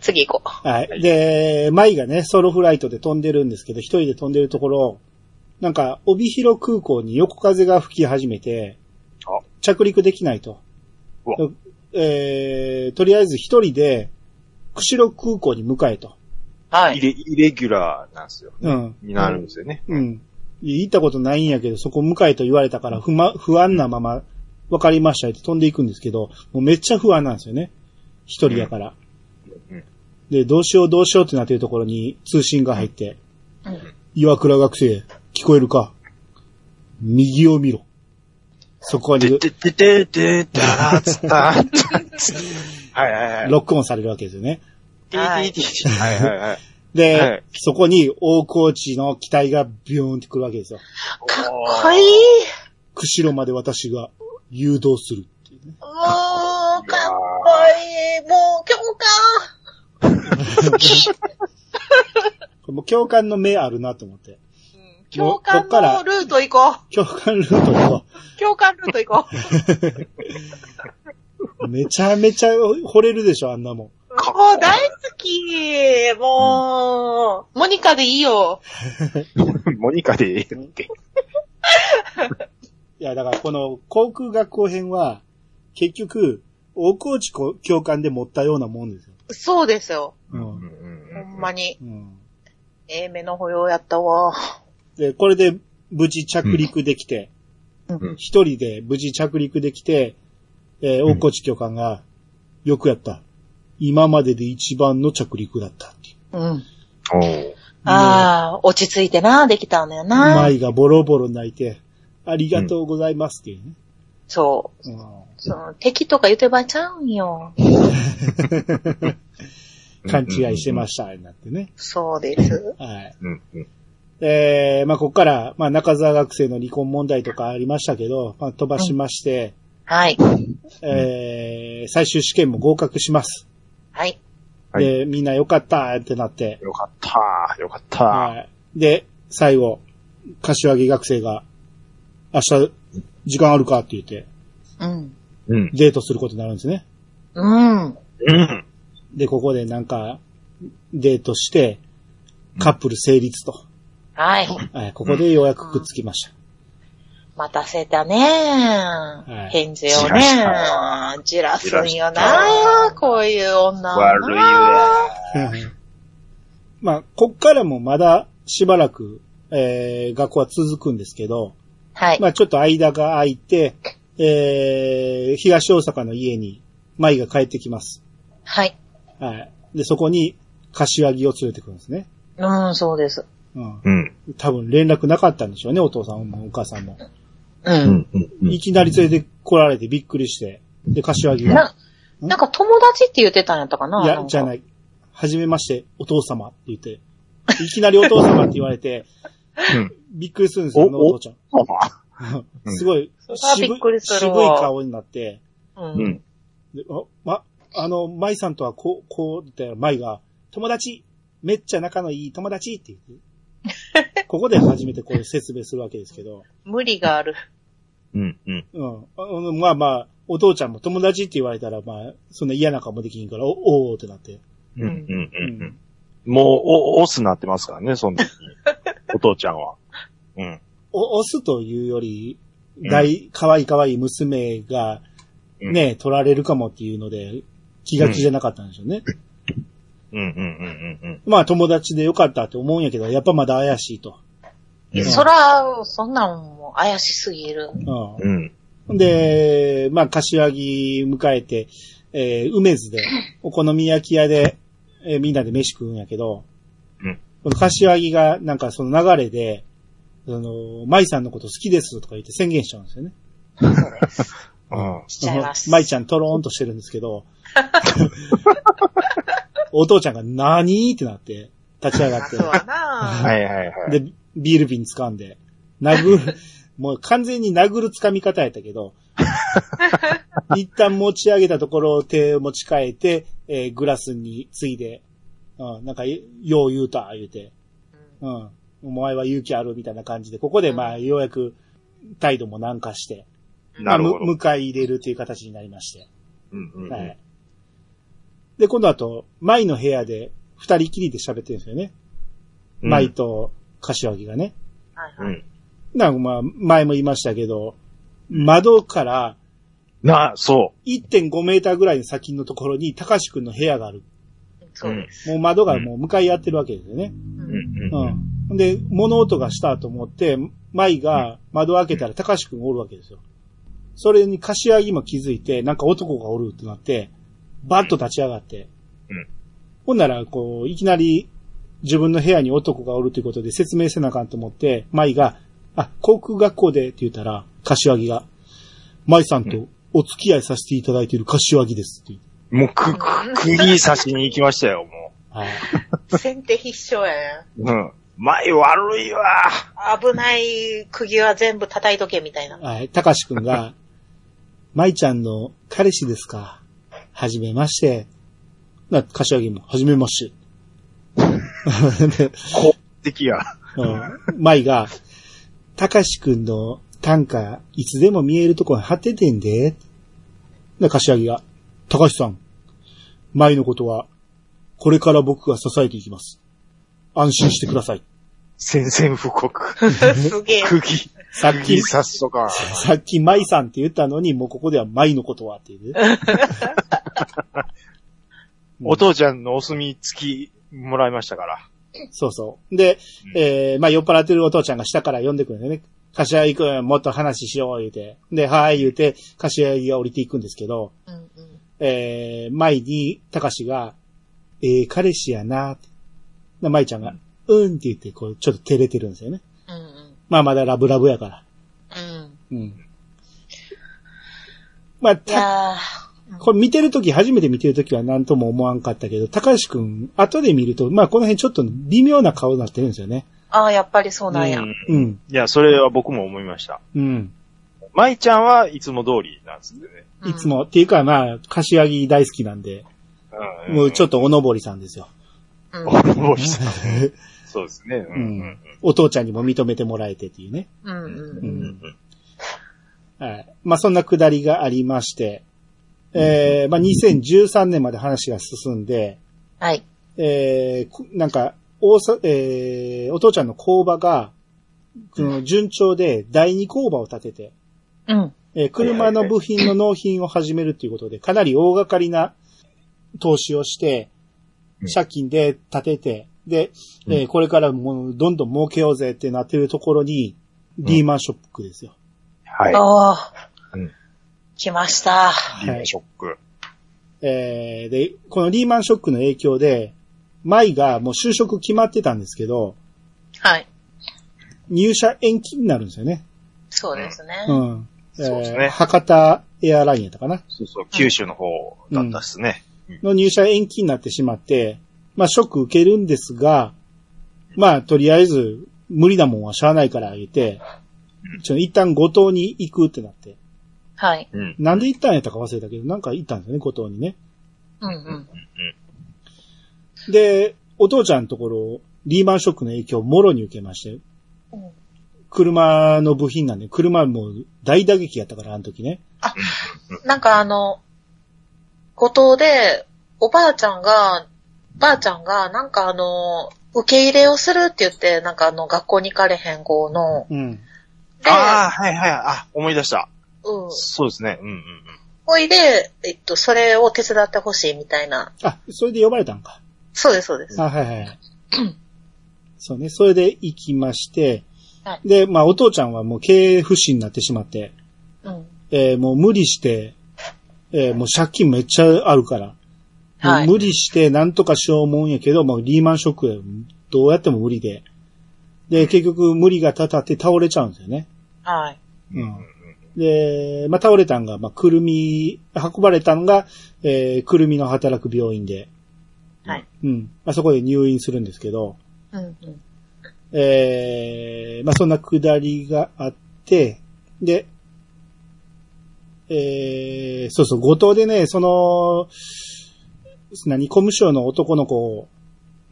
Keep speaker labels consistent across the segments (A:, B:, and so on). A: 次行こ
B: はい。で、舞がね、ソロフライトで飛んでるんですけど、一人で飛んでるところ、なんか、帯広空港に横風が吹き始めて
C: あ、
B: 着陸できないと
C: うわ。
B: えー、とりあえず一人で、釧路空港に向かえと。
A: う。は
C: イ
A: い。
C: レイレギュラーなんですよ。
B: うん。
C: になるんですよね。
B: うん。行ったことないんやけど、そこ向かえと言われたから、不ま、不安なまま、わかりましたって飛んでいくんですけど、もうめっちゃ不安なんですよね。一人やから。
C: うんうん
B: で、どうしようどうしようってなってるところに通信が入って、
A: うん
B: 岩倉学生、聞こえるか右を見ろ。そこに
C: で、で、で、で、で、だら、つった。はいはいはい。
B: ロックオンされるわけですよね。
C: はいはいはい。
B: で、
C: はい
B: そこに大河内の機体がビューンってくるわけですよ。
A: かっこいい。
B: 釧路まで私が誘導する。
A: もう、かっこいい。もう、共感。
B: これもう教官の目あるなと思って。
A: 共感のルート行こ
B: 教官ルートを
A: う。共感ルート行 こう。
B: めちゃめちゃ惚れるでしょ、あんなもん。
A: もう大好き。もう、モニカでいいよ。
C: モニカで、って。
B: いや、だからこの航空学校編は、結局、大河内教官で持ったようなもんですよ。
A: そうですよ。
B: うん
A: ほんまに。
B: うん
A: ええ目の保養やったわ。
B: で、これで無事着陸できて
A: うん
C: うん、
B: 一、人で無事着陸できて、えー、
C: うん
B: 大河内教官が、よくやった。今までで一番の着陸だったっていう。
A: うん。
C: おー
A: ああ、落ち着いてな、できたんだよな。
B: 舞がボロボロ泣いて、ありがとうございますっていうね。
A: そう。
B: うん
A: その敵とか言ってばちゃうんよ。
B: 勘違いしてました、なんてね。
A: そうです。
B: はい。
C: うんうん。
B: えー、まあ、ここから、まあ、中澤学生の離婚問題とかありましたけど、まあ、飛ばしまして、
A: はい。
B: えー、最終試験も合格します。
A: はい。
C: はい
B: で、みんなよかったってなって、
C: よかった、よかった。
B: はい。で、最後、柏木学生が、明日、時間あるかって言って、
A: うん。
C: うん。
B: デートすることになるんですね。
A: うん。
C: うん。
B: で、ここでなんか、デートして、カップル成立と。
A: はい。
B: はい、ここでようやくくっつきました。
A: 待たせたね、
B: い
A: 返事を
C: じらし
A: ねじらすんよ
C: じら
A: な
C: した
A: こういう女は。
C: 悪いわ。
B: まあ、こっからもまだしばらく、えー、学校は続くんですけど、
A: はい。
B: まあちょっと間が空いて、えー、東大阪の家に舞が帰ってきます。
A: はい。
B: はい。で、そこに柏木を連れてくるんですね。
A: うん、そうです。
B: うん。
C: うん。
B: 多分連絡なかったんでしょうね、お父さんもお母さんも。
A: う。
C: うんん。うん。うん
B: いきなり連れてこられてびっくりして、で、柏木が、
A: な、なんか友達って言ってたんやったかない。
B: や、じゃないい。はじめまして、お父様って言って、いきなりお父様って言われて、びっくりするんですよ、
C: お
B: あのお父ちゃん。
C: うん
B: すごい
A: そらびっ
B: 渋い
A: くりする
B: 渋い
A: わ
B: 顔になって、
A: う。
C: うんん。
B: であま、あの、舞さんとはこう、こう、って、舞が、友達めっちゃ仲のいい友達って言 って、ここで初めてこう説明するわけですけど、
A: 無理がある。
C: うん。うん。
B: うん。あのまあまあ、お父ちゃんも友達って言われたら、まあ、そんな嫌な顔もできんから、お、おーってなって。
C: うん。うん。うん。もう、お、オスなってますからね、その時に。お父ちゃんは。うん。
B: お、押すというより、大、可愛い可愛い娘が、ね、取られるかもっていうので、気が気じゃなかったんでしょうね。
C: うん。うん。うん。うん。
B: まあ友達でよかったって思うんやけど、やっぱまだ怪しいと。
C: うん
A: そら、そんなんもう怪しすぎる。
B: う
C: うん。
B: ん。で、まあ柏木迎えて、えー梅 津で、お好み焼き屋で、えーみんなで飯食うんやけど、
C: うん
B: この柏木がなんかその流れで、あの、舞さんのこと好きですとか言って宣言しちゃうんですよね。
C: うん。
A: しちゃいます。
B: 舞ちゃんトローンとしてるんですけ ど、 お父ちゃんが何ってなって、立ち上がって
A: そう。やな
C: はいはいはい。
B: で、ビール瓶掴んで、殴 る、もう完全に殴る掴み方やったけど、一旦持ち上げたところを手を持ち替えて、えーグラスについで、うん、なんか、よう言うた、言うて、うん、お前は勇気あるみたいな感じで、ここでまあ、ようやく態度も軟化して、
C: なるほ
B: まあむ
C: ど。
B: 迎え入れるという形になりまして、
C: うんうんう
B: は
C: ん
B: い。で、今度あと、舞の部屋で二人きりで喋ってるんですよね。
C: うん
B: 舞。と柏木がね。
A: はいは
C: う
A: い。
C: ん。
B: なんかまあ、前も言いましたけど、窓から
C: な、そ
B: 1.5メーターぐらいの先のところに、高志くんの部屋がある。
C: う。
A: そううで
C: ん
A: す。
B: もう窓がもう向かい合ってるわけですよね。
A: う。
C: うんん。うん。
B: うん。で、物音がしたと思って、舞が窓開けたら高志くんがおるわけですよ。それに柏木も気づいて、なんか男がおるってなって、バッと立ち上がって。
C: うん
B: ほんなら、こう、いきなり自分の部屋に男がおるということで説明せなあかんと思って、舞が、あ、航空学校でって言ったら、柏木が、舞さんとお付き合いさせていただいている柏木ですって言う。
C: もう、く、く、釘刺しに行きましたよ、も
B: はい。
A: 先手必勝やね。
C: う。うん。前悪いわ。
A: 危ない釘は全部叩いとけみたいな。
B: はい、たかしくんが、舞ちゃんの彼氏ですか。はじめまして。な、柏木も、はじめまして。で、
C: こ、敵や。
B: うん舞が、たかしくんの短歌、いつでも見えるところに貼っててんで。な、柏木が、たかしさん、舞のことは、これから僕が支えていきます。安心してください。
C: 宣戦布 告。
A: すげえ。
C: 釘、
B: さっき
C: 釘、刺すとか。
B: さっき舞さんって言ったのに、もうここでは舞のことはっていうね。
C: お父ちゃんのお墨付きもらいましたから。
B: そうそう。で、
C: うん
B: えー、まあ酔っ払ってるお父ちゃんが下から呼んでくるんだよね。柏木くん、もっと話しよう、言うて。で、はい、言うて、柏木が降りていくんですけど、
A: うんうん。
B: えー、舞に、高志が、えー、彼氏やなって。で舞ちゃんが、うんって言って、こう、ちょっと照れてるんですよね。
A: うんうん。
B: まあまだラブラブやから。
A: うん。
B: うん。まあ、
A: い
B: た
A: や
B: これ見てるとき、初めて見てるときは何とも思わんかったけど、高橋くん、後で見ると、まあこの辺ちょっと微妙な顔になってるんですよね。
A: ーああ、やっぱりそうなんや。
C: うん
B: うん。
C: いや、それは僕も思いました。
B: うん。
C: 舞ちゃんはいつも通りなんですよね。
A: うん
B: いつ。も、っていうかまあ、柏木大好きなんで、
C: うん
B: もうちょっ
C: っ
B: とおのぼりさんです よ。
A: うん
C: と。おろしさん そうですね。うんうんうん
B: お父ちゃんにも認めてもらえてっていうね。
A: うんうん
B: う
A: うん。
B: ん
C: うん
B: はい。まあそんなくだりがありまして、えー、まあ2013年まで話が進んで、
A: はい。
B: えーこ、なんか、大さ、えー、お父ちゃんの工場が、その順調で第二工場を建てて、
A: うん。
B: えー車の部品の納品を始めるということで、かなり大掛かりな投資をして
C: う、ん
B: 借金で建てて、で、えーこれからもうどんどん儲けようぜってなってるところに、
C: ん
B: リーマンショックですよ。
C: はい。
A: ああ
C: うん。
A: 来ました。
C: リーマンショック。
B: えーで、このリーマンショックの影響で、舞がもう就職決まってたんですけど、
A: はい。
B: 入社延期になるんですよね。
A: そうですね。
B: うん。
C: そうです
B: え
C: ね
B: ー博多エアラインやったかな
C: そうそう、九州の方だったっすね。
B: の入社延期になってしまって、まあ、ショック受けるんですが、まあ、とりあえず、無理なもんはしゃあないから言って、ちょ一旦五島に行くってなって。
A: はい。
C: うん。
B: なんで行ったんやったか忘れたけど、なんか行ったんですよね、五島にね。
A: うんうん。
B: で、お父ちゃんのところ、リーマンショックの影響をもろに受けまして、
A: うん
B: 車の部品なんで、車もう大打撃やったから、あの時ね。
A: なんかあの、五島で、おばあちゃんが、ばあちゃんが、なんかあの、受け入れをするって言って、なんかあの、学校に行かれへん子の、
B: うん。
A: で、
C: ああ、はいはい。あ、思い出した。
A: うん。
C: そうですね。うんうんうん。
A: ほいで、えっと、それを手伝ってほしいみたいな。
B: あ、それで呼ばれたんか。
A: そうです、そうです。
B: あ、はいはい。 そうね、それで行きまして、
A: は
B: で、まあお父ちゃんはもう経営不振になってしまって、
A: うん。
B: えーもう無理して、えーもう借金めっちゃあるから、
A: はい
B: もう無理してなんとかしようもんやけど、もうリーマンショックでどうやっても無理で、で、結局無理がたたって倒れちゃうんですよね。
A: はい。
B: うんで、まあ倒れたんが、まあくるみ、運ばれたのが、えーくるみの働く病院で、
A: はい。
B: うん。まあそこで入院するんですけど、
A: うんうん。
B: えー、まあ、そんなくだりがあって、で、えー、そうそう、後藤でね、その、何、コ務省の男の子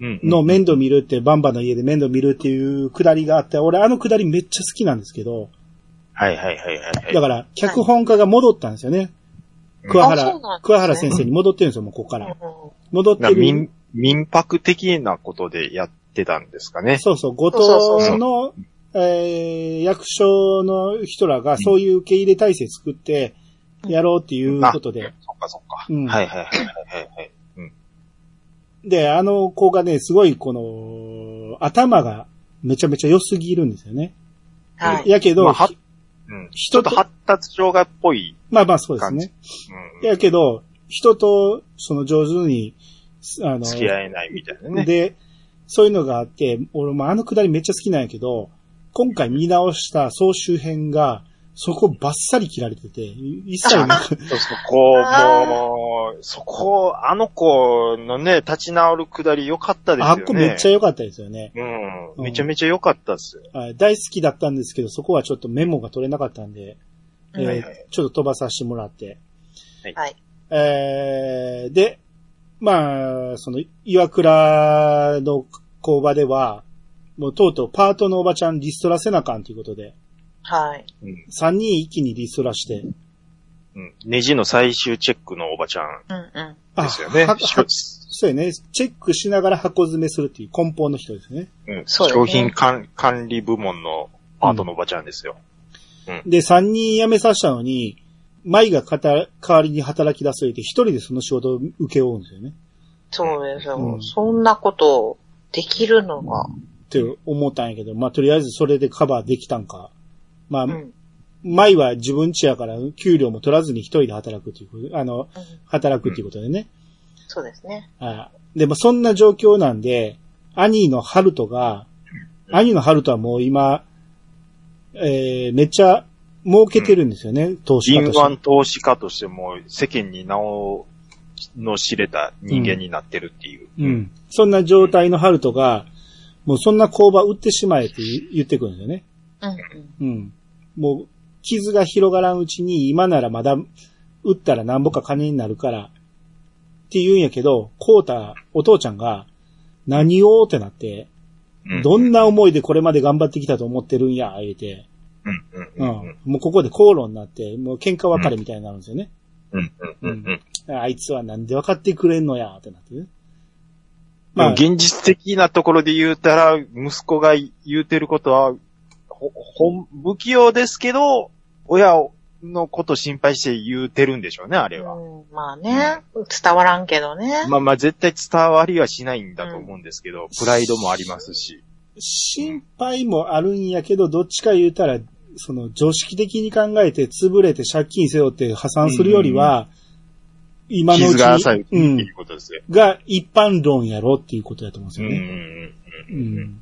C: うんうん。
B: の面倒見るって、バンバの家で面倒見るっていうくだりがあって、俺あのくだりめっちゃ好きなんですけど、
C: はいはいはいはいはい。
B: だから、脚本家が戻ったんですよね。桑
A: あそう
B: 原
A: な、んですね
B: 桑原先生に戻ってるんですよ、もうここか
A: うん
B: ら。戻って
C: な
B: る
C: 民。、民泊的なことでやってたんですかね。
B: そうそう、後
A: そう
B: 藤
C: そう
B: の、えー役所の人らがそういう受け入れ体制作って、やろうっていうことで。
C: そっかそっか。
B: うん
C: はいはいはいはいはい。
B: で、あの子がね、すごいこの、頭がめちゃめちゃ良すぎるんですよね。
A: はい。
B: やけど、
C: まあ、は、うん。ちょっと発達障害っぽい。
B: まあまあそうですね。
C: うん。
B: やけど、人と、その上手に、あの、
C: 付き合えないみたいなね。
B: で、そういうのがあって、俺もあのくだりめっちゃ好きなんやけど、今回見直した総集編が、そこバッサリ切られてて、一切なんか、
C: そうそこ、
A: あー
C: もう、そこ、あの子のね、立ち直るくだり良かったですよ
B: あ
C: ね。
B: っこめっちゃ良かったですよね。
C: う。
B: うんん
C: めちゃめちゃ良かったっすよ。
B: あ大好きだったんですけど、そこはちょっとメモが取れなかったんで、えー
C: はいはい
B: ちょっと飛ばさせてもらって。
A: はい。
B: えーで、まあ、その、岩倉の工場では、もうとうとうパートのおばちゃんリストラせなあかんということで、
A: はい。
C: うん。
B: 3人一気にリストラして、
C: うん。ネジの最終チェックのおばちゃん
A: うんうん。
B: あ
C: ですよね。
B: はは
C: しょ
B: そうやね。チェックしながら箱詰めするっていう梱包の人ですね。
C: うん
A: そうですね
C: 商品管管理部門のパートのおばちゃんですよ。
B: で、3人辞めさせたのに、舞がかた代わりに働き出すといて、一人でその仕事を受け負うんですよね。
A: そうですよ。
B: うん
A: そんなことできるのが。
B: って思ったんやけど、まあ、とりあえずそれでカバーできたんか。まあ、
A: うん。
B: 舞は自分家やから、給料も取らずに一人で働くっていうこと、あの、
A: うん
B: 働くっていうことでね。
A: そうですね。
B: あでもそんな状況なんで、兄のハルトが、
C: うん
B: 兄のハルトはもう今、えー、めっちゃ儲けてるんですよね、投資家と
C: 敏
B: して。
C: 腕投資家としても世間に名をの知れた人間になってるっていう。
B: うん。そんな状態のハルトが、もうそんな工場売ってしまえって言言ってくるんですよね。
A: うんうん。
B: うん。もう、傷が広がらんうちに、今ならまだ、売ったらなんぼか金になるから、って言うんやけど、コータ、お父ちゃんが、何をってなって、
C: う
B: どんな思いでこれまで頑張ってきたと思ってるんや、言うて。
C: うんうん
B: う
C: うんんうん。。
B: もうここで口論になって、もう喧嘩別れみたいになるんですよね。
C: うんうんうんうん。
B: あいつはなんで分かってくれんのや、ってなってね。
C: まあ、現実的なところで言うたら、息子が言うてることは、ほ、ほん、不器用ですけど、親のこと心配して言うてるんでしょうね、あれは。
A: うんまあね、伝わらんけどね。
C: まあまあ、絶対伝わりはしないんだと思うんですけど、プライドもありますし。
B: 心配もあるんやけど、どっちか言うたら、その常識的に考えて潰れて借金背負って破産するよりは、今のうち
C: 傷が浅い
B: に
C: っ、て
B: う
C: い
B: ん
C: う、ことですよ。
B: が一般論やろっていうことだと思うんです
C: うん
B: よ
C: うん
B: ね。
C: う
B: うん
C: うん。
B: ん。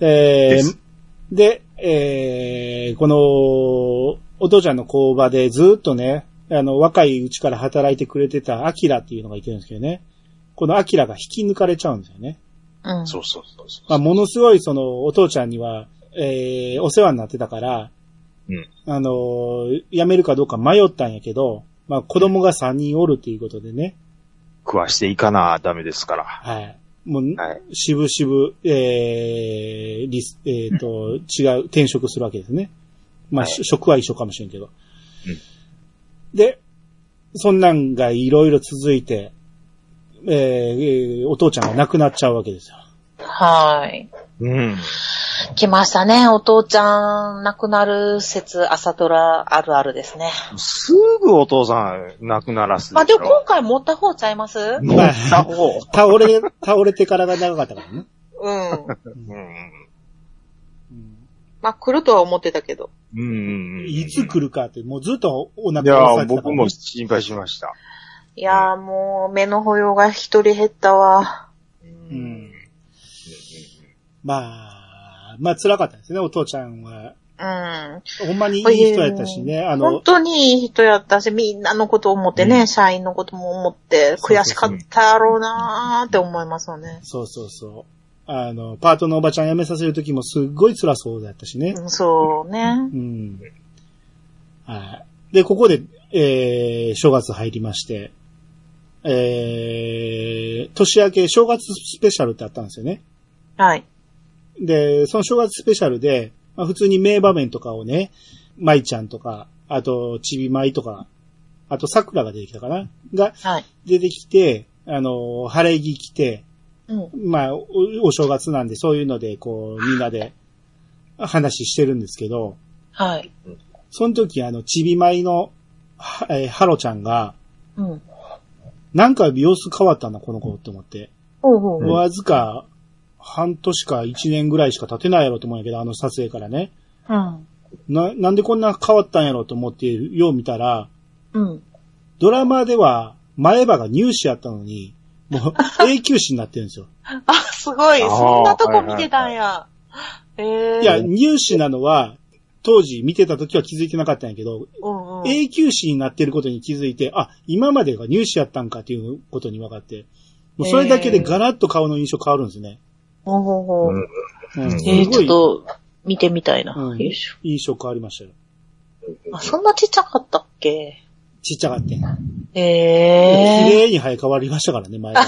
B: え
C: で
B: ー
C: す、
B: で、えー、この、お父ちゃんの工場でずっとね、あの、若いうちから働いてくれてたアキラっていうのがいてるんですけどね。このアキラが引き抜かれちゃうんですよね。
A: うん。
C: そうそうそうそう。
B: まあ、ものすごいその、お父ちゃんには、えー、お世話になってたから、
C: うん
B: あのー辞めるかどうか迷ったんやけど、まあ、子供が3人おるっていうことでね、
C: 食わしていかなダメですから。
B: はい。もう、
C: はい。
B: しぶしぶ、えー、リス、えっ、と、違う、転職するわけですね。まあ、
C: はい
B: し職は一緒かもしれんけど。
C: うん
B: で、そんなんがいろいろ続いて、えーえーお父ちゃんが亡くなっちゃうわけですよ。
A: はい。
C: うん。
A: 来ましたね。お父ちゃん亡くなる説、朝ドラあるあるですね。
C: すぐお父さん亡くならす
A: まあでも今
C: ょ。
A: 回持った方ちゃいますうん。
C: 乗った方。
B: 倒れ、倒れてからが長かったからね。
C: うん。
A: まあ来るとは思ってたけど。
C: うん。
B: いつ来るかって、もうずっとお
C: い
B: 腹
C: や
B: が、
C: 僕も心配し ました。
A: いやーもう目の保養が一人減ったわ。
C: う
B: うん。まあ、まあ辛かったですね、お父ちゃんは。
A: うん。
B: ほんまにいい人やったしね、あ
A: 本
B: の、
A: 当にいい人やったし、みんなのことを思ってね、
C: うん
A: 社員のことも思って、
B: そうそうそう
A: 悔しかったやろうなーって思いますよね。
B: そうそうそう。あの、パートのおばちゃん辞めさせるときもすっごい辛そうだったしね。
A: うんそうね。
B: うん。はい。で、ここで、えー、正月入りまして、えー、年明け正月スペシャルってあったんですよね。
A: はい。
B: で、その正月スペシャルで、まあ、普通に名場面とかをね、舞ちゃんとか、あと、ちびまいとか、あと桜が出てきたかなが
A: はい。
B: 出てきて、あの、晴れ着着て、
A: うん。
B: まあ、おお正月なんでそういうので、こう、みんなで話してるんですけど、
A: はい。
B: その時、あの、ちびまいの、はえーハロちゃんが、
A: うん。
B: なんか様子変わったな、この子って思って。
A: おうおうおう。
B: わずか、半年か一年ぐらいしか経てないやろと思うんやけど、あの撮影からね。
A: うん。
B: な、なんでこんな変わったんやろと思って、よう見たら、
A: うん。
B: ドラマでは前歯が乳歯やったのに、もう 永久歯になってるんですよ。
A: あ、すごい。
C: あー
A: そんなとこ見てたんや。ええー。
B: いや、乳歯なのは、当時見てた時は気づいてなかったんやけど、
A: うんうん。
B: 永久歯になってることに気づいて、あ、今までが乳歯やったんかっていうことに分かって、もうそれだけでガラッと顔の印象変わるんですね。
A: ほうほうほう。
C: うん
B: うん、す
A: ええー、
B: ごい
A: ちょっと、見てみたいな。
B: うん
A: よいしょ。
B: 印象変わりましたよ。
A: あ、そんなちっちゃかったっけ
B: ちっちゃかって。
A: え
B: 綺
A: え
B: 麗に生え変わりましたからね、前歯が。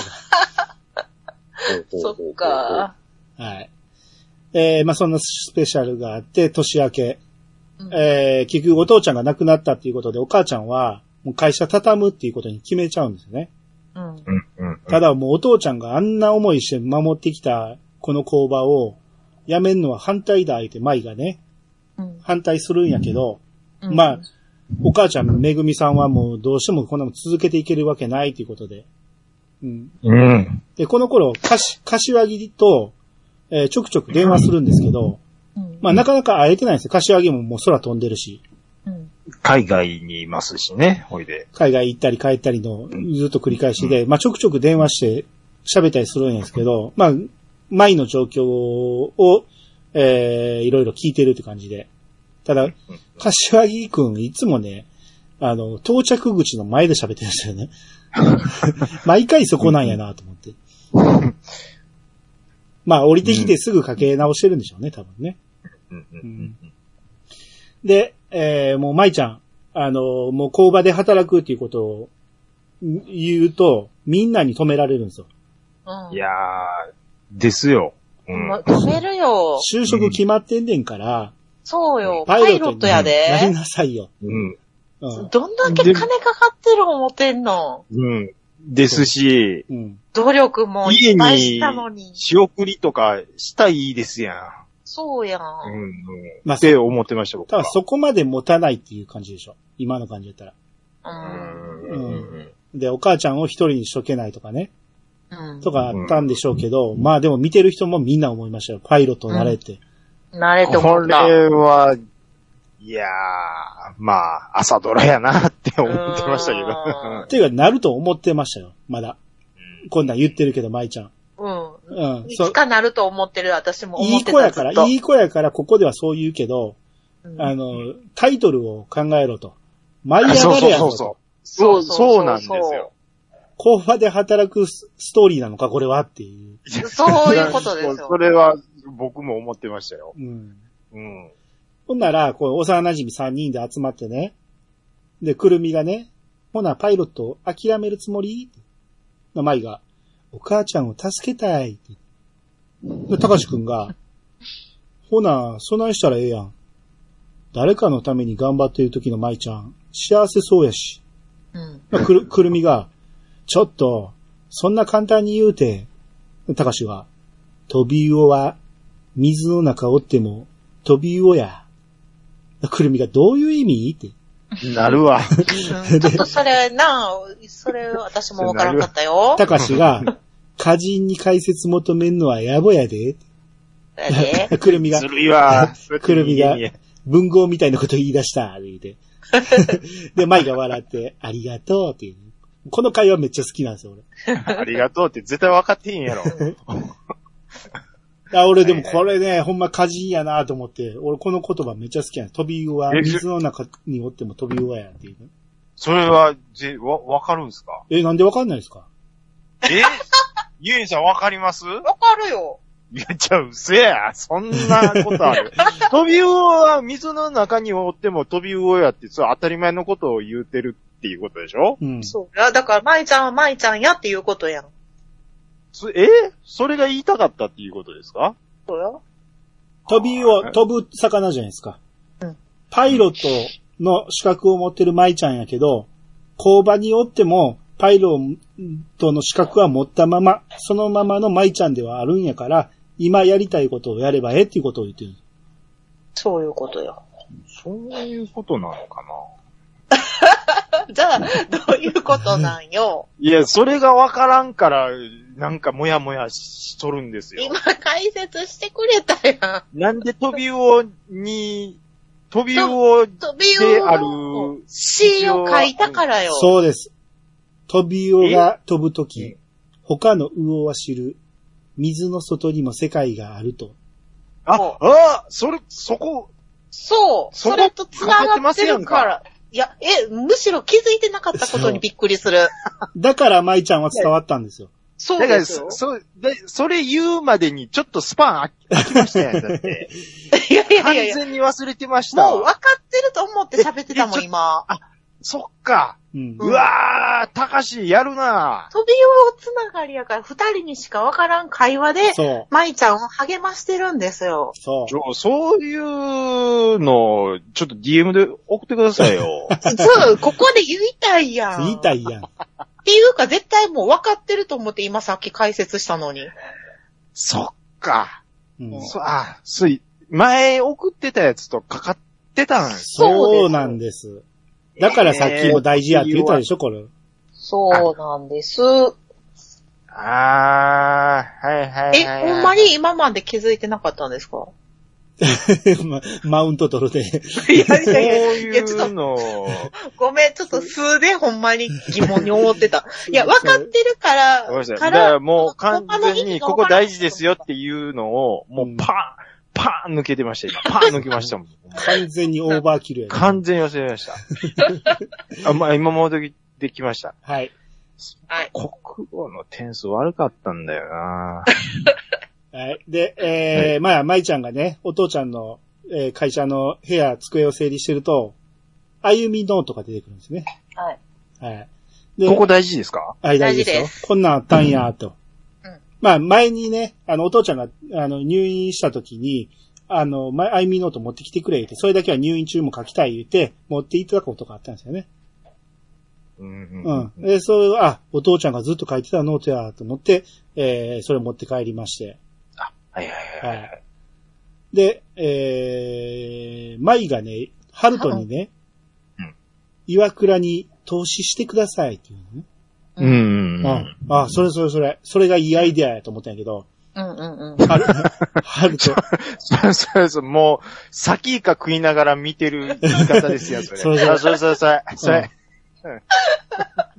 A: ー。そっ。か。
B: はい。えー、まあそんなスペシャルがあって、年明け。
A: うん
B: えー、結局お父ちゃんが亡くなったっていうことで、お母ちゃんは、もう会社畳むっていうことに決めちゃうんですよね。
A: うん。
C: うんうん。
B: ただもうお父ちゃんがあんな思いして守ってきたこの工場を、やめるのは反対だ、相手、舞がね、
A: うん
B: 反対するんやけど、
A: うん
B: まあ、お母ちゃん、めぐみさんはもうどうしてもこんなの続けていけるわけないということで。うん。
C: うん。
B: で、この頃、かし、柏木と、えーちょくちょく電話するんですけど、
A: うん
B: まあなかなか会えてないんですよ。柏木ももう空飛んでるし、
A: うん
C: 海外にいますしね、ほいで。
B: 海外行ったり帰ったりのずっと繰り返しで、まあちょくちょく電話して喋ったりするんですけど、まあ、前の状況を、えーいろいろ聞いてるって感じで。ただ、柏木くんいつもね、あの、到着口の前で喋ってるんですよね。毎回そこなんやなと思って。まあ降りてきてすぐかけ直してるんでしょうね、多分ね。
C: うんうん
B: んで、えーもう舞ちゃん、あのーもう工場で働くっていうことをん言うと、みんなに止められるんですよ。
A: うん
C: いやー、ですよ。うん。
A: ま止めるよ。
B: 就職決まってんねんから、
A: そうよ。
B: パ
A: パ
B: イ
A: イ
B: ロ
A: ロ
B: ッ
A: ッ
B: ト
A: ト
B: に
A: や
B: なり
A: で。
B: なさいよ。
C: うん。
B: うん。
A: どんだけ金かかってる思ってんの
C: うん。ですし、
B: うん。
A: 努力もい
C: 家
A: っぱい
C: に
A: したのに。
C: 仕送りとかしたいですやん。
A: そうや
C: うん
A: ん。
C: うん。
B: まあ、
C: っ
B: そ
C: て思ってました、僕
B: た
C: は
B: だ。そこまで持たないっていう感じでしょ。今の感じだったら。
A: う。
C: うんんうんうん。
B: で、お母ちゃんを一人にしとけないとかね、
A: うん。
B: とかあったんでしょうけど、まあでも見てる人もみんな思いましたよ。パイロットになれって。
A: 慣れて
C: こ
A: 思った。
C: れは、いやー、まあ、朝ドラやなって思ってましたけ
A: う
C: ど。
B: っていうか、なると思ってましたよ。まだ。こんなん言ってるけど、舞ちゃん。
A: うん。
B: うん。
A: い
B: そう
A: つかなると思ってる、私も
B: い
A: 思っ
B: い
A: て
B: 子
A: た。
B: やから、
A: ずっと
B: いい子やから、ここではそう言うけど、
A: うん
B: あの、タイトルを考えろと。舞い
C: そう
B: 上が
C: そ
B: れ
C: う
B: や
C: そ
B: ろ
C: うそ
B: と。
C: う。そう、そうなんですよ。
B: 工場で働くスストーリーなのか、これはっていう。
A: そういうことですよ
C: それは僕も思ってましたよ。
B: うん。
C: うん。
B: ほんなら、こう、幼馴染3人で集まってね。で、くるみがね、ほな、パイロットを諦めるつもりな、舞が、お母ちゃんを助けたいって。で、高志くんが、ほな、そないしたらええやん。誰かのために頑張ってる時の舞ちゃん、幸せそうやし。
A: うん。
B: まあくる、くるみが、ちょっと、そんな簡単に言うて、たかしが、飛び魚は、水の中おっても、飛び魚や。くるみがどういう意味って。
C: なるわ。
A: うんちょっとそれ、なあ、それ私もわからんかった よ。
B: たかしが、歌人に解説求めんのは野暮やで。
A: だね
B: くるみが
C: ず、る いわ。
B: くるみが
C: いやいや
B: 文豪みたいなこと言い出した。言うてで、舞が笑って、ありがとうっていう。この会話めっちゃ好きなんですよ、俺。
C: ありがとうって絶対分かってへんやろ。
B: あ俺でもこれね、ほんま歌人やなと思って、俺この言葉めっちゃ好きやん。飛び魚は
C: え
B: 水の中におっても飛び魚やっていう。
C: それは、ぜ、わ、わかるんすか
B: え、なんでわかんないですか
C: えゆえんさんわかります
A: わかるよ。
C: いや、ちゃう、せや。そんなこと ある。飛び魚は水の中におっても飛び魚やって、そう当たり前のことを言うてるっていうことでしょ
B: うん。
A: そう。だから、舞ちゃんは舞ちゃんやっていうことやん。
C: そえそれが言いたかったっていうことですか
A: そうよ。
B: 飛び魚、飛ぶ魚じゃないですか
A: うん。
B: パイロットの資格を持ってる舞ちゃんやけど、工場におっても、パイロットの資格は持ったまま、そのままの舞ちゃんではあるんやから、今やりたいことをやればええっていうことを言ってる。
A: そういうことよ。
C: そういうことなのかな
A: じゃあ、どういうことなんよ。
C: いや、それがわからんから、なんかもやもやしとるんですよ。
A: 今解説してくれたやん。
C: なんで飛び魚に、飛び魚
A: 飛び
C: であ
A: を
C: る、
A: C を書いたからよ。
B: そうです。飛び魚が飛ぶとき、他の魚は知る。水の外にも世界があると。
C: あ、あ、それ、そこ、
A: そう。
C: そ
A: そ
C: こ
A: れと繋がってるから。いや、え、むしろ気づいてなかったことにびっくりする。
B: だから舞ちゃんは伝わったんですよ。
A: そう
C: だか
A: で
C: ら、
A: すよ
C: そ、。そでそれ言うまでにちょっとスパンあ空きましたやん、だって。
A: いやいや
C: 完
A: いやいや。
C: 全に忘れてました。
A: もう分かってると思って喋ってたも
C: えちょ
A: ん、今。
C: そっか。
B: うん
C: うわー、たかし、やるな
A: 飛びをつながりやから、二人にしか分からん会話で、
B: そう。
A: 舞ちゃんを励ましてるんです よ。
B: そ
C: ちょそういうの、ちょっと DM で送ってくださいよ。
A: そう、ここで言いたいや
B: う。
A: ん。
B: 言いた
A: っ
B: いやん。
A: ていうか、絶対もう分かってると思って今さっき解説したのに。
C: そっか。
B: うん
C: そあ、すい、前送ってたやつとかかってたんです。
A: そうです
B: そうなんです。だからさっきも大事やって言ったでしょ、こ れ。
A: そうなんです。
C: あー、はいはいはい、
A: え、ほんまに今まで気づいてなかったんですか
B: まマウント取るで。
A: いやい
C: そう
A: やいや、
C: い
A: やちょっ
C: う
A: と
C: の。
A: ごめん、ちょっと数でほんまに疑問に思ってた。いや、分かってるか
C: ご
A: ら、
C: めんなさい。だ
A: か
C: から
A: ら、
C: もう完全に、ここ大事ですよ
A: て
C: っていうのを、も
B: うん
C: うパン、パン抜けてました、今。パン抜けましたもん。
B: 完全にオーバーキルやね。
C: 完全に忘れました。あ、まあ、今もでできました。
B: はい。
A: はい。
C: 国語の点数悪かったんだよな
B: はい。で、えーまあ、舞ちゃんがね、お父ちゃんの、えー会社の部屋、机を整理してると、歩みノートが出てくるんですね。
A: はい。
B: はい。で、
C: ここ大事ですか
B: あれ大事ですよ。
A: 大事で
B: こんなんあったんや、と。
A: うん
B: まあ、前にね、あの、お父ちゃんが、あの、入院した時に、あの、まあ、歩みノート持ってきてくれ、って、それだけは入院中も書きたい言って、持っていただくことがあったんですよね。
C: うん
B: うん。で、そういう、あ、お父ちゃんがずっと書いてたノートや、と思って、えー、それを持って帰りまして。
C: はいはいはいはい。
B: で、えー、舞がね、春人にね
C: うん、
B: 岩倉に投資してくださいっていうのね。
A: う
C: うんん
B: う。ん。あ、それそれそれ。それがいいアイデアやと思ったんやけど、
A: うんうんうん。
B: 春、春人、
C: そうそうそう、もう、先か食いながら見てる言い方ですよ、それ。
B: それそれ
C: あそれそれそれ。それ。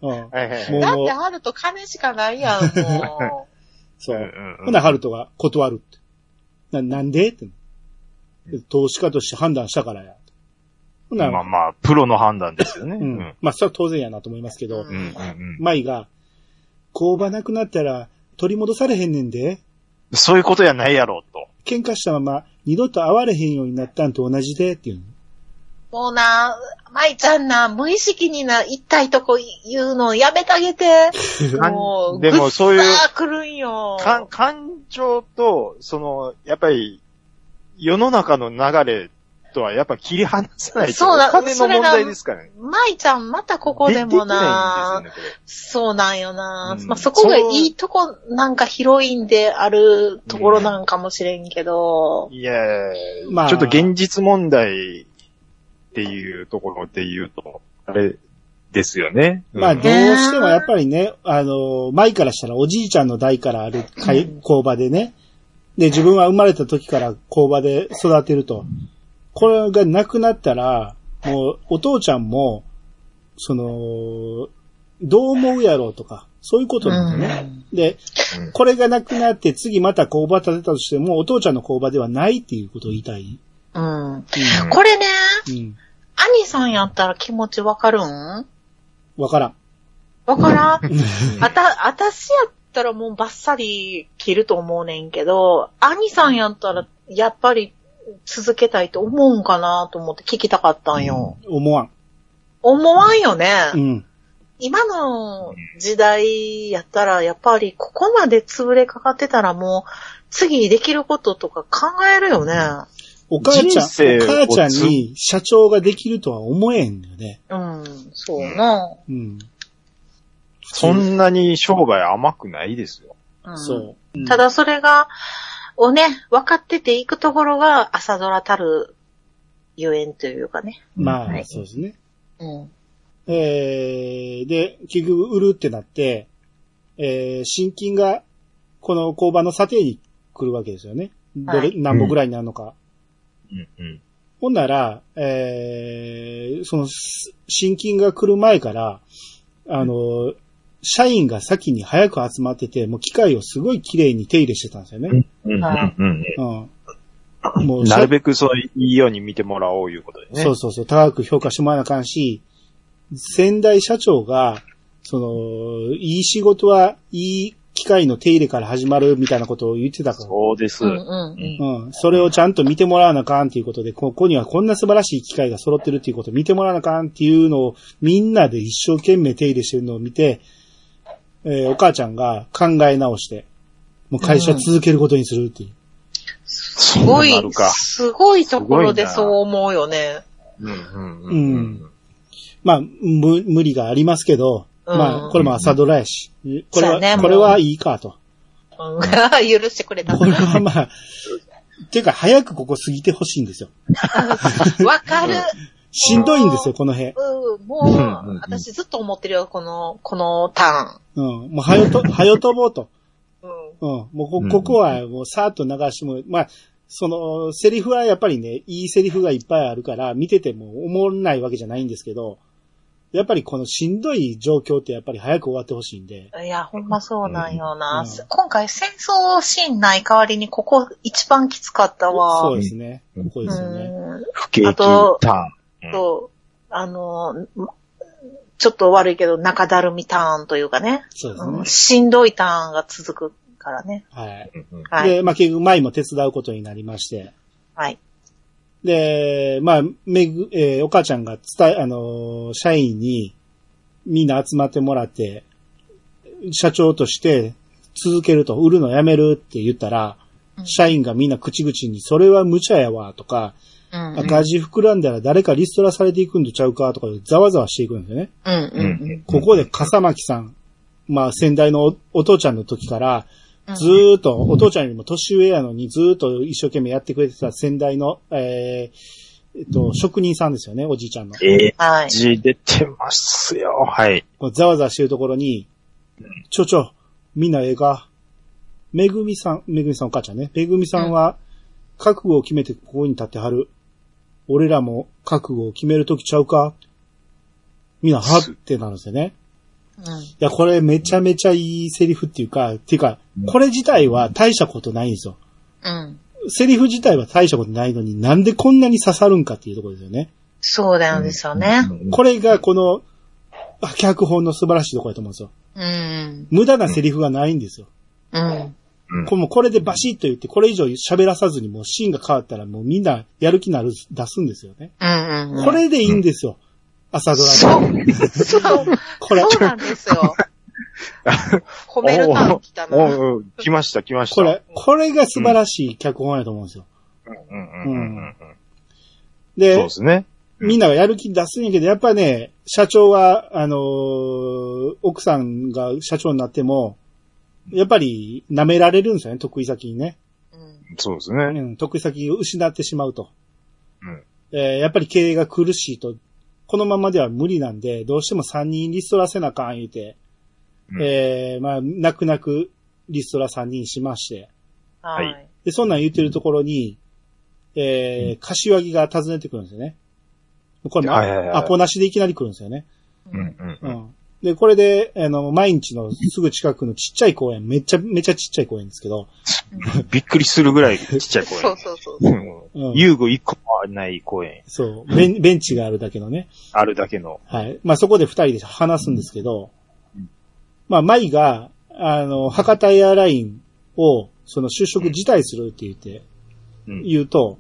B: うん。も、
C: はいはいはいう
A: だっ
B: もう
A: て、あると金しかないやん、も
B: そうう。
C: んうんう
B: ほ
C: ん
B: な、春人が断るって。な、なんでって。投資家として判断したからや。ほ
C: まあ
B: な、
C: まあ、プロの判断ですよね。
B: う。
C: うん
B: まあ、それは当然やなと思いますけど、
A: う
C: うんうんうん
B: 舞が、工場なくなったら取り戻されへんねんで。
C: そういうことやないやろ、と。
B: 喧嘩したまま二度と会われへんようになったんと同じで っていうの。
A: う。もうな、舞ちゃんな、無意識にな、痛いとこ言うのやめてあげて。もう、
C: でもそういう
A: ぐっさー来るんよ。
C: 感、感情と、その、やっぱり、世の中の流れとはやっぱ切り離せないと。
A: そうだ
C: お金の問題ですからね。
A: 舞ちゃんまたここでもな、
C: 出てきないんですよ
A: そ
C: ね、
A: うなんよな、
C: うん
A: まあ、そこがいいとこ、なんか広いんであるところなんかもしれんけど
C: こ、れ。いやー
B: まあ
C: ちょっと現実問題っていうところで言うと、あれですよね。うん
B: まあどうしてもやっぱりね、あの、前からしたらおじいちゃんの代からある会工場でね、で、自分は生まれた時から工場で育てると。これがなくなったら、もうお父ちゃんも、その、どう思うやろうとか、そういうことなんだよね。で、
C: うん
B: これがなくなって次また工場建てたとしても、お父ちゃんの工場ではないっていうことを言いたい。
A: うん。
C: うん
A: これね、
B: うん。
A: 兄さんやったら気持ちわかるんわ
B: わからん。
A: からん。あた、あたしやったらもうバッサリ切ると思うねんけど、兄さんやったらやっぱり続けたいと思うんかなと思って聞きたかったんよ。
B: 思わん。
A: 思わんよね。
B: うん。
A: 今の時代やったら、やっぱりここまで潰れかかってたらもう、次できることとか考えるよね。
B: お母ちゃん、
C: 人生を
B: お母ちゃんに社長ができるとは思えんよね。
A: うん、そうやな。
B: うん。
C: そんなに商売甘くないですよ。
A: うん、
B: そう。
A: ただそれが、をね、分かってていくところが朝ドラたるゆえんというかね。
B: ま
A: は
B: あ、
A: い
B: そうですね。
A: うん。
B: えー、で、結局売るってなって、えー、新金が、この工場の査定に来るわけですよね。どれ、
A: はい
B: 何本ぐらいになるのか。
C: うんうん。
B: ほんなら、えー、その、す新金が来る前から、あの、社員が先に早く集まってて、もう機械をすごい綺麗に手入れしてたんですよね。
C: うんうん
A: はい
C: うん
B: うん。も
C: うん。なるべくそういいように見てもらおういうことでね。
B: そうそうそう、高く評価してもらわなあかんし、先代社長が、その、いい仕事は、いい機械の手入れから始まるみたいなことを言ってたから。
C: そうです
A: う。んうんうん。
B: うん。それをちゃんと見てもらわなあかんっていうことで、ここにはこんな素晴らしい機械が揃ってるっていうことを見てもらわなあかんっていうのを、みんなで一生懸命手入れしてるのを見て、えーお母ちゃんが考え直して、もう会社続けることにするっていう。
A: すごい
C: そうなる、か
A: すごいところです
C: ごいな
A: そう思うよね。
C: うんうんう
B: うんんまあ、無無理がありますけど、
A: うん
B: まあ、これも朝ドラやし、これ
A: そうや
B: は、
A: ね
B: これはいいかと。
A: うん 許してく れた
B: こ。れはまあ、ていうか早くここ過ぎてほしいんですよ。
A: わかる。
B: しんどいんですよ、この辺。
A: うん、も
C: うんうんうん
A: う、私ずっと思ってるよ、この、このタ
B: うん。もう 早と、早飛ぼうと。
A: ーン。うん。
B: うん。もうこ
C: うん
B: ここはもうさーっと流しても、まあ、その、セリフはやっぱりね、いいセリフがいっぱいあるから、見てても思わないわけじゃないんですけど、やっぱりこのしんどい状況ってやっぱり早く終わってほしいんで、
A: いや、ほんまそうなんよ
B: う
A: な。
B: ん
A: す今回戦争シーンない代わりにここ一番きつかったわ。
B: そうですね。
C: う
B: こ
C: ん
B: こですよね。
A: うん
C: 不景気ターン。
A: そう。あの、んちょっと悪いけど中だるみターンというかね。
B: そうです
A: う
B: ね
A: ん、。しんどいターンが続くからね。
B: はい。
C: うんうん
A: はい。
B: で、まあ結局、舞も手伝うことになりまして、
A: はい。
B: で、まあ、めぐ、えーお母ちゃんが伝え、あのー社員に、みんな集まってもらって、社長として続けると、売るのやめるって言ったら、
A: うん
B: 社員がみんな口々に、それは無茶やわ、とか、
A: うん。
B: 赤字膨らんだら誰かリストラされていくんとちゃうか、とか、ざわざわしていくんですよね。
A: うんうん
C: うん
A: うん。
B: ここで笠巻さん、まあ先代のおお父ちゃんの時から、
A: うん
B: ずーっと、お父ちゃんよりも年上やのに、ずーっと一生懸命やってくれてた先代の、えーえっと、職人さんですよね、おじいちゃんの。
C: ええ
A: はい。
C: 字出てますよ。はい。
B: こうざわざわしてるところに、ちょちょ、みんなええか。めぐみさん、めぐみさんお母ちゃんね。めぐみさんは、覚悟を決めてここに立ってはる。俺らも覚悟を決めるときちゃうかみんな、はってなるんですよね。
A: うん
B: いや、これめちゃめちゃいいセリフっていうか、っていうか
C: うん、
B: これ自体は大したことないんですよ。
A: うん。
B: セリフ自体は大したことないのになんでこんなに刺さるんかっていうところですよね。
A: そうなんですよね。
B: これがこの、あ脚本の素晴らしいところだと思うんですよ。
A: うん。
B: 無駄なセリフがないんですよ。
A: うん。
C: うん
B: これもうこれでバシッと言って、これ以上喋らさずにもうシーンが変わったらもうみんなやる気なる、出すんですよね。
A: うんうん。
B: これでいいんですよ。朝ド
A: そ
B: ラで。
A: う。そう。
B: これ、
A: そうなんです よ。褒めるターン来たな。
C: おうおう来ました、来ました。
B: これ、これが素晴らしい脚本やと思うんですよ。
C: うんうんうんうんうん。そう
B: で
C: で、すね。
B: みんながやる気出すんやけど、やっぱね、社長は、あのー奥さんが社長になっても、やっぱり舐められるんですよね、得意先にね。
A: うん
C: そうです
B: う
C: ね。
B: ん、得意先を失ってしまうと。
C: うん
B: えーやっぱり経営が苦しいと。このままでは無理なんで、どうしても3人リストラせなあかん言うて、
C: うん
B: えーまあ、泣く泣くリストラ3人しまして、
A: は。
C: はい
B: で、そんなん言ってるところに、えー柏木が訪ねてくるんですよね。これも、
C: はいはいはいはい
B: アポなしでいきなり来るんですよね。
C: うんうん
B: う
C: うん。
B: ん。で、これで、あの、毎日のすぐ近くのちっちゃい公園、めっちゃ、めちゃちっちゃい公園ですけど、
C: びっくりするぐらいちっちゃい公
A: そう
C: 園。
A: そうそう。
C: うん遊具一個もない公園。
B: そう、ベンベンチがあるだけのね。
C: あるだけの。
B: はい。まあ、そこで二人で話すんですけど、まあ、舞が、あの、博多エアラインを、その就職辞退するって言って、
C: うん
B: 言うと、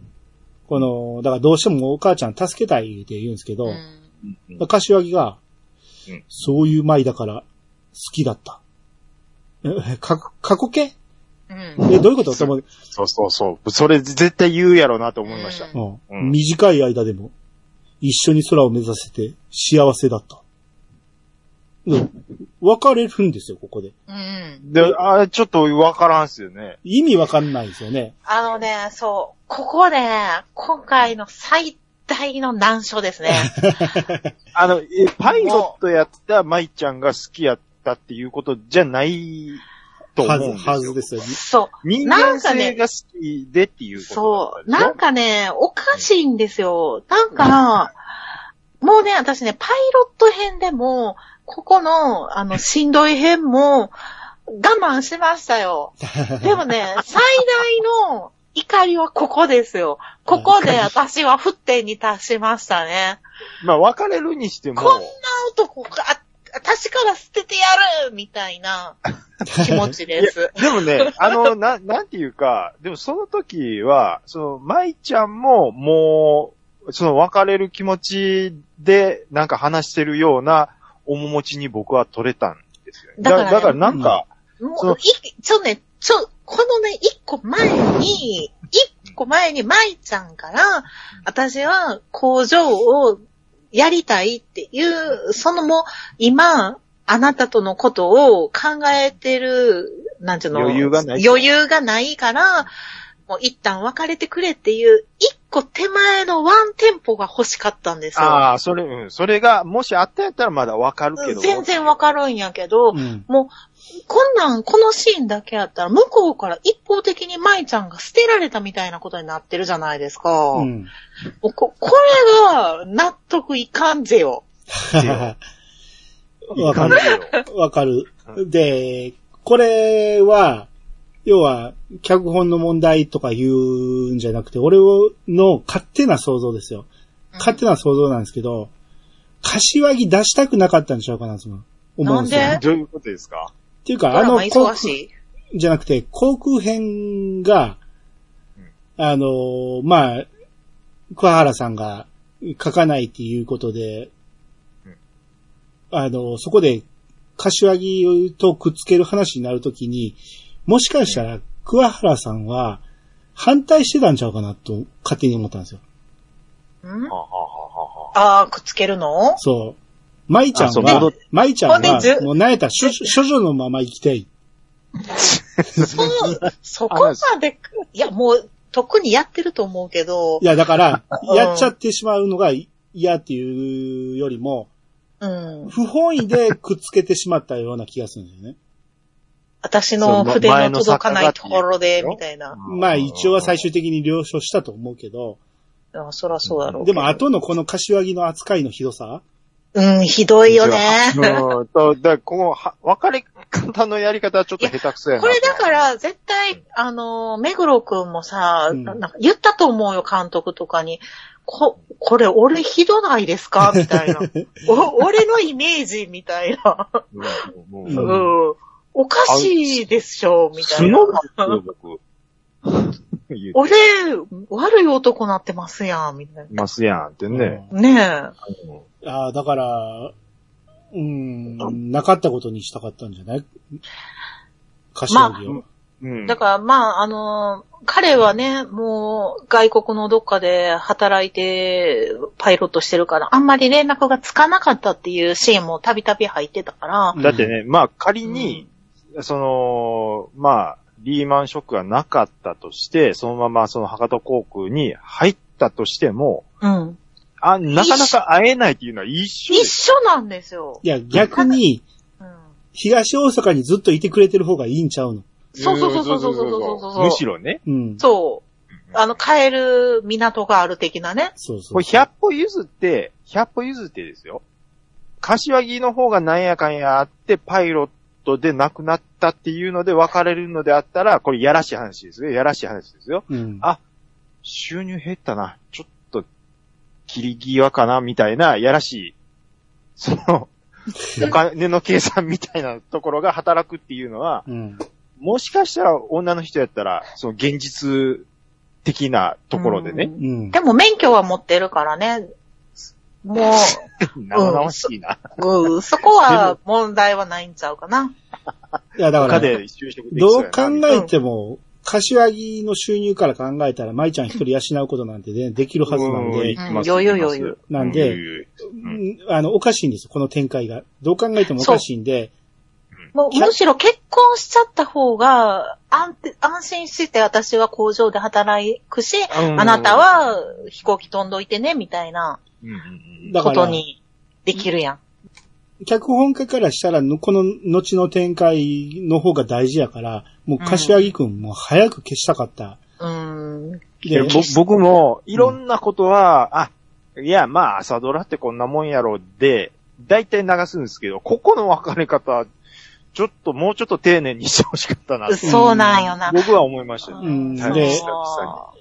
B: この、だからどうしてもお母ちゃん助けたいって言うんですけど、
A: うん
C: うん
B: 柏木が
C: うん、
B: そういう舞だから好きだった。ええか過去形
A: うん。
B: え、どういうことと思う。
C: そうそうそう。それ絶対言うやろうなと思いました。
A: うん
B: う
C: うん
B: ん。短い間でも、一緒に空を目指せて幸せだった。うん。別れるんですよ、ここで。
A: うん。
C: で、あれちょっとわからんっすよね。
B: 意味わかんないですよね。
A: あのね、そう。ここね、今回の最大の難所です ね。
C: あの、えパイロットやった舞ちゃんが好きやったっていうことじゃないと思
B: は
C: う
B: ず、
C: んですよ。
B: はずですよ。
A: そ。
C: 人間性が好きでっていううこと
A: そう。
C: だった
A: なんんかね、おかしいんですよ。なんか、もうね、私ね、パイロット編でも、ここの、あ の、しんどい編も、我慢しました よ。でもね、最大の怒りはここですよ。ここで私は沸点に達しましたね。
C: ですよまあ、別れるにしても、
A: こん男が、私から捨ててやるみたいな気持ち です。
C: でもね、あの、な、なんていうか、でもその時は、その、舞ちゃんも、もう、その別れる気持ちで、なんか話してるような面持ちに僕は取れたんですよね。
A: だからね
C: だからなんか、
A: も
C: そう
A: う、い、ちょね、ちょ、このね、一個前に、一個前に舞ちゃんから、私は工場をやりたいっていう、そのもう、今、あなたとのことを考えてる、なんていうの
C: 余裕がない
A: 余裕がないから、もう一旦別れてくれっていう、一個手前のワンテンポが欲しかったんですよ。
C: ああ、それ、うん、それが、もしあったんやったらまだわかるけど。
A: 全然わかるんやけど、
B: うん。
A: こんなん、このシーンだけやったら、向こうから一方的に舞ちゃんが捨てられたみたいなことになってるじゃないですか。
B: うん。
A: もうここれが、納得いかんぜよ。
C: いい感じよ。
B: わかる
C: う。
B: で、これは、要は、脚本の問題とか言うんじゃなくて、俺の勝手な想像ですよ。勝手な想像なんですけど、柏木出したくなかったんちゃうかな、その、思うんですよ。
A: なんで
C: どういうことですか
B: っていう
A: ド
B: か、あ
A: ラ
B: の
A: マ、
B: 航
A: 忙
B: 空
A: し
B: じゃなくて、航空編が、あのーまあ、桑原さんが書かないっていうことで
C: うん、
B: あの、そこで、柏木とくっつける話になるときに、もしかしたら、桑原さんは、反対してたんちゃうかなと、勝手に思ったんですよ。
A: い。ん
C: はあはあはあはあ
A: あー、くっつけるの
B: そう。舞ちゃん
C: あそう戻
B: は
C: っ、
B: 舞ちゃん
A: ほんで
B: は、
A: ず
B: もうなんやったら、処処女のまま行きたい。
A: そう、そこまで、いや、もう、特にやってると思うけど
B: い、や、だから、
A: うん
B: やっちゃってしまうのが嫌っていうよりも、
A: うん。
B: 不本意でくっつけてしまったような気がするんですよね。
A: 私
C: そ
A: の
C: うま
A: 筆
C: 前
A: の
C: の
A: 届かないところで、
C: 作家が
A: みたいな。
B: まあ一応は最終的に了承したと思うけど、
A: うんそらそうだろうけ
B: で
A: ど。
B: も後のこの柏木の扱いのひどさ
A: うん、ひどいよね。
C: うんと、だからこのは、別れ方のやり方はちょっと下手くそやな。
A: これだから、絶対、あのー、目黒くんもさ、
B: うん
A: なんか言ったと思うよ、監督とかに。こ、これ俺ひどないです かみたいな。お、俺のイメージみたいな。
C: うん、
A: う
C: うん、うん。
A: ん。おかしいでしょ、みた
C: 素
A: い
C: の
A: な。
C: なんですよ、僕。言って
A: 俺、悪い男なってますやん、みたい
C: ますやんってね。
A: な。ねえ。
C: うん
B: ああ、だから、うん、なかったことにしたかったんじゃない柏木を。
C: まうん。
A: だから、まあ、あのー、彼はね、もう、外国のどっかで働いて、パイロットしてるから、あんまり連絡がつかなかったっていうシーンもたびたび入ってたから、
B: うん
C: だってね、まあ仮に、その、まあ、リーマンショックがなかったとして、そのままその博多航空に入ったとしても、
A: うん。
C: あ、なかなか会えないっていうのは一緒で
A: 一
C: す。
A: 緒なんですよ。
B: いや、逆に、
A: うん、
B: 東大阪にずっといてくれてる方がいいんちゃうの。
A: そうそうそうそうそうそうそうそう
C: むしろね。
B: うん。
A: そう。あの、帰る港がある的なね。
B: そうそう。
C: これ100歩譲って、100歩譲ってですよ。柏木の方がなんやかんやあって、パイロットで亡くなったっていうので別れるのであったら、これやらしい話ですよ。やらしい話ですよ。
B: うん
C: あ収入減ったな。ちょっと、切り際かな、みたいな、やらしい。そ の、お金の計算みたいなところが働くっていうのは、
B: うん。
C: もしかしたら女の人やったら、その現実的なところでね。
A: うん
B: うん。
A: でも免許は持ってるからね。も
C: 生々しいな。
A: う、うん、そこは問題はないんちゃうかな。
B: いや、だか
C: 他
B: ら、
C: で就職でき
B: ど
C: そうや
B: 考
C: な。
B: えても、柏木の収入から考えたら、舞ちゃん一人養うことなんてね、できるはずなん
C: うん
B: で
C: い、きます
A: うん余裕
C: いきま
A: 余
C: す
A: 裕
B: なんで
C: 余裕うん
B: うんあの、おかしいんですよ、この展開が。どう考えてもおかしいんで、
A: もうむしろ結婚しちゃった方が安定安心して私は工場で働くし、
C: うん
A: あなた、は飛行機飛んどいてね、みたいな
C: うんうんうん
B: だ
A: こ
B: か
A: と
B: ら、
A: にできるやん。
B: 脚本家からしたら、この後の展開の方が大事やから、もう柏木くんも早く消したかった。
A: うーん。
C: いや
B: で、
C: ぼ僕も、いろんなことは、あ、いや、まあ、朝ドラってこんなもんやろ、で、大体流すんですけど、ここの分かれ方、ちょっと、もうちょっと丁寧にしてほしかったな、
A: そうなんよな。
C: 僕は思いましたね。
B: ん
A: そう
B: で
A: そ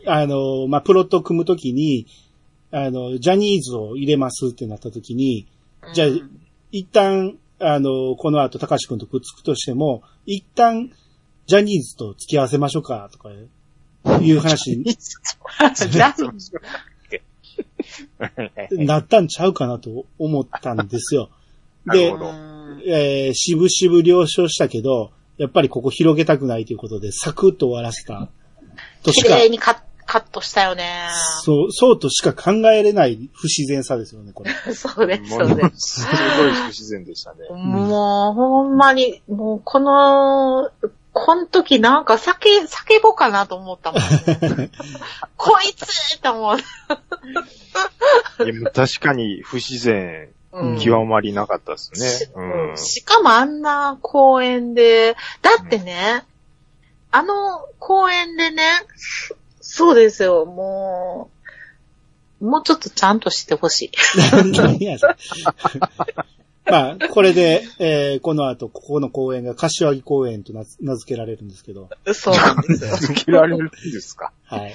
B: あの、まあ、プロット組むときに、あの、ジャニーズを入れますってなったときに、
A: う
B: じゃあ
A: うん
B: 一旦、あの、この後、高志くんとくっつくとしても、一旦、ジャニーズと付き合わせましょうか、とか、いう話に
A: ジャニーズ
B: なったんちゃうかなと思ったんですよ。
C: なる
B: で
C: ほ、ど
A: うん
B: えー、渋々了承したけど、やっぱりここ広げたくないということで、サクッと終わらせた。とし
A: 綺
B: か、
A: 麗にカッカットしたよね。
B: そう、そうとしか考えれない不自然さですよね、これ。
A: そうです、
C: も
A: そうです
C: の。すごい不自然でしたね。
A: もう、ほんまに、もう、この、この時なんか叫、叫ぼうかなと思 ったもん。こいつと思う。
C: いやもう確かに不自然、
B: うん
C: 極まりなかったです
A: し
C: ね。うん。
A: しかもあんな公園で、だってね、あの公園でね、そそうですよ、もう、もうちょっとちゃんとしてほしい。
B: 何やそれ まあ、これで、えーこの後、ここの公園が柏木公園とな名付けられるんですけど、
A: そうなんですよ。
C: 続けられるんですか
B: はい。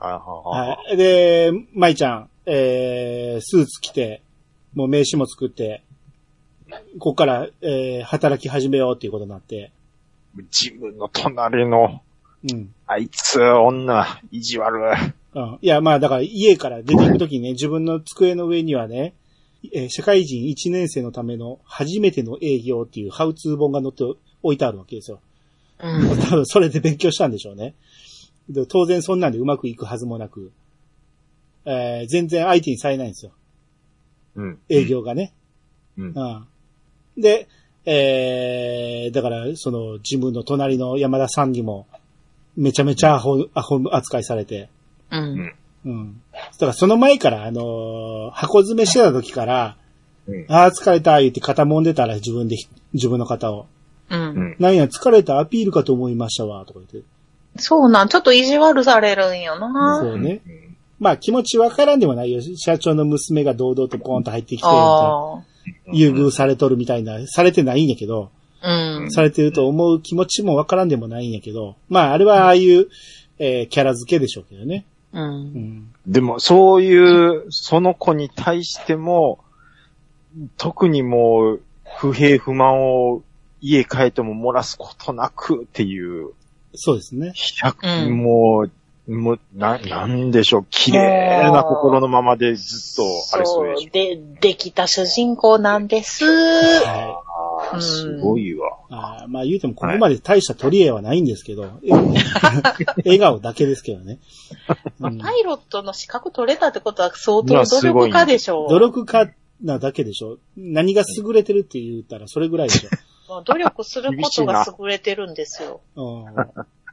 C: あははは
B: はい。で、舞ちゃん、えー、スーツ着て、もう名刺も作って、ここから、えー、働き始めようっていうことになって、
C: 自分の隣の、
B: うん。
C: あいつ、女、意地悪。
B: うん、いや、まあ、だから家から出ていくときにね、自分の机の上にはね、えー社会人1年生のための初めての営業っていうハウツー本が載って置いてあるわけですよ。
A: うん
B: 多分それで勉強したんでしょうね。で当然そんなんでうまくいくはずもなく、えー全然相手にされないんですよ。
C: うん。
B: 営業がね。
C: うん
B: うんで、えー、だから、その、自分の隣の山田さんにも、めちゃめちゃアホ、アホ扱いされて、
A: うん
B: うん。だからその前から、あのー箱詰めしてた時から、
C: うん
B: ああ、疲れた、言って肩揉んでたら自分で、自分の肩を。
A: うん
C: うん
B: なんや、疲れたアピールかと思いましたわ、とか言って。
A: そうなん、ちょっと意地悪されるんよな。
B: そうね。
C: うん
B: まあ気持ちわからんでもないよ。社長の娘が堂々とポンと入ってきて、
A: あ
B: 優遇されとるみたいな、されてないんやけど、
A: あ。うん。
B: されてると思う気持ちもわからんでもないんやけど、まああれはああいう、えーキャラ付けでしょうけどね。
A: う。
B: うんん。
C: でも、そういう、その子に対しても、特にもう、不平不満を家帰っても漏らすことなくっていう、
B: そうですね。
C: 100、
A: うん
C: もう、もう、な、なんでしょう、綺麗な心のままでずっと、あれそうでしょ。
A: で、できた主人公なんです。
B: は
C: あ
A: う
C: ー
A: ん
C: すご いわ。
B: い。あーまあ言うてもここまで大した取り柄はないんですけど、笑顔だけですけどね。うん
A: パイロットの資格取れたってことは相
C: い
A: 当
C: やす
A: 努
C: ごい
A: 力家でしょう。
B: 努力家なだけでしょ。何が優れてるって言ったらそれぐらいでしょ。
A: まあ努力することが優れてるんですよ。
B: うん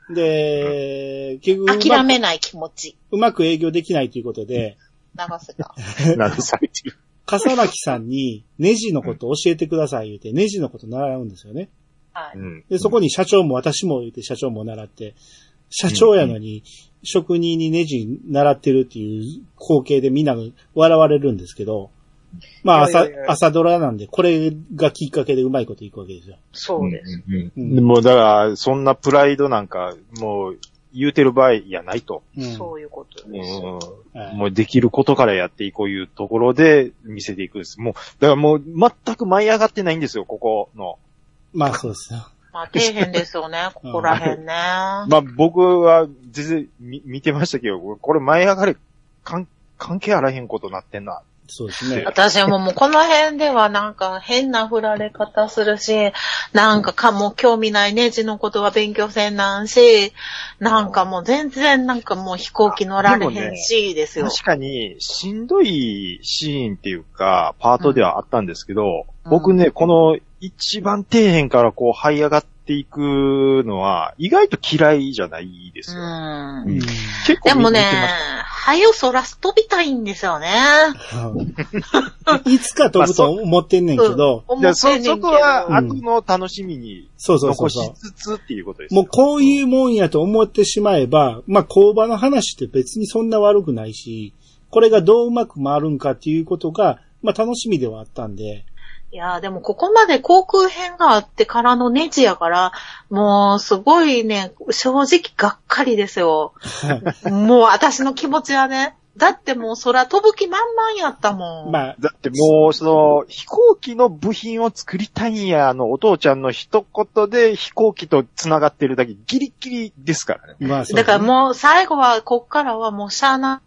B: で、結局うまく
A: 諦めない気持ち。
B: うまく営業できないということで、
A: 長瀬が。
C: なるされてる。
B: 笠巻さんにネジのこと教えてください言うて、ネジのこと習うんですよね。
A: は
C: う
A: い。
C: ん
B: で、そこに社長も私も言って社長も習って、社長やのに職人にネジ習ってるっていう光景でみんな笑われるんですけど、まあ
A: いやいや
B: 朝
A: いや、
B: 朝ドラなんで、これがきっかけでうまいこといくわけですよ。
A: そうです。
B: うん
C: もうだから、そんなプライドなんか、もう、言うてる場合やないと。
B: うん
A: そういうこと
C: う
A: ですよ。
C: ん
B: はい
C: もうできることからやっていこういうところで見せていくんです。もう、だからもう全く舞い上がってないんですよ、ここの。
B: まあそうですよ。
A: まあ、底辺ですよね、ここら辺ね。
C: まあ僕は全然見見てましたけど、これ舞い上がり関関係あらへんことなってんなっ
B: そうです ね。
A: 私ももうこの辺ではなんか変な振られ方するし、なんかかもう興味ないネジのことは勉強せんなんし、なんかもう全然なんかもう飛行機乗られへんし、ですよ。
C: 確かに、しんどいシーンっていうか、パートではあったんですけど、
A: うん
C: 僕ね、この一番底辺からこう、這い上がっていくのは、意外と嫌いじゃないですよ。
A: うん。
B: うん
C: 結構
A: でもね
C: 見てまし、
A: はよそらす飛びたいんですよね。
B: いつか飛ぶと思ってんねんけど、
A: うん
C: たじゃ
A: 思
C: あ
A: って
C: そ、
A: んね
C: そ
A: んけ
C: こ
A: ど
C: は、後の楽しみに
B: そうそうそ
C: 残
B: う
C: し
B: そ
C: つつっていうことです
B: う。
C: よ。
B: もうこういうもんやと思ってしまえば、まあ工場の話って別にそんな悪くないし、これがどううまく回るんかっていうことが、まあ楽しみではあったんで、
A: いやーでもここまで航空編があってからのネジやから、もうすごいね、正直がっかりです よ。もう私の気持ちはね、だってもう空飛ぶ気満々やったもん。
B: まあ、
C: だってもう、その、飛行機の部品を作りたいんや、あの、お父ちゃんの一言で飛行機と繋がってるだけ、ギリギリですからね。
B: まあそ
A: だ
B: うですね
A: からもう最後は、こっからはもうしゃあな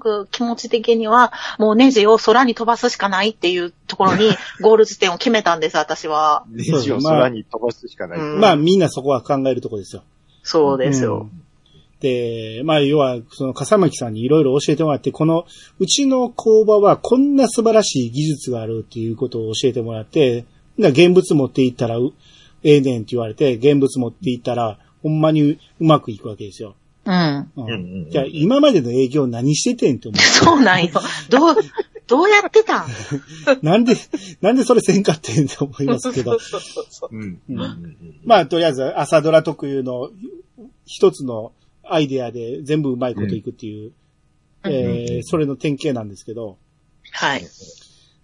A: く気持ち的には、もうネジを空に飛ばすしかないっていうところ に、ゴール地点を決めたんです、私は。
C: ネ
B: そう
C: ジを空に飛ばすしかない。
A: うん
B: まあみんなそこは考えるとこですよ。
A: そうですよ。
B: で、まあ、要は、その、笠巻さんにいろいろ教えてもらって、この、うちの工場はこんな素晴らしい技術があるっていうことを教えてもらって、な現物持っていったらう、ええねんって言われて、現物持っていったら、ほんまにうまくいくわけですよ。
A: うん。
B: うん
C: うんうんうん
B: じゃあ、今までの営業何しててんって思
A: そうなんよ。どう、どうやって たん
B: う。なんで、なんでそれせんかってんって思いますけど。
C: うん。
B: うん
C: うん
B: まあ、とりあえず、朝ドラ特有の一つのアイデアで全部うまいこといくっていう、
A: うん
B: え
C: う
B: ー
C: ん
B: それの典型なんですけど。
A: はい。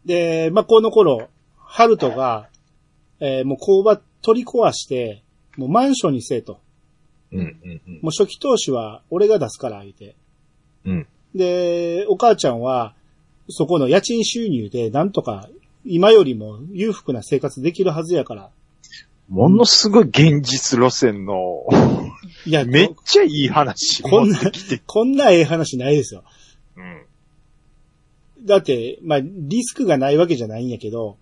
B: で、まあ、この頃、ハルトが、えーもう工場取り壊して、もうマンションにせえと。
C: うんうんうん
B: もう初期投資は俺が出すから、言うて。
C: うん
B: で、お母ちゃんは、そこの家賃収入で、なんとか、今よりも裕福な生活できるはずやから。
C: ものすごい現実路線の、
B: いや、
C: めっ
B: こ
C: ちゃいい話
B: こん
C: 持
B: な
C: ってきて。
B: こんなええ話ないですよ。
C: うん
B: だって、まあ、リスクがないわけじゃないんやけど、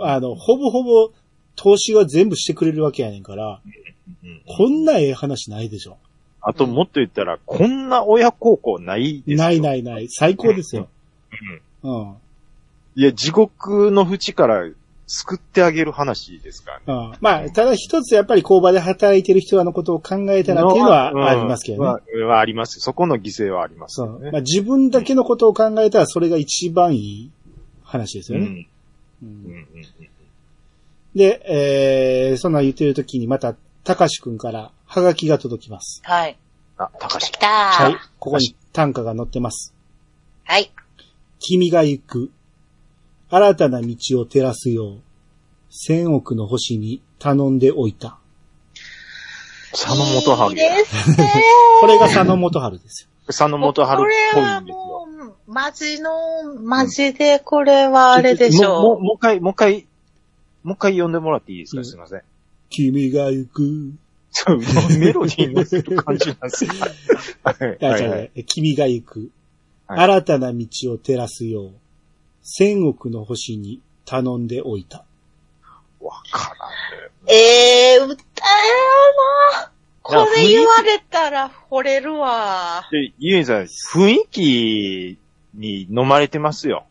B: あの、ほぼほぼ、投資は全部してくれるわけやねんから、
C: うん
B: こんなええ話ないでしょ。
C: あともっと言ったら、こんな親孝行ないですよ
B: ないないない。最高ですよ。うん。
C: いや、地獄の淵から救ってあげる話ですからね。
B: うん。まあ、ただ一つやっぱり工場で働いてる人らのことを考えたらっていうのはありますけどね。
C: ね。うんはあります。そこの犠牲はあります
B: そ
C: よ
B: う。
C: ね。
B: まあ、自分だけのことを考えたらそれが一番いい話です
C: う
B: よね。
C: ん
B: う
C: うんんうん
B: で、えー、そんなん言ってる時にまた、たかしくんからハガキが届きます。
A: はい。
C: あ、高橋
A: 来。たー。
B: はい。ここに単価が載ってます。
A: はい。
B: 君が行く。新たな道を照らすよう。千億の星に頼んでおいた。
C: 佐野元
A: いい
C: 春や。
A: ですね
B: これが佐野元春ですよ。
C: 佐野元春っぽ
A: これ
C: い
A: は
C: んですよ。
A: もう、マジの、マジでこれはあれでし
C: もも
A: ょ
C: もう一回、もう一回、もう一回呼んでもらっていいです
B: う
C: か
B: ん
C: すいません。
B: 君が行く。
C: そう、 メロディーに乗せる感じなん ですよ。はい
B: あ、
C: はい
B: 違う
C: はい。
B: 違う君が行く。
C: はい
B: 新たな道を照らすよう。千億の星に頼んでおいた。
C: わからんね。
A: う。ええー、歌えよな。これ言われたら惚れるわ。
C: で、ゆえさん、雰囲気に飲まれてますよ。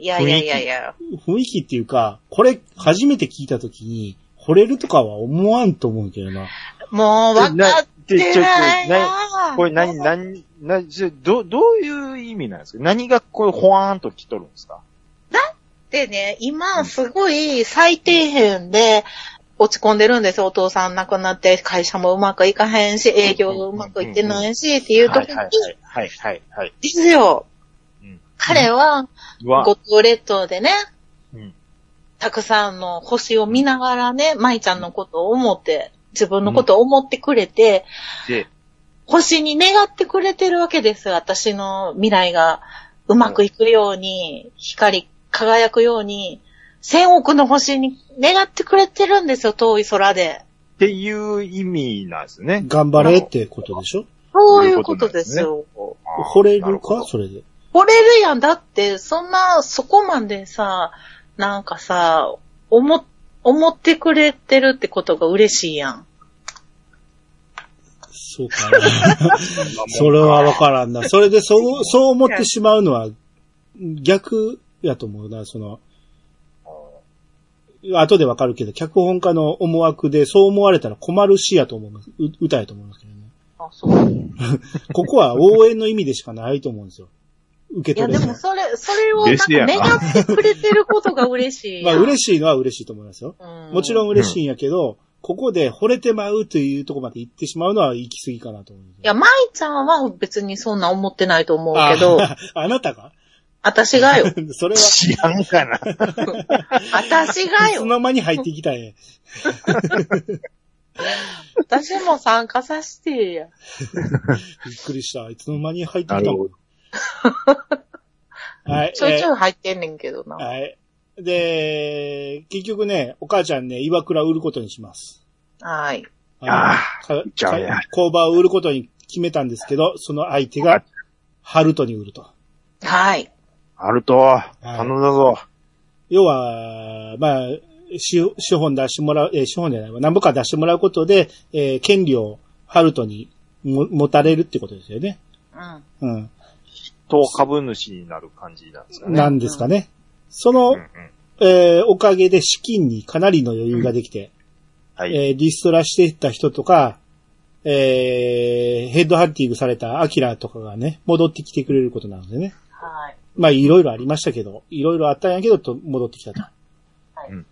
A: いやいやいやいや。
B: 雰囲気っていうか、これ初めて聞いたときに、惚れるとかは思わんと思うけどな。
A: もう分かってないな。
C: これ何、何、何、じゃど、どういう意味なんですか何がこれ、ほわーんと来とるんですか
A: でね、今すごい最底辺で落ち込んでるんですよ。お父さん亡くなって会社もうまくいかへんし、営業がうまくいってないし、っていう
C: は
A: 時
C: い
A: に、
C: はいはい、はい、はい。
A: ですよ
C: うん。
A: 彼は、
C: は
A: 五島列島でね、
C: うん
A: たくさんの星を見ながらね、舞ちゃんのことを思って、自分のことを思ってくれて、
C: で、
A: 星に願ってくれてるわけですよ。私の未来がうまくいくように、光り輝くように、千億の星に願ってくれてるんですよ、遠い空で。
C: っていう意味なんですね。
B: 頑張れってことでしょ
A: そういうことですよ。
B: 惚れる
C: なるほ
B: か
C: ど
B: それで。
A: 惚惚れるやん。だって、そんな、そこまでさ、なんかさ、思、思ってくれてるってことが嬉しいやん。
B: そうかな。それはわからんな。 それでそう、そう思ってしまうのは逆やと思うな、その。後でわかるけど、脚本家の思惑でそう思われたら困るしやと思う。う歌やと思うんですけどね。
A: あ、そう。
B: ここ は応援の意味でしかないと思うんですよ。受
A: い
B: け
A: や、
B: 取
A: で
B: れ
A: も
B: ない。
A: それ、それをなん
C: 嬉
A: か
C: しいやん
A: 願ってくれてることが嬉しい
B: ま
A: や
B: あ
A: ん。
B: 嬉しいのは嬉しいと思いますよ。
A: うん
B: もちろん嬉しいんやけど、ここで惚れてまうというところまで行ってしまうのは行き過ぎかなと思うんです
A: いや、舞ちゃんは別にそんな思ってないと思うけど、
B: ああなたが
A: 私が よ。
B: それは、
C: 知らんかな。
A: 私が
B: いつ
A: よ。
B: の間に入ってきたんや。
A: 私も参加させてや。
B: びっくりした。いつの間に入って
C: な
B: き
C: る
B: た
C: ほ
B: の
C: ど。
B: はい。
A: ちょいち
B: え
A: ょい入ってんねんけどな。
B: ーはい。で、結局ね、お母ちゃんね、岩倉売ることにします。
A: はい。
C: あ
B: か
C: じゃあね
B: か工場を売ることに決めたんですけど、その相手が、春人に売ると。
A: はい。
C: あると、頼んだぞ。
B: 要は、まあ、資資本出してもらう、えー資本じゃないわ、何ぼか出してもらうことで、えー権利をハルトにも持たれるってことですよね。
A: うん。
B: うん。
C: と株主になる感じなんですよね。
B: なんですかね。その、
C: うんうん
B: えーおかげで資金にかなりの余裕ができて、
C: はい。
B: えーリストラしていった人とか、えーヘッドハンティングされたアキラとかがね、戻ってきてくれることなのでね。
A: はい。
B: まあ、いろいろありましたけど、いろいろあったんやけど、と戻ってきたと。
A: はい
C: うん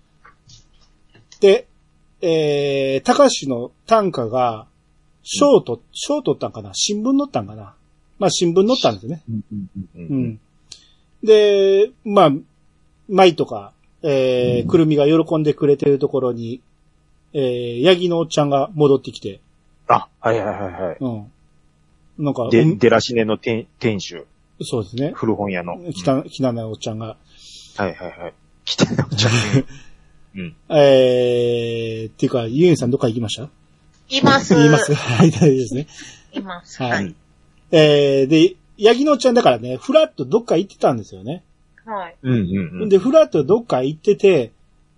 B: で、えー、高橋の短歌が、賞を取、賞を取ったんかな新聞載ったんかなまあ、新聞載ったんですね。
C: う
B: うんん。で、まあ、舞とか、えー、くるみが喜んでくれてるところに、えー、ヤギのおっちゃんが戻ってきて、
C: あ、はいはいはいはい。
B: うん。なんか、う
C: で、
B: ん
C: デラシネの店店主、
B: そうですね。
C: 古本屋の。
B: きた、きななおっちゃんが、
C: はいはいはい。来て なおちゃん。うん。
B: えー、っていうか、ゆうえんさんどっか行きました
A: います。
B: 言い ます。はい、大丈夫ですね。
A: います。
B: はい
A: はい。
B: えー、で、ヤギのおっちゃんだからね、ふらっとどっか行ってたんですよね。
A: はい。
C: うんうんうん。
B: で、ふらっとどっか行ってて、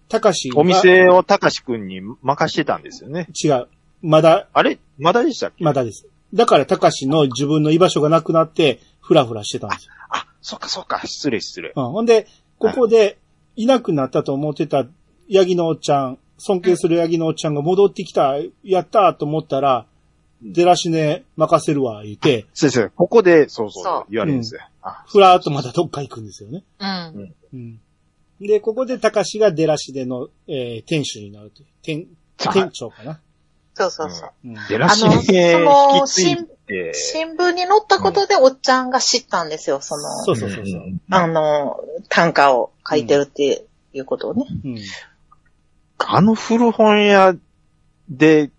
B: たかしが
C: お店をたかしくんに任してたんですよね。
B: 違う。まだ、
C: あれまだでしたっけ
B: まだです。だからたかしの自分の居場所がなくなって、ふらふらしてたんですよ。
C: あ、そっかそっか。失礼失礼。
B: うん、ほんで、ここで、いなくなったと思ってたヤギのおっちゃん、尊敬するヤギのおっちゃんが戻ってきた、やったーと思ったら、出らしね任せるわ、言って、
C: 先生、ここで、そうそう
A: そう
C: 言われるんですよ。あ、
B: ふらーっとまたどっか行くんですよね。
A: うん。
B: うん。で、ここで、高志が出らしでの、えー、店主になるという。店、店長かな。
A: そうそうそう。
B: うん。
C: デラシネ
A: あの
C: 引き継いで、
A: 新聞に載ったことでおっちゃんが知ったんですよ、その、
B: そうそうそうそう。
C: ん
A: あの、短歌を書いてるっていうことをね。
B: うん。
C: あの古本屋で、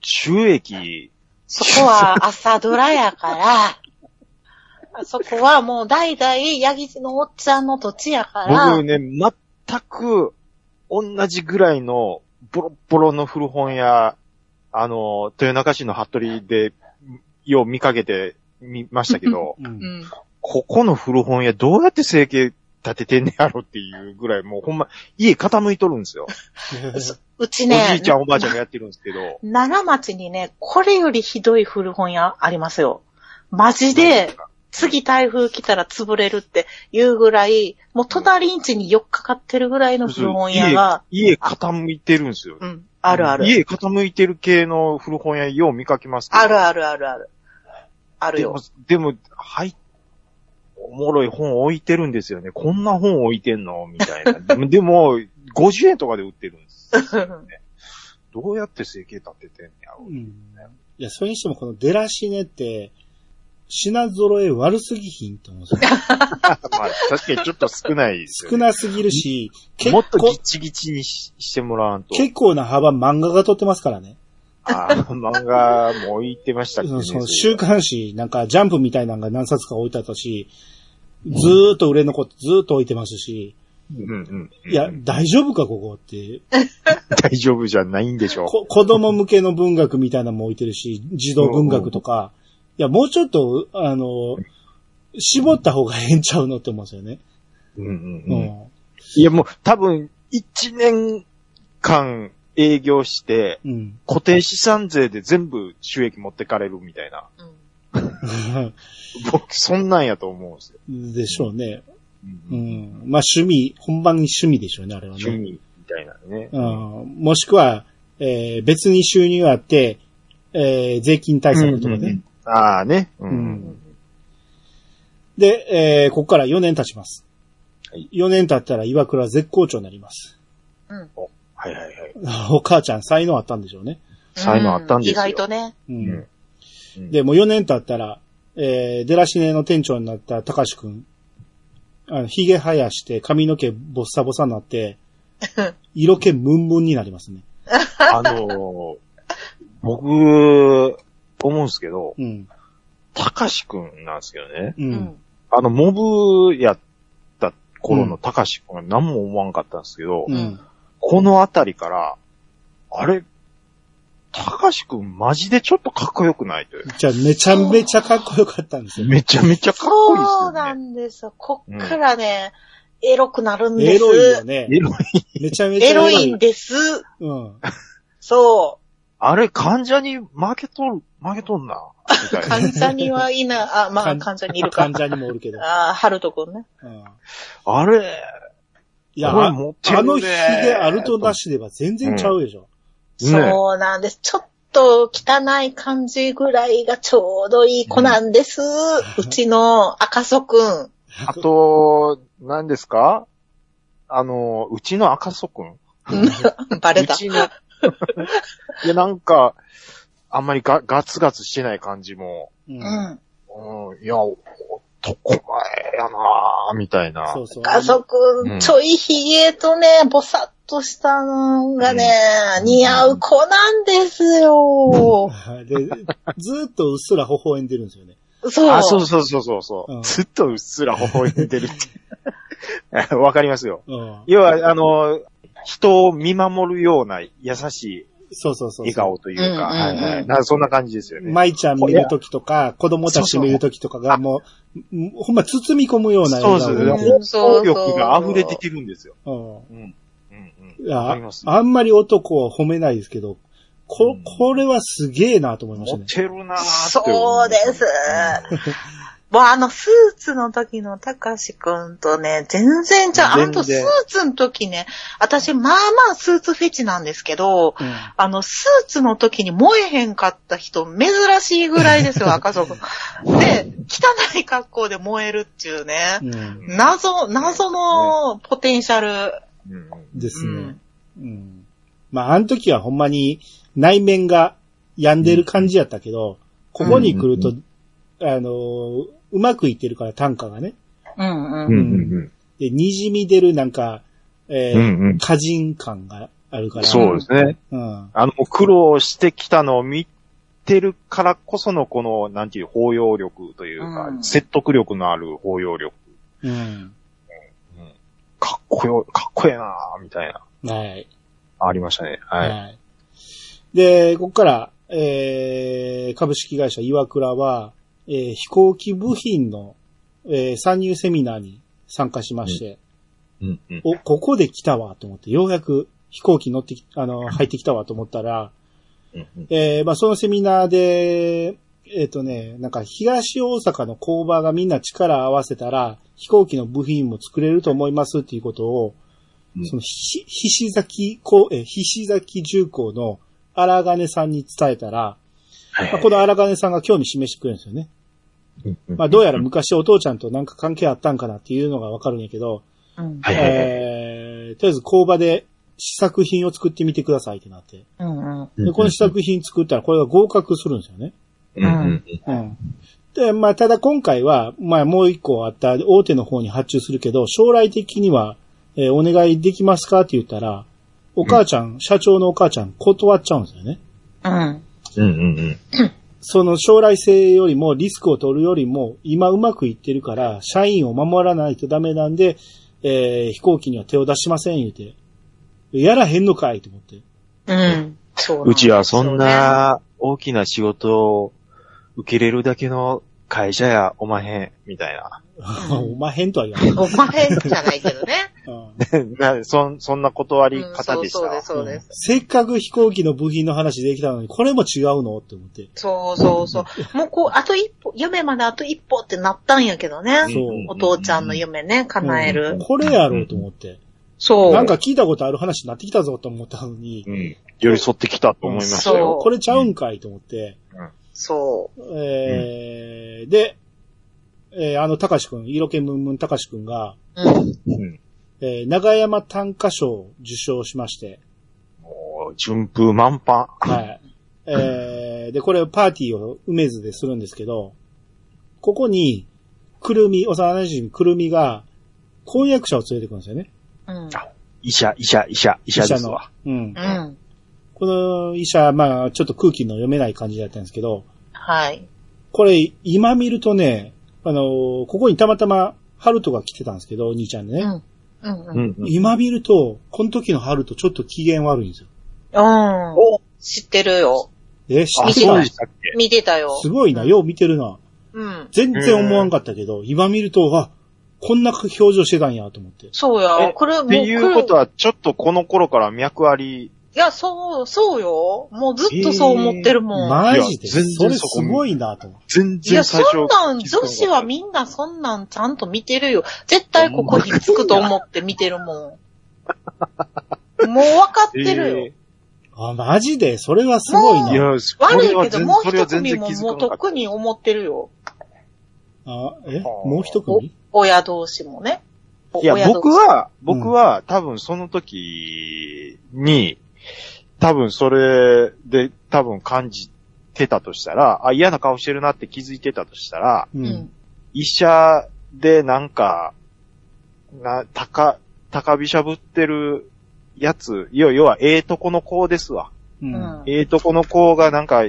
C: 収益、
A: そこは朝ドラやから、 そこはもう代々ヤギのおっちゃんの土地やから、
C: 僕ね、全く同じぐらいのボロッボロの古本屋、あの、豊中市の服部で、よう見かけて見ましたけど、
B: う。
A: うんん。
C: ここの古本屋どうやって生計立ててんねやろっていうぐらい、もうほんま、家傾いとるんですよ。
A: うち
C: おじ
A: ね
C: いちゃ、んおばあちゃんがやってるんですけど。
A: 奈良町にね、これよりひどい古本屋ありますよ。マジで、次台風来たら潰れるっていうぐらい、もう隣んちに4日かかってるぐらいの古本屋が、
C: 家、家傾いてるんですよ。
A: うん、あるある。
C: 家傾いてる系の古本屋よう見かけますけど
A: あるあるあるある。ある
C: で
A: よ
C: も。、でも、はい、おもろい本置いてるんですよね。こんな本置いてんのみたいな。 でもでも、50円とかで売ってるんです。どうやって生計立ててんねやろ
B: う。ん。いや、それにしてもこの出らしねって、品揃え悪すぎひんと思うんです よ。
C: まあ、確かにちょっと少ないですよ、
B: 少
C: ね。
B: なすぎるし、結
C: もっと
B: 構
C: ギ、チギチにししてもらわんと。
B: 結構な幅漫画が撮ってますからね。
C: あー漫画も置いてましたっけ、
B: そ
C: ね、
B: うその
C: それ
B: 週刊誌、なんかジャンプみたいなのが何冊か置いてあったし、ずーっと売れ残ってずーっと置いてますし、
C: うんうんうんうん。
B: いや、大丈夫かここって
C: 大丈夫じゃないんでしょう。
B: こ子供向けの文学みたいなのも置いてるし、児童文学とか、いや、もうちょっと、あの、絞った方がええんちゃうのって思うんですよね。
C: うんうん
B: う
C: うん。
B: ん。
C: いやもう多分、1年間営業して、
B: うん。
C: 固定資産税で全部収益持ってかれるみたいな。僕、そんなんやと思うんですよ。
B: でしょうね。
C: うん
B: う
C: うん
B: ん。まあ趣味、本番に趣味でしょうね、あれはね。
C: 趣味みたいなね。
B: うん。もしくは、えー別に収入あって、えー税金対策とかね。
C: うんうんうんああね。うん
B: うんで、えーここから4年経ちます。
C: はい
B: 4年経ったら岩倉は絶好調になります。
A: うん。
C: はいはいはい。
B: お母ちゃん才能あったんでしょうね。
C: 才能あったんですよ
A: 意外とね。
B: う。
C: うんんうん
B: で、もう4年経ったら、えー、デラシネの店長になった高志くん、あの、髭生やして髪の毛ボッサボサになって、 色気ムンムンになりますね。
C: あのー僕、思うんですけど、
B: うん。
C: たかしくんなんですけどね。
B: う。。
A: うん
C: あの、モブやった頃のたかしくんは何も思わんかったんですけど、
B: うん。
C: このあたりから、あれ、たかしくんマジでちょっとかっこよくないという。
B: じゃあ、めちゃめちゃかっこよかったんですよ。
C: めちゃめちゃかっこいいです
A: そう
C: よ
A: な
C: ね。
A: んですよ。こっからね、エロくなるんで
B: エ
A: す。
B: ロいよね。
C: エロい
B: めちゃめちゃ
A: エロいんです。
B: うん。
A: そ
C: あれ、患者に負けとる、負けとんな。みた
A: う。
C: いな。
A: 患者にはいな、あ、まあ
B: 患
A: 患者にいるか
B: 患。者にもおるけど。
A: ああ、ハルト君ね。
B: うん。
C: あれ、
B: いや、
C: これ
B: あ
C: 持ってるね
B: あの日であるとなしでは全然ちゃうでしょ。
C: ね
A: そうなんです。ちょっと汚い感じぐらいがちょうどいい子なんです。うちの赤楚くん。
C: あと、何ですかあの、うちの赤楚くん
A: バレ
C: う
A: た。
C: ちの。いや、なんか、あんまりガガツガツしてない感じも、
B: う
A: うんん。
C: うん、いや、男前やなぁ、みたいな。
B: そうそう。
A: 赤楚く、
C: うんん
A: ちょいひげとね、ぼさっとしたのがね、
C: うん
A: 似合う子なんですよ。
B: で、ずーっとうっすら微笑んでるんですよね。
A: そう。
C: あ、そうそうそうそうそう、
B: うん
C: ずっとうっすら微笑んでるって。 わかりますよ。
B: うん。
C: 要は、あの、人を見守るような優し
B: そうそう
C: い
B: そうそう。
C: 笑顔というか、
A: うん
C: はい
A: うんうん
C: はい。なんかそんな感じですよね。
B: 舞ちゃん見るときとか、子供たち見るときとかが、もう、んほんま包み込むような
C: そう
B: 笑
C: そ
B: 顔
C: う
B: で
A: ん
C: そう。欲が溢れてきるんですよ。
B: うん
C: うん。うんうん。
B: いや
C: わかります
B: あんまり男を褒めないですけど、こ、これはすげえなと思いました
C: 持っ
B: ね。
C: てるなーって思
A: そうです。もうあの、スーツの時のたかしくんとね、全然ちゃう。あ
C: 全然
A: とスーツの時ね、私、まあまあスーツフェチなんですけど、
B: うん
A: あの、スーツの時に燃えへんかった人、珍しいぐらいです よ、赤楚くん。で、汚い格好で燃えるっていうね、
B: うん。
A: 謎、謎のポテンシャル。
C: うんうん
B: です
A: う
B: ね
A: ん。
B: うん。まあ、あの時はほんまに内面が病んでる感じやったけど、ここに来ると、
C: う
B: あのー、うまくいってるから単価がね。
A: うん
C: う
A: うん。
C: んうん
B: で、滲み出るなんか、えー
C: うんうんうん
B: 過人感があるから。
C: そうですね。
B: うん。
C: あの、苦労してきたのを見てるからこそのこの、なんていう、包容力というか、
A: うん
C: 説得力のある包容力。
B: うん。
C: かっこよ、かっこええなーみたいな、
B: はい。
C: ありましたね。はい。
B: はい。で、ここから、えー、株式会社岩倉は、えー飛行機部品の、えー参入セミナーに参加しまして、
C: うんうん。
B: お、ここで来たわと思って、ようやく飛行機乗ってき、あ の、入ってきたわと思ったら、
C: うんうん
B: えーまあ、そのセミナーで、えっ、とね、なんか東大阪の工場がみんな力を合わせたら、飛行機の部品も作れると思いますっていうことを、
C: うん
B: そのひし、ひし崎こう、えー、ひし崎重工の荒金さんに伝えたら、
C: はい
B: まあこの荒金さんが興味示してくれるんですよね。
C: うんうん
B: まあ、どうやら昔お父ちゃんとなんか関係あったんかなっていうのがわかるんやけど、
A: うん
C: はいはいはい。
B: えー、とりあえず工場で試作品を作ってみてくださいってなって。
A: うんうん。
B: で、この試作品作ったらこれが合格するんですよね。
C: うんうん
B: うん。で、まあ、ただ今回は、まあ、もう一個あった大手の方に発注するけど、将来的には、えーお願いできますかって言ったら、お母ちゃん、社長のお母ちゃん断っちゃうんですよね。
A: うん。
C: うんうんうん。
B: その将来性よりもリスクを取るよりも、今うまくいってるから、社員を守らないとダメなんで、えー飛行機には手を出しません、言うて。やらへんのかいと思って。
A: うん。そうなんですよね
C: うちはそん。な大きな仕事を受けれるだけの会社やおまへん、みたいな。
B: おまへんとは言わない。
A: お前じゃないけどね。
B: うん
C: なそん、そんな断り
A: うん
C: 方でした。
A: そうそうです、そうです。
B: せっかく飛行機の部品の話できたのに、これも違うのって思って。
A: そうそうそう。もうこう、あと一歩、夢まであと一歩ってなったんやけどね。
B: そう
A: お父ちゃんの
C: う
A: 夢ね、叶え
B: う
A: る。
B: んこれやろうと思って。
A: そう。
B: なんか聞いたことある話になってきたぞと思ったのに、
C: うん。寄り添ってきたと思いましたよ。
A: そう
B: これちゃうんかいと思って。
A: そ
B: えー、で、えーあの、たかしくん、色気ムンムンたかしくんが、
A: う。うん。
C: うん。
B: えー長山短歌賞を受賞しまして、
C: もう、順風満帆。
B: はい。えーで、これパーティーを梅津でするんですけど、ここに、くるみ、幼馴染みくるみが、婚約者を連れてくるんですよね。
A: うん。
C: 医者、医者、医者、医者ですわ。
B: 医者の。うん
A: う。ん。
B: この医者、まあ、ちょっと空気の読めない感じだったんですけど、
A: はい。
B: これ、今見るとね、あのーここにたまたま、ハルトが来てたんですけど、お兄ちゃんで
A: う
B: ね。
A: ん。うん。う。
C: うんん。
B: 今見ると、この時のハルトちょっと機嫌悪いんですよ。
A: うん。
C: お
A: 知ってるよ。
B: え、知
C: あ、
B: って
C: そう
B: た
C: でしたっけ
A: 見てたよ。
B: すごいな、よう見てるな。
A: うん。
B: 全然思わんかったけど、今見ると、あ、こんな表情してたんや、と思って。
A: そうや。
C: え
A: これ、もう。
C: っていうこと
A: は
C: は、ちょっとこの頃から脈あり、
A: いや、そう、そうよ。もうずっとそう思ってるもん。
B: マジで、
C: いや全然
B: それ
C: そ
B: す
C: こ
B: ごいな、と思って。
C: 全
A: いや、
C: 然
A: そ
C: 最初。
A: んなん、女子はみんなそんなんちゃんと見てるよ。絶対ここに着くと思って見てる もん。もう分かってるよ。
C: え
B: あ、マジで、それはすごい
C: ー
B: な。
C: いや、
A: 悪
C: それはい
A: け
C: 全
A: ど、もう
C: それは
A: 一
C: 全
A: 組
C: 然
A: も
C: 気づ
A: も
C: か
A: う
C: なかった
A: 特に思ってるよ。
B: あえもう一組
A: 親同士もね。
C: いや、
A: 親同士
C: 僕、は、僕は、多分その時に、多分それで、多分感じてたとしたら、あ、嫌な顔してるなって気づいてたとしたら、
B: う
A: うんん。。
C: 医者でなんか、な、高、高飛車ぶってるやつ、要要は、ええとこの子ですわ。
B: う。
A: うんん。
C: ええとこの子がなんか、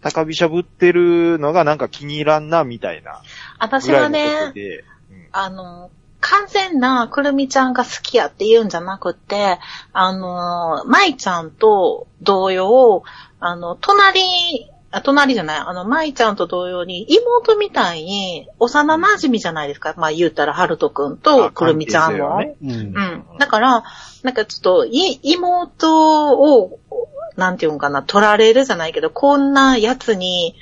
C: 高飛車ぶってるのがなんか気に入らんな、みたいな。
A: 私
C: ぐら
A: はい
C: のこと
A: ね、
C: で。
A: あの、完全なくるみちゃんが好きやって言うんじゃなくて、あの、舞ちゃんと同様、あの、隣、あ、隣じゃない、あの、舞ちゃんと同様に、妹みたいに、幼馴染じゃないですか。まあ、言うたら、はるとくんと
C: あ
A: くるみちゃんも。
C: 関係性はね
B: うん
A: う。ん。だから、なんかちょっと、い、妹を、なんていうんかな、取られるじゃないけど、こんなやつに、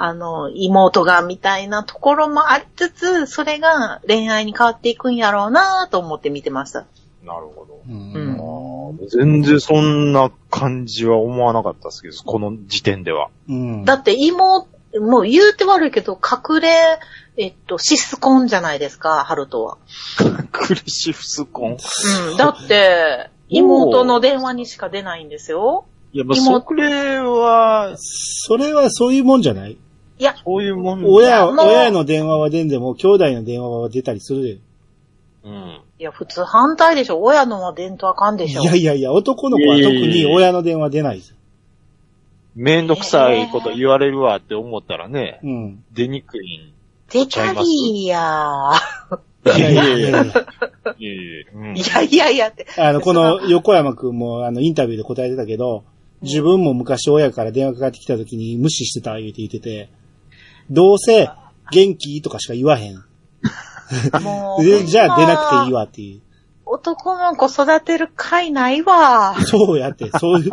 A: あの、妹が、みたいなところもありつつ、それが恋愛に変わっていくんやろうなと思って見てました。
C: なるほど。
B: うん
C: あー全然そんな感じは思わなかったですけど、この時点では。
B: うん。
A: だって妹、もう言うて悪いけど、隠れ、えっと、シスコンじゃないですか、ハルトは。
C: クリシフスコン。
A: うん。だって、妹の電話にしか出ないんですよ。
C: いや、まあ、
A: 妹
C: それは、
B: それはそういうもんじゃない
A: いや、
C: そういうもん
B: 親、
A: もう
B: 親の電話は出んでも、兄弟の電話は出たりするで。
C: うん。
A: いや、普通反対でしょ。親のは伝統あかんで
B: い
A: しょ。
B: やいやいや、男の子は特に親の電話出ないです。
C: めんどくさいこと言われるわって思ったらね、
B: うん。
C: 出にくい。
A: デカリーや
B: いやいやいやいや。
C: いやいやうん
A: ー。いやいやいやって。
B: あの、この横山くんも、あの、インタビューで答えてたけど、自分も昔親から電話かかってきた時に無視してた言うて言ってて、どうせ、元気とかしか言わへん。
A: もう。
B: でじゃあ出なくていい。わっていう。
A: 男の子育てる会ないわ。
B: そうやって、そういう、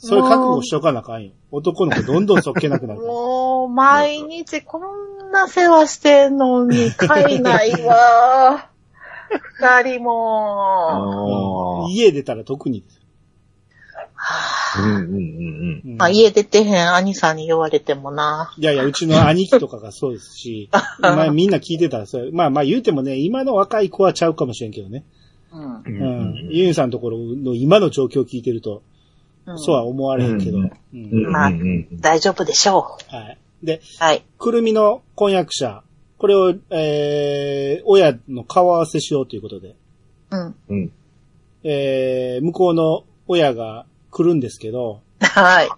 B: それ覚悟しとかなあかんよ。男の子どんどんそっけなくなるから。
A: もう、毎日こんな世話してんのに会ないわ。二人も。
C: あー
B: 家出たら特にです。
C: うんうんうん
B: うん
A: まあ、家出てへん兄さんに言われてもな。
B: いやいや、うちの兄貴とかがそうです し、まあみんな聞いてたらそれ、まあまあ言うてもね、今の若い子はちゃうかもしれんけどね。
A: うん。
C: う
B: うんん。ユンさんのところの今の状況を聞いてると、
A: うん
B: そうは思われへんけど。
C: う
B: うんん。
C: うんうん
A: まあ
C: うん
A: 大丈夫でしょ
B: はい。で、
A: う。はい。
B: くるみの婚約者、これを、えー、親の顔合わせしようということで、
A: うん。
C: うん
B: えー、向こうの親が来るんですけど、
A: はい。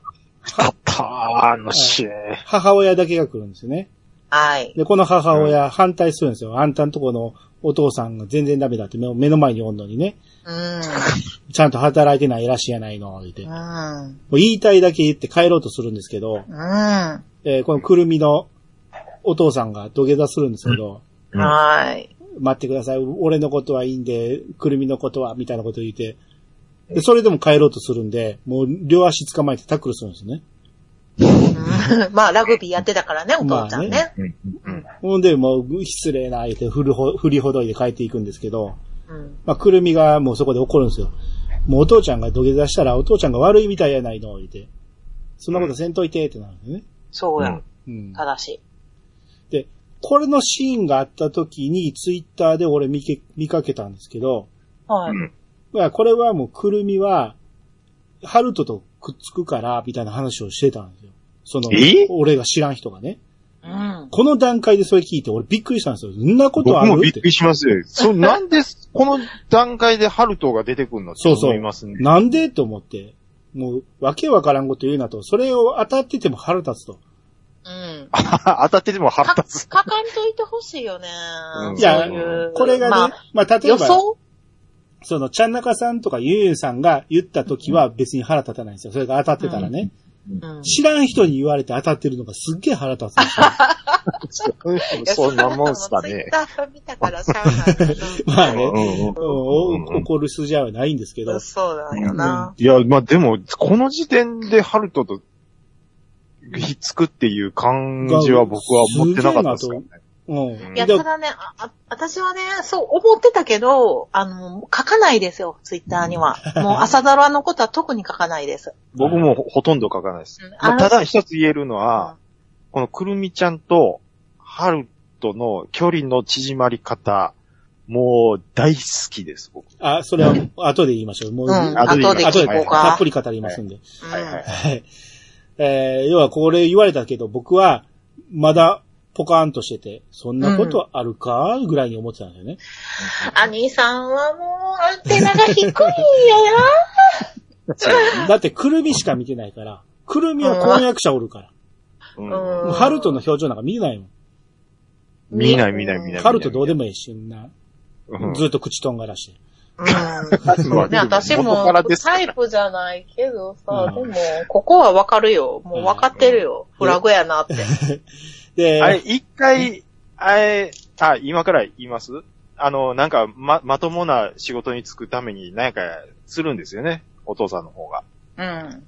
C: あったー、あの試合。
B: 母親だけが来るんですよね。
A: はい。
B: で、この母親反対するんですよ。あんたんとこのお父さんが全然ダメだって目目の前におんのにね。
A: うん。
B: ちゃんと働いてないらしいやないの、言って。
A: う
B: も
A: ん。
B: う言いたいだけ言って帰ろうとするんですけど、
A: うん。
B: えーこのくるみのお父さんが土下座するんですけど、
C: うん
A: はーい。
B: 待ってください、俺のことはいいんで、くるみのことは、みたいなこと言って、でそれでも帰ろうとするんで、もう両足捕まえてタックルするんですね。
A: うんまあ、ラグビーやってたからね、お父ちゃん
B: まあ
A: ね。
C: うんうん
B: ほんで、もう失礼な、言って振るほ、振りほどいて帰っていくんですけど、
A: うん。
B: まあ、くるみがもうそこで怒るんですよ。もうお父ちゃんが土下座したら、お父ちゃんが悪いみたいやないの、言って。そんなことせんといて、ってなるんでね。
A: そう
C: う
A: や
C: ん。
B: うん。
A: 正しい。
B: で、これのシーンがあった時に、ツイッターで俺見け見かけたんですけど、
A: はい。
B: まあ、これはもうくるみは、ハルトとくっつくから、みたいな話をしてたんですよ。その
C: え、
B: 俺が知らん人がね。
A: うん。
B: この段階でそれ聞いて、俺びっくりしたんですよ。そんなこと
C: 僕
B: ある
C: もび
B: っ
C: ってく。りしますよ。そう、なんで、この段階でハルトが出てくるのって
B: そうそう
C: 思いますね。
B: なんでと思って。もう、わけわからんこと言うなと。それを当たってても腹立つと。
A: うん。
C: 当たってても
A: か、
C: 腹
A: か
C: 立つ。
A: かんといてほしいよね
C: う。ん
B: いや
A: そういう
B: これがね、
A: ま
B: ま
A: あ
B: あ、例え
A: 予
B: ば、
A: 想
B: その、ちゃんなかさんとかゆうゆうさんが言った時は別に腹立たないんですよ。それが当たってたらね。
A: うん。
B: 知らん人に言われて当たってるのがすっげえ腹立つんですよ。
C: そんなもんすか
A: ツイ
C: ね
A: ッ。ター見たから しゃあない
B: まあ
C: う
B: ね、うん
C: ん
B: お
C: うんうん
B: 怒る筋合いはないんですけ
A: う
B: ど
A: ん。。そうだよな。
C: いや、まあでも、この時点でハルトとひっつくっていう感じは僕は持ってなかったですからね。
B: うん。
C: うん
A: いや、
B: だ
A: ただね、あ、あ私はね、そう思ってたけど、あの、書かないですよ、ツイッターには。もう、朝ドラのことは特に書かないです。
C: 僕もほほとんど書かないです
A: うん。
C: ま
A: あ
C: あ、
A: の
C: ただ一つ言えるのは、このくるみちゃんとハルトの距離の縮まり方、もう大好きです、僕。
B: あ、それは後で言いましょう。もう、
A: うん、
C: 後で
A: 後で
B: 後
A: 聞
B: で
A: こう
B: たっ
A: か
B: ぷ。り語りますんで。
A: うん
C: はいはい。
B: はい。 えー、要はこれ言われたけど、僕は、まだ、ポカーンとしてて、そんなことあるかぐらいに思ってたんだよね。
A: 兄さんはもう、アンテナが低いんやよ。
B: だって、くるみしか見てないから、くるみは婚約者おるから。
C: うん
A: うん
B: ハルトの表情なんか見ないもん。
C: 見ない見ない見ない見ない。
B: ハルトどうでもいいし、な
C: うん
B: ずっと口とんがらして。
A: うん。そうね、私
C: 元
A: も
C: からで、すか
A: タ
C: ら
A: イプじゃないけどさ、
B: う
A: でも、ここはわかるよ。もうわかってるよ。フラグやなって。
B: で、
C: あれ、一回、あれ、あ、今から言いますあの、なんか、ま、まともな仕事に就くために、なんか、するんですよね。お父さんの方が。
A: うん。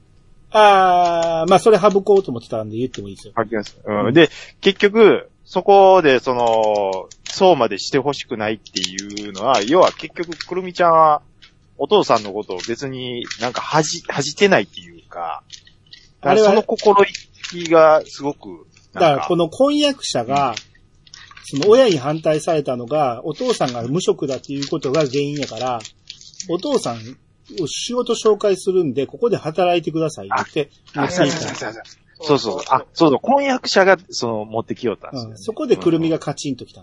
B: あー、まあ、それ省こうと思ってたんで言ってもいいですよ。
C: 書きます。うん。で、結局、そこで、その、そうまでしてほしくないっていうのは、要は結局、くるみちゃんは、お父さんのことを別になんか恥じ、恥じてないっていうか、だ
B: あ
C: か
B: れ
C: ら
B: は
C: その心意気がすごく、
B: だか
C: なん
B: ら、
C: か
B: こ、の婚約者が、その親に反対されたのが、お父さんが無職だっていうことが原因やから、お父さんを仕事紹介するんで、ここで働いてくださいって言
C: あ
B: って
C: そう
B: 言っ
C: そうそ
B: た。
C: うそうそうそう。あ、そうそう。婚約者が、その、持ってきよったんですよ、
B: う
C: ね
B: んそこでくるみがカチンときた。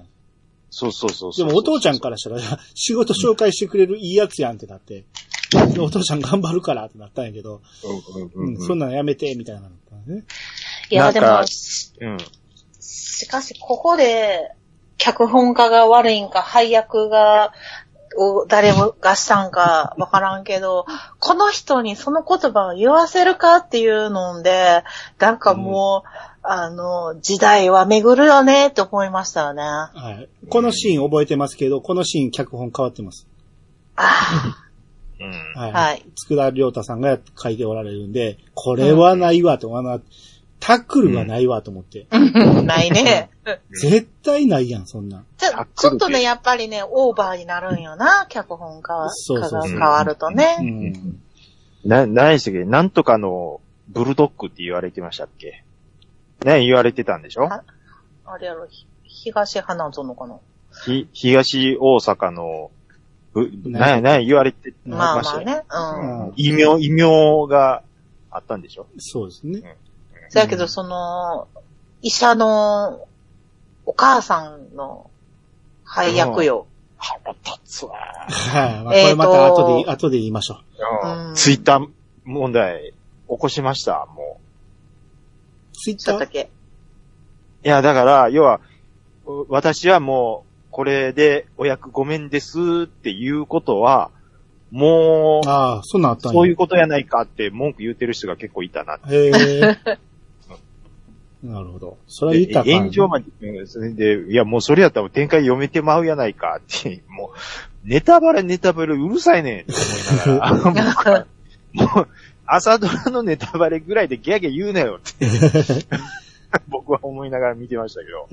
C: そうそうそうそ
B: で
C: う。
B: もお父ちゃんからしたら、 仕事紹介してくれるいいやつやんってなって、お父ちゃん頑張るからってなったんやけど、
C: うんうん
B: うん
C: うんうん
B: そんなんやめて、みたいなのだったね。
A: いや、
C: なん
A: で
C: か
A: も、
C: うん。
A: しかし、ここで、脚本家が悪いんか、配役が、を誰がしたんかわからんけど、この人にその言葉を言わせるかっていうので、なんかもう、あの、時代は巡るよねって思いましたよね。あ
B: はい。このシーン覚えてますけど、このシーン脚本変わってます。
A: あ
C: うん。
B: はい。
A: ー、 はい。
B: 佃良太さんが書いておられるんで、これはないわと、あの、タックルはないわと思って。
A: ないね。
B: 絶対ないやん、そんなん。
A: ちょ
C: あ
A: ちょっとね、やっぱりね、オーバーになるんよな、脚本家は
B: そうそう
A: 家
B: そ
A: が変
B: う
A: わると
B: う
A: ね。
B: ん。
C: な、何でしたっけなんとかの、ブルドッグって言われてましたっけね、言われてたんでしょ
A: ああれやろ、ひ東花園かな。
C: ひ、東大阪の、ぶ、
B: ね
C: な、な、言われて
A: まあ
C: ま
A: ま
C: した
A: あ
C: よ。
A: ね。うん。
B: うん
C: 異名、異名があったんでしょ
B: そうですね。
A: そやけ
B: う
A: ど、
B: ん
A: その、医者のお母さんの配役よ。
C: 腹立つわ。
B: はい。まあ、これまた後で、
A: えーと
B: 後で言いましょう。
A: うん
C: ツイッター問題、起こしました、もう。
B: ツイッ
A: ちょっと
B: タ
A: だ
B: ー
A: け。
C: いや、だから、要は、う私はもう、これでお役ごめんですっていうことは、もう、
B: ああ、そんなんあったんや。
C: そういうことやないかって文句言ってる人が結構いたな。
B: へえ。なるほど。それは言ったらあかん
C: 炎上まで、うんそれで、いや、もうそれやったら展開読めてまうやないかって、もう、ネタバレネタバレうるさいねんって思いながら 僕は、もう、朝ドラのネタバレぐらいでギャーギャー言うな よって、僕は思いながら見てましたけど。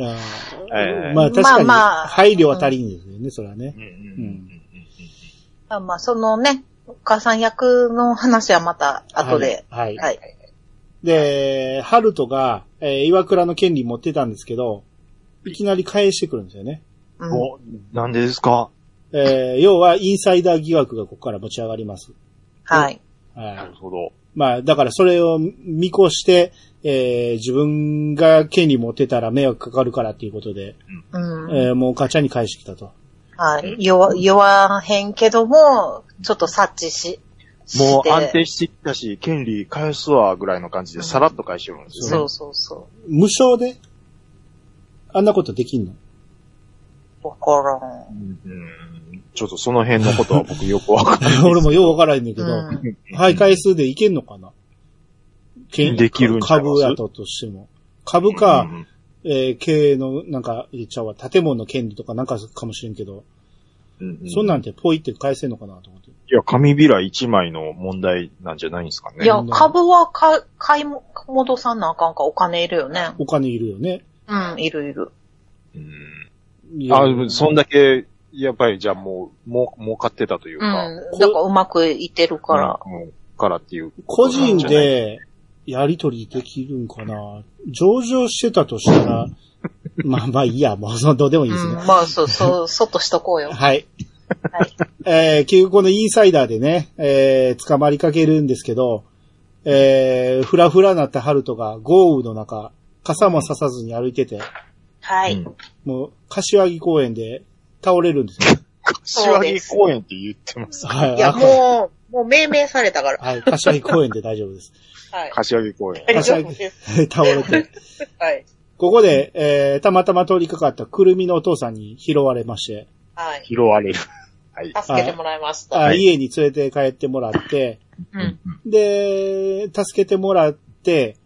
B: あ
C: え
B: ー
C: え
B: まあ確か
A: まあ
B: に、
A: まあ
B: 配慮は足りんですよね、それはね
C: う。んうんうんうん
A: まあまあ、そのね、お母さん役の話はまた後で。
B: はい。はい。
A: はい。
B: で、ハルトが、えー岩倉の権利持ってたんですけど、いきなり返してくるんですよね。
A: う
C: うんんお、なんでですか
B: えー要は、インサイダー疑惑がここから持ち上がります。
A: はい。
B: はい
C: なるほど。
B: まあ、だからそれを見越して、えー自分が権利持ってたら迷惑かかるからっていうことで、
A: うん。
B: えーもうガチャに返してきたと。
A: はい。弱、弱へんけども、ちょっと察知し、
C: もう安
A: して
C: 定してきたし、権利返すわ、ぐらいの感じでさらっと返してるんです
A: そ
C: よね。
A: うそうそ
B: 無償であんなことできんの。
A: う。わからん。
C: うんちょっとその辺のことは僕よくわか んない
B: 俺もようわからへんねんけど、
A: うん
B: はい、回数でいけんのかな
C: できるんちゃいま
B: 株
C: す
B: やととしても。株か、
C: うんうん
B: えー経営の、なんか、言っちゃうわ、建物の権利とかなんかかもしれんけど、
C: うんうん
B: そんなんてポイって返せんのかなと思って。
C: いや、紙びら一枚の問題なんじゃないんですかね。
A: いや、株はか買いも戻さなあかんかお金いるよね。
B: お金いるよね。
A: うん、いるいる。
C: うん
B: いや
C: あ、そんだけ、やっぱりじゃあもう、もう、儲かってたとい
A: う
C: う
A: ん。だ
C: か。
A: からうまくいってるから。
C: うん。うんからっていう。
B: 個人。でやりとりできるんかな上場してたとした ら、まあまあいいや、もうそのどうでもいいです
A: う
B: ね。
A: ん、まあ、そう、そう、そっとしと こうよ。は
B: はい。
A: い。
B: えー、結局このインサイダーでね、えー、捕まりかけるんですけど、えー、ふらふらなったハルトが豪雨の中、傘もささずに歩いてて、
A: は
C: う
A: い
C: ん。
B: もう、柏木公園で倒れるんですよ。
C: 柏木公園って言ってます。
B: はい
A: や、
B: あ
A: もう、もう命名されたから。
B: はい、柏木公園で大丈夫です。
A: はい。
C: 柏木公園。
A: 大丈夫です。
B: 倒れて。
A: はい。
B: ここで、えー、たまたま通りかかったくるみのお父さんに拾われまして、
A: はい。
C: 拾われる。はい。
A: 助けてもらいました。
B: あ
C: はい
B: 家に連れて帰ってもらって、
A: うん。
B: で、助けてもらって、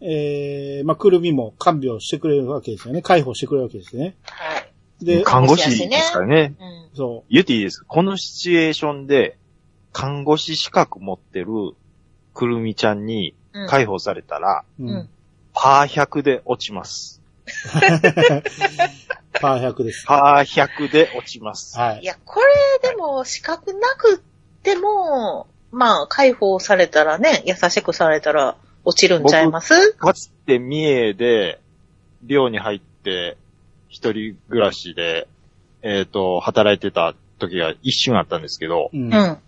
B: えー、まあ、くるみも看病してくれるわけですよね。介護してくれるわけですね。
A: はい。
B: で、
C: 看護師ですからね。
A: うん。
B: そ
C: 言っていいです。このシチュエーションで、看護師資格持ってるくるみちゃんに
A: うん
C: 解放されたら、
B: う。う
A: うん
B: ん。
C: パー100で落ちます。
B: パー100です。
C: パー100で落ちます。
B: はいい。
A: や、これでも資格なくっても、まあ、解放されたらね、優しくされたら落ちるんちゃいます
C: かつて三重で、寮に入って、一人暮らしで、えっ、と、働いてた時が一瞬あったんですけど、
B: う
A: う。
B: ん
A: ん。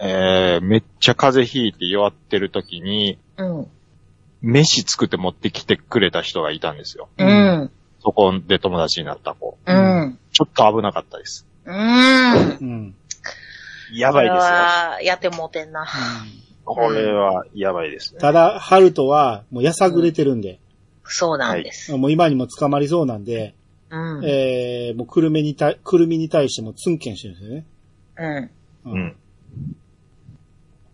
C: えー、めっちゃ風邪ひいて弱ってる時に、
A: うん。
C: 飯作って持ってきてくれた人がいたんですよ。
A: うん。
C: そこで友達になった子。
A: うん。
C: ちょっと危なかったです。
A: うん。
B: うん。
C: やばい
A: こ
C: で
A: れ
C: すよ。
A: はやってもうてんな。
C: これはやばいですね。
B: ただ、ハルトは、もうやさぐれてるんで、
A: そうなんです。
B: もう今にも捕まりそうなんで、
A: うん。うん。
B: えー、もうくるめにた、くるみに対してもツンケンしてるんですよね。う
C: う。ん。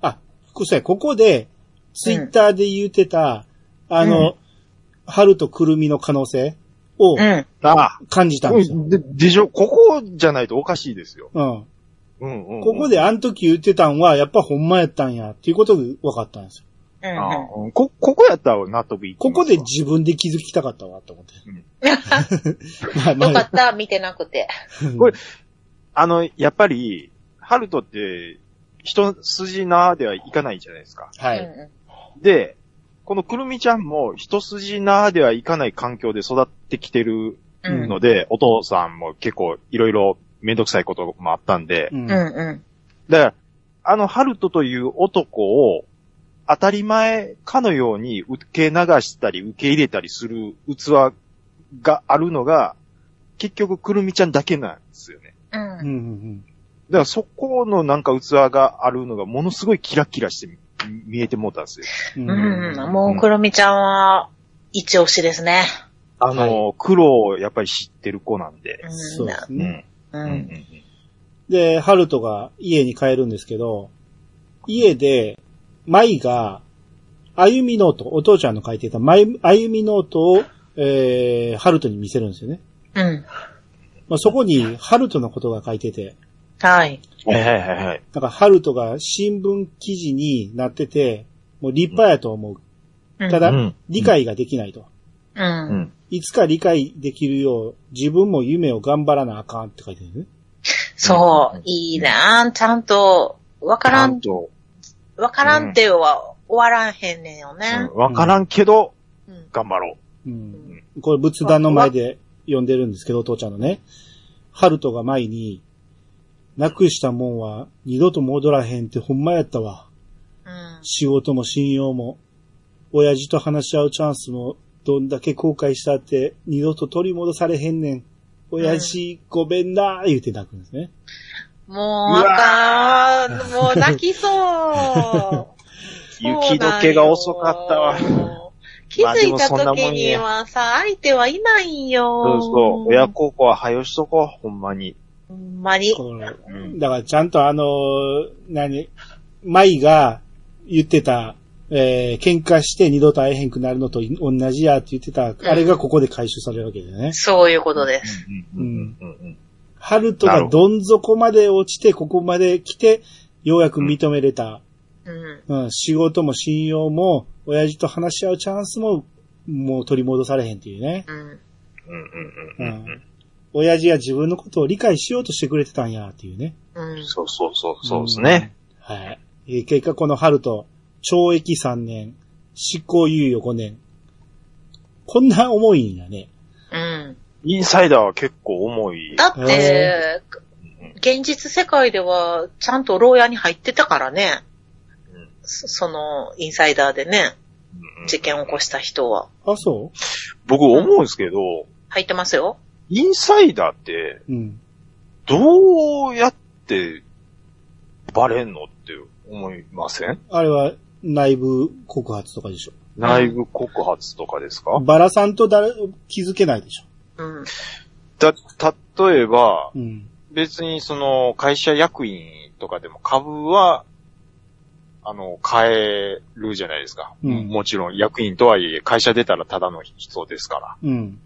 B: あ、こそや、ここで、ツイッターで言ってた、あの、ハルトくるみの可能性を
A: うん。
C: あ
B: 感じたんですよ。
C: で、でしょ、ここじゃないとおかしいですよ。
B: うん。
C: うんうん、うん。
B: ここであの時言ってたんは、やっぱほんまやったんや、っていうことが分かったんですよ。
A: う
C: あ
A: ん。
C: うんこ、ここやったら納得いき
B: こ
C: ま
B: こ
C: す
B: で
C: わ
B: 自分で気づきたかったわ、と思って。 まあま
A: よか
B: あ
A: っ、た、見てなくて。
B: うん
C: これあの、やっぱり、ハルトって、一筋縄ではいかないじゃないですか。
B: は
A: うん
B: い。
A: う
C: で、このくるみちゃんも一筋縄ではいかない環境で育ってきて
A: ん
C: る
A: うん。
C: ので、お父さんも結構いろいろめんどくさいこともあったんで、
B: う
A: うん
B: ん
A: う
C: だから、あのハルトという男を当たり前かのように受け流したり受け入れたりする器があるのが、結局くるみちゃんだけなんですよね。
A: ん。
B: う
A: う
B: ん
A: ん。
B: うん
C: だからそこのなんか器があるのがものすごいキラキラしてみ見えてもうたんですよ。
B: うん
A: うんうん。もう、くるみちゃんは、一押しですね。
C: あの、苦労をやっぱり知ってる子なんで。
A: うん
B: そうです
C: う
B: ね。
C: ん。
A: う。
C: うんん。
B: で、ハルトが家に帰るんですけど、家で、マイが、歩みノート、お父ちゃんの書いてた、まゆ歩みノートを、えー、ハルトに見せるんですよね。
A: うん。
B: まあ、そこに、ハルトのことが書いてて、
A: はい。
C: はいはいはいはい。
B: なんか、ハルトが新聞記事になってて、もう立派やと思う。
A: うん
B: ただ
C: うん
B: 理解ができないと。
A: う。
C: うんん。
B: いつか理解できるよう、自分も夢を頑張らなあかんって書いてるんですね。
A: そう、いいなぁ。ちゃんと、わからん、
C: と。
A: わからんては終わらんへんねんよ
C: う
A: ね
C: ん。わからんけど、
A: うん。
C: 頑張ろ
B: うん。これ仏壇の前で読んでるんですけど、父ちゃんのね。ハルトが前に、なくしたもんは二度と戻らへんってほんまやったわ。
A: うん。
B: 仕事も信用も、親父と話し合うチャンスも、どんだけ後悔したって二度と取り戻されへんねん。親父、ごめんな、言うて泣くんですね。
A: もう、あかん。もう泣きそう。
C: う。雪解けが遅かったわ。そう
A: 気づいた時にはさ、相手はいないんよ。
C: そう。親孝行は早よしとこう、ほんまに。
A: ほんまに。
B: この
C: うん。
B: だからちゃんとあのー何、舞が言ってた、えー、喧嘩して二度と会えへんくなるのと同じやって言ってた、あれがここで回収されるわけだよね。
A: そういうことです。
C: うんうんうんうん
B: ハルトがどん底まで落ちて、ここまで来て、ようやく認めれた。
A: うん。
B: うん、仕事も信用も、親父と話し合うチャンスも、もう取り戻されへんっていうね。
A: うん。
C: うんう
B: うん
C: うん
B: ん。親父は自分のことを理解しようとしてくれてたんや、っていうね。
A: うん。
C: そうそうそう、そうですね。
B: うん。はい。えー結果この春と、懲役3年、執行猶予5年。こんな重いんやね。
A: うん。
C: インサイダーは結構重い。
A: だって、現実世界では、ちゃんと牢屋に入ってたからね。
C: うん
A: そその、インサイダーでね、
C: うん
A: 事件を起こした人は。
B: あ、そ
C: 僕思うんですけど、
A: 入ってますよ。
C: インサイダーって、
B: ううん。
C: どうやってバレんのって思いません
B: あれは内部告発とかでしょ。
C: 内部告発とかですか
B: バラさんと誰、気づけないでしょ。
A: うん。
C: だ、例えば、
B: うん。
C: 別にその会社役員とかでも株は、あの、買えるじゃないですか。
B: うん
C: もちろん役員とはいえ会社出たらただの人ですから。
B: うん。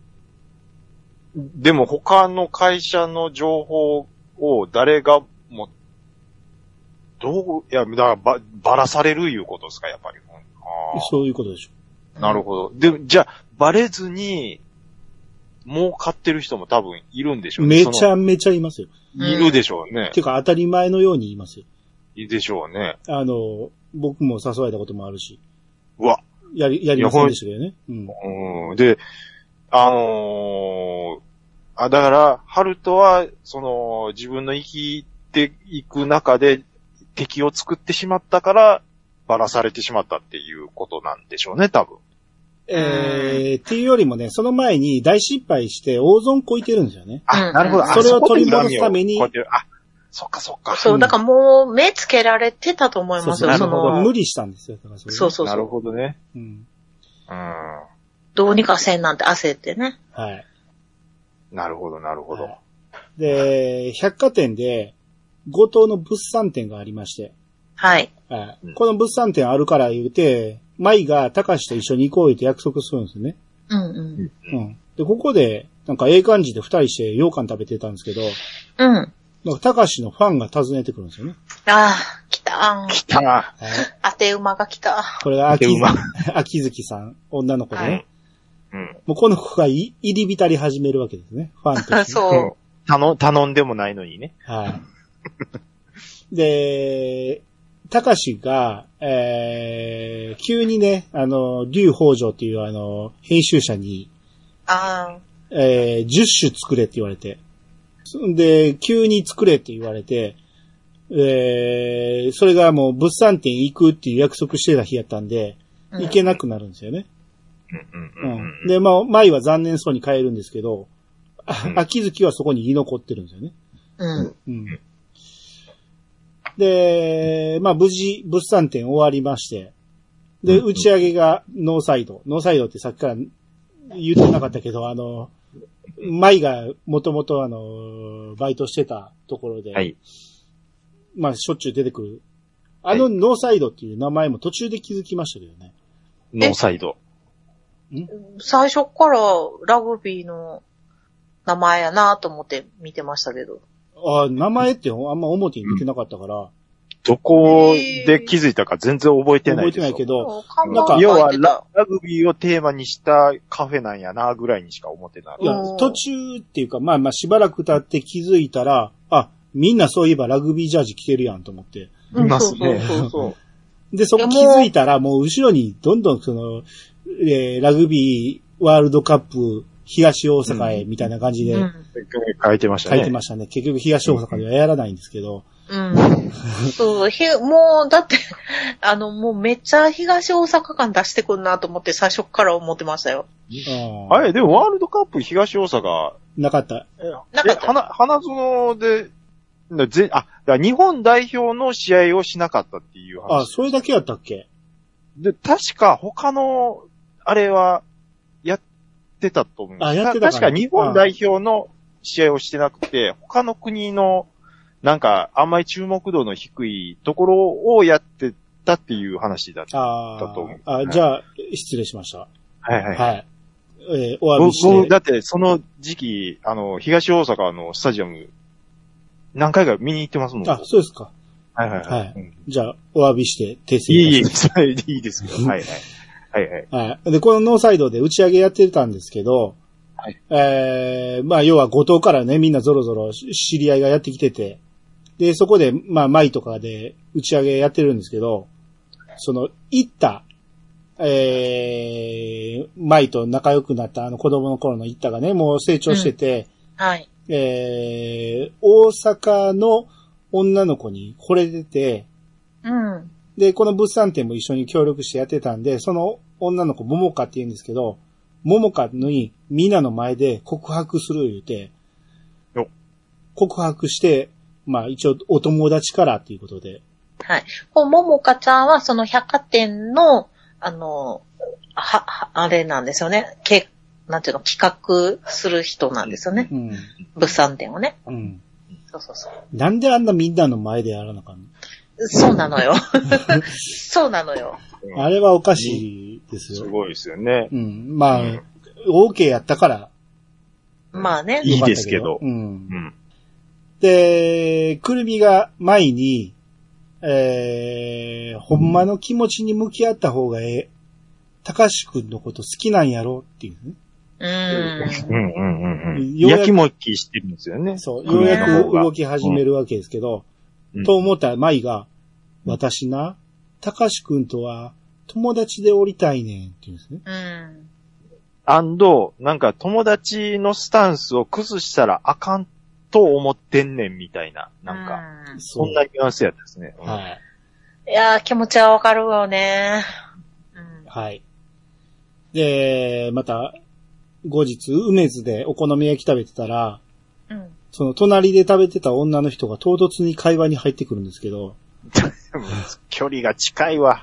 C: でも他の会社の情報を誰がも、どう、いや、だからば、ばらされるいうことですか、やっぱり。あ
B: そういうことでしょ。
C: あ、なるほど。で、じゃあ、ばれずに、儲かってる人も多分いるんでしょうね。
B: めちゃめちゃいますよ。
C: そのいるでしょうね
B: て。いうか当たり前のように言いますよ。
C: いいでしょうね。
B: あの、僕も誘われたこともあるし、
C: うわ、
B: やり、やりませんでしたけどね。うん。
C: うん。で、あのーあ、だから、ハルトは、その、自分の生きていく中で敵を作ってしまったから、ばらされてしまったっていうことなんでしょうね、多分。
B: えー、っていうよりもね、その前に大失敗して大損こいてるんですよね。
C: あ、
A: うん
C: なるほど。あ
B: それを
C: こ
B: 取
C: で
B: り戻すために
C: 恨みをこうやってあ、そっかそっか。
A: そうう、
B: ん
A: だからもう目つけられてたと思いますよ、
C: そう
A: そ
C: そうなるほど
A: の。
B: 無理したんですよ。だからそれ
A: そうそう
C: な
A: そ
C: る
A: う。
C: ほどね。
B: うん。
C: うん。
A: どうにかせんなんて焦ってね。
B: はい。
C: なるほど、なるほど。
B: はで、百貨店で、五島の物産展がありまして、
A: はい。
B: は
C: うん
B: い、この物産展あるから言うて、舞が高志と一緒に行こう言って約束するんですよね。
A: うんうん。
B: う。ん。で、ここで、なんかええ感じで二人して羊羹食べてたんですけど、
A: うん。
B: なんか高志のファンが訪ねてくるんですよね。
A: ああ、来た。
C: 来たな。
B: はい。
A: 当て馬が来た。
B: これが秋
C: でうまい
B: 月、 秋月さん、女の子でね。
A: はい
C: うん。
B: もうこの子がい入り浸り始めるわけですね。ファンとしてね、
A: そう。
C: 頼、頼んでもないのにね。
B: はい。で、たかしが、えー、急にね、あの、竜北条っていうあの、編集者に、
A: あ
B: えー、10種作れって言われて、そんで、急に作れって言われて、えー、それがもう物産展行くっていう約束してた日やったんで、
A: あ。うん
B: 行けなくなるんですよね。
C: うんう
B: うん。
C: うんんうん。
B: で、まあ、舞は残念そうに帰るんですけど、あ
C: うん
B: 秋月はそこに居残ってるんですよね。
A: うん。
B: うんで、まあ無事物産展終わりまして、で、
C: うん
B: 打ち上げがノーサイド。ノーサイドってさっきから言ってなかったけど、あの、舞がもともとあの、バイトしてたところで、
C: はい。
B: まあしょっちゅう出てくる。あのノーサイドっていう名前も途中で気づきましたけどね。
C: ノーサイド。
A: 最初からラグビーの名前やなと思って見てましたけど。
B: あ名前ってあんま表に出てなかったから、
C: どこで気づいたか全然覚えてな
B: 覚
C: い
B: え
C: で
B: て
C: す
B: ないけど、
A: 看
B: なんか
A: 板
C: 要
A: 書い
C: は
A: て
C: ラ
A: た。
C: ラグビーをテーマにしたカフェなんやな、ぐらいにしか思ってない
B: い。や
A: うん、
B: 途中っていうか、まあまあしばらく経って気づいたら、あ、みんなそういえばラグビージャージ着てるやんと思って。
A: うん
C: いますね
A: そうそうそう
B: で、そこ気づいたら、もう後ろにどんどんその、えーラグビーワールドカップ東大阪へみたいな感じ
A: そう。
B: で
A: うん
C: 書いてました
B: 書
C: ね。
B: いてましたね。結局東大阪ではやらないんですけど、
A: うん。そう、ひ、もう、だって、 あの、もうめっちゃ東大阪感出してくんなと思って最初から思ってましたよ。
B: うん
C: あれ、でもワールドカップ東大阪、
B: なかった。
A: な
C: え
A: かっ、た
C: 花、花園で、なぜあ、だから日本代表の試合をしなかったっていう
B: あ、
C: 話。
B: それだけやったっけ
C: で、確か他の、あれは、やってたと思う。
B: あやってたかな
C: 確か日本代表の試合をしてなくて、他の国の、なんか、あんまり注目度の低いところをやってたっていう話だった。
B: あ
C: だと思う
B: あ
C: はい
B: あ、じゃあ、失礼しました。
C: はいはい。
B: はい。えーお詫びし
C: 僕、
B: て。
C: だってその時期、あの、東大阪のスタジアム、何回か見に行ってますもん。
B: あ、そうですか。
C: はいはいは
B: はいい。
C: うん
B: じゃあ、お詫びして、訂正
C: いい、い
B: い
C: い
B: たし
C: ですよ、いいですよ。 はいはい。はいはい。
B: ます。はい。で、このノーサイドで打ち上げやってたんですけど、
C: はい
B: えーまあ、要は後藤からね、みんなゾロゾロし知り合いがやってきてて、で、そこで、まあ、舞とかで打ち上げやってるんですけど、その、行った、えー、舞と仲良くなったあの子供の頃の行ったがね、もう成長してて、
A: はい。
B: えー、大阪の女の子に惚れてて、
A: うん。
B: で、この物産展も一緒に協力してやってたんで、その女の子、ももかって言うんですけど、ももかに、みんなの前で告白する言うて
C: よ、
B: 告白して、まあ一応お友達からっていうことで、
A: はい。こう、ももかちゃんはその百貨店の、あの、は、はあれなんですよね。け、なんていうの、企画する人なんですよね。
B: うん、
A: 物産展をね。
B: うん。
A: そうそうそう。
B: なんであんなみんなの前でやらなあかんの
A: そうなのよ。そうなのよ。
C: うん
B: あれはおかしいです
C: す
B: よ。
C: ごいですよね。
B: うん。まあ
C: うん、
B: OK やったから、
A: まあね。
C: いいですけど
B: よかったうん
C: う。ん。
B: で、くるみが前に、えー、ほんまの気持ちに向き合った方がええ。たかしくんのこと好きなんやろっていうね。
A: う。
C: うんんうんうんうん。
B: ようやく
C: やきもきしてるんですよね。
B: そう、
C: ク
B: よう
C: ルミ
B: や
C: の
B: く
C: 方が
B: 動き始めるわけですけど、
C: うん
B: と思った舞が、私な、たかしくんとは友達でおりたいねんっていうんですね。
A: うん。
C: アンド、なんか友達のスタンスを崩したらあかんと思ってんねんみたいな。なんか、
A: か
B: そ
C: そんなニュアンスやったですね。うん
B: はい。
A: いやー、気持ちはわかるわね。うん
B: はい。で、また、後日、梅津でお好み焼き食べてたら、
A: うん。
B: その隣で食べてた女の人が唐突に会話に入ってくるんですけど、
C: 距離が近いわ。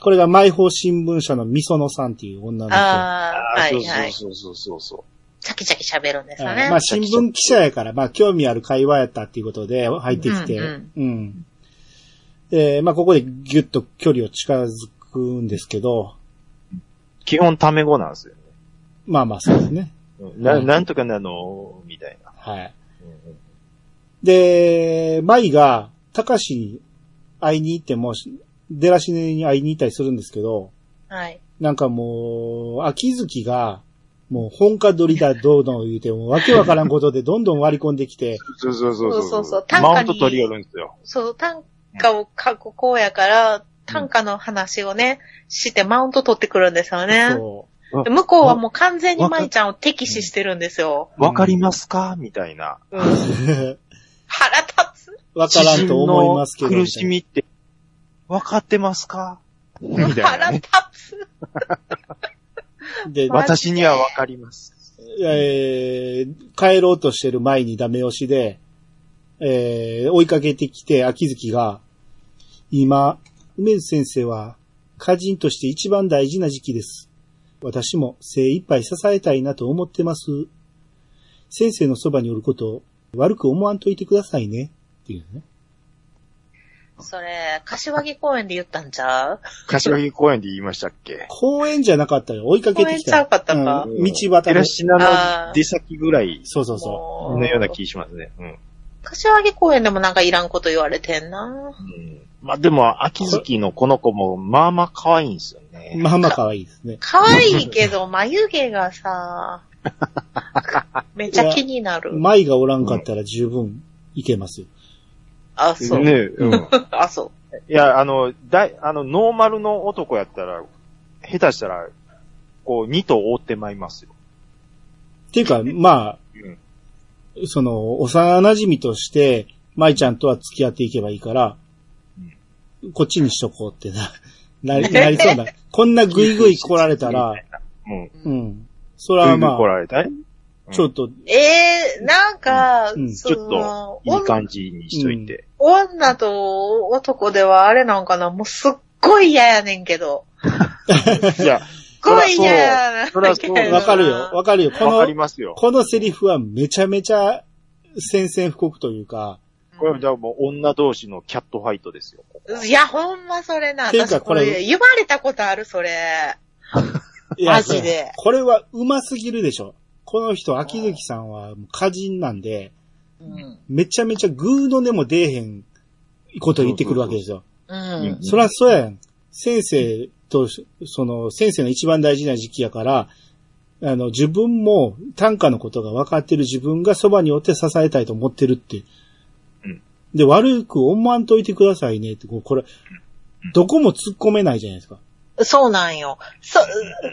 B: これが毎報新聞社のみそのさんっていう女の人。
A: あー、は
C: そ
A: いうはい。
C: そうそうそうそう。
A: チャキチャキ喋るんですよ
B: はい
A: ね
B: まあ。新聞記者やから、まあ興味ある会話やったっていうことで入ってきて、
A: う
B: うんん、えーまあここでギュッと距離を近づくんですけど、
C: 基本タメ語なんですよね。
B: まあまあそうですね。
C: うんな、
B: うん
C: なんとかなの、みたいな。
B: はい。
C: うんうん
B: で、舞が、たかしに会いに行っても、出らしねに会いに行ったりするんですけど、
A: はい。
B: なんかもう、秋月が、もう本家取りだどうの言うて、もうわけわからんことでどんどん割り込んできて、
C: そうそうそう
A: そうそうそう
C: マウント取り寄るんですよ。
A: そう、短歌を書く子やから、短歌の話をね、してマウント取ってくるんですよね。
B: そ
A: で向こうはもう完全に舞ちゃんを敵視してるんですよ。
C: わかりますかみたいな。
A: うん。腹立つ。
B: う、 わからんと思いますけど。
C: 知人の苦しみって、わかってますかみたい
A: 腹
C: な、ね
A: 立。つ。
B: で、
A: わ
C: 私にはわかります。
B: えー帰ろうとしてる前にダメ押しで、えー追いかけてきて、秋月が、今、梅津先生は、歌人として一番大事な時期です。私も精一杯支えたいなと思ってます。先生のそばにおることを悪く思わんといてくださいね。っていうね。
A: それ、柏木公園で言ったんちゃう
C: 柏木公園で言いましたっけ
B: 公園じゃなかったよ。追いか
A: 公
B: けて
A: 園
B: き
A: ちゃ
B: た。
A: うかったか。
B: うん道端の
C: 寺。品の出先ぐらい
B: そうそうそ
A: も
C: のような気しますね。うん。
A: 柏木公園でもなんかいらんこと言われてんな。
C: うんまあでも、秋月のこの子も、まあまあ可愛いんですよ
B: う。
C: ね。
B: まあまあ可愛いですね。
A: 可愛いけど、眉毛がさ、めちゃ気にな る。
B: 舞がおらんかったら十分いけますよ。
A: あ、そう。
C: ねうん。
A: あ、そう。
C: いや、あの、だい、あの、ノーマルの男やったら、下手したら、こう、二頭追ってまいりますよ。
B: っていうか、まあ、
C: うん。
B: その、幼馴染として、舞ちゃんとは付き合っていけばいいから、こっちにしとこうって な、なり、なりそうな。こんなぐいぐい来られたら、
C: うん。
B: うん。それ
C: ぐい
B: は
C: ぐい
B: ま
C: 来
B: あ、
C: られたい
B: ちょっと、
A: えー、なんか、
B: うんうん
A: そ
C: ち
A: の
C: ょっと、いい感じにしといて。
A: 女女と男ではあれなんかな、もうすっごい嫌やねんけど。
C: いや、
A: すっごい嫌やねんけどな。
C: そらそうそらそう
B: わかるよ、わかるよ。こ
C: わかり
B: の、
C: ますよ。
B: このセリフはめちゃめちゃ宣戦布告というか、
C: これはじゃあもう女同士のキャットファイトで すよ。
A: いや、ほんまそれな。
B: ていうか
A: 私こ
B: これ
A: れ、言われたことある、それ。
B: いや
A: マジで
B: これはうますぎるでしょ。この人、秋月さんはもう歌人なんで、
A: うん。
B: めちゃめちゃグーの音も出えへんこと言ってくるわけですよ。
A: う
C: うん
A: ん。
B: そらそうやん。先生と、その、先生の一番大事な時期やから、あの、自分も短歌のことが分かってる自分がそばにおって支えたいと思ってるって。
C: うん
B: で、悪く思わんといてくださいねって、こうこれ、どこも突っ込めないじゃないですか。
A: そうなんよ。そ、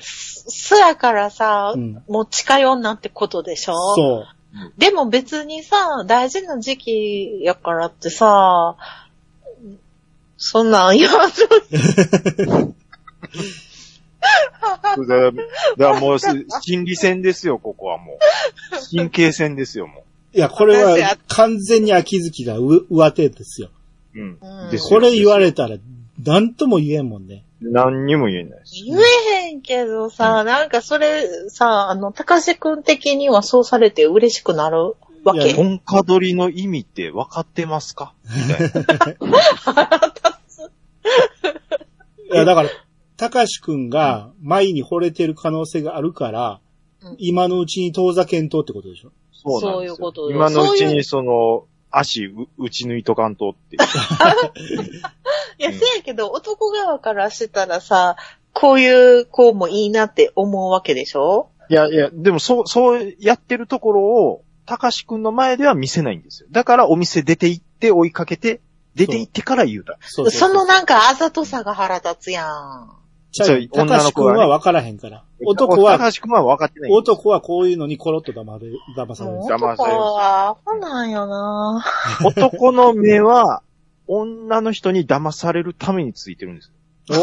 A: す、すやからさ、
B: うん
A: もう近い女ってことでしょ
B: そう。
A: でも別にさ、大事な時期やからってさ、そんなん言わんと
C: だからだからもうす、心理戦ですよ、ここはもう。神経戦ですよ、も
B: いや、これ
A: 私や
B: は完全に秋月がう上手ですよ。
C: う。うん
A: うん。
C: です
B: こ
C: よ
B: れ言われたら、なんとも言えんもんね。
C: 何にも言えないです。
A: 言えへんけどさ、なんかそれさ、あの、高志くん的にはそうされて嬉しくなるわ
B: いや
A: け。
C: 本家取りの意味って分かってますかみたいな。
B: いや、だから、たかしくんが前に惚れてる可能性があるから
A: うん、
B: 今のうちに遠ざけんとってことでしょ
C: そうなん
A: そう
C: ですよ
A: いうことよ
C: 今のうち
A: そうい
C: にその、足う、打ち抜いとかんとっていう。
A: いや、せやけど男側からしたらさ、こういう子もいいなって思うわけでしょ
C: いやいや、でもそう、そうやってるところを、たかしくんの前では見せないんですよ。だからお店出て行って追いかけて、出て行ってから言うた。
B: そ
A: そのなんかあざとさが腹立つやん。
B: ちゃ
C: そう
B: たかしくん
C: 女の子は
B: は
C: ね
B: 分からへんから。男は
C: た、かしくんは分かってない。
B: 男はこういうのにコロッと騙れ、騙される
A: も
B: ん
A: う
B: ですよ。
C: 騙
A: 男
C: される
A: はアホなんよな
C: 男の目は、女の人に騙されるためについてるんです。
A: お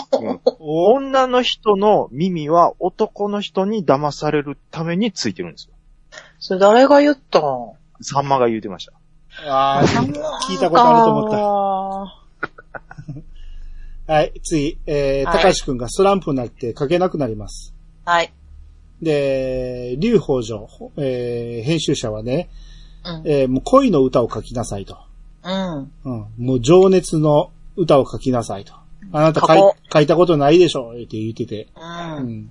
A: ー
B: お、お、
C: 女の人の耳は男の人に騙されるためについてるんですよ。
A: それ誰が言ったん
C: さんまが言うてました。
B: あー聞いたことあると思っ。
A: 思った
B: はい、次、えー、
A: はい
B: たかしくんがスランプになって書けなくなります。
A: た。はい。
B: で、劉宝城、えー編集者はね、
A: うん。
B: えーもう恋の歌を書きなさいと。
A: うん。
B: うん。もう情熱の歌を書きなさいと。あなた書い
A: 書こ
B: 書いたことないでしょって言ってて。う
A: うん。
B: ん。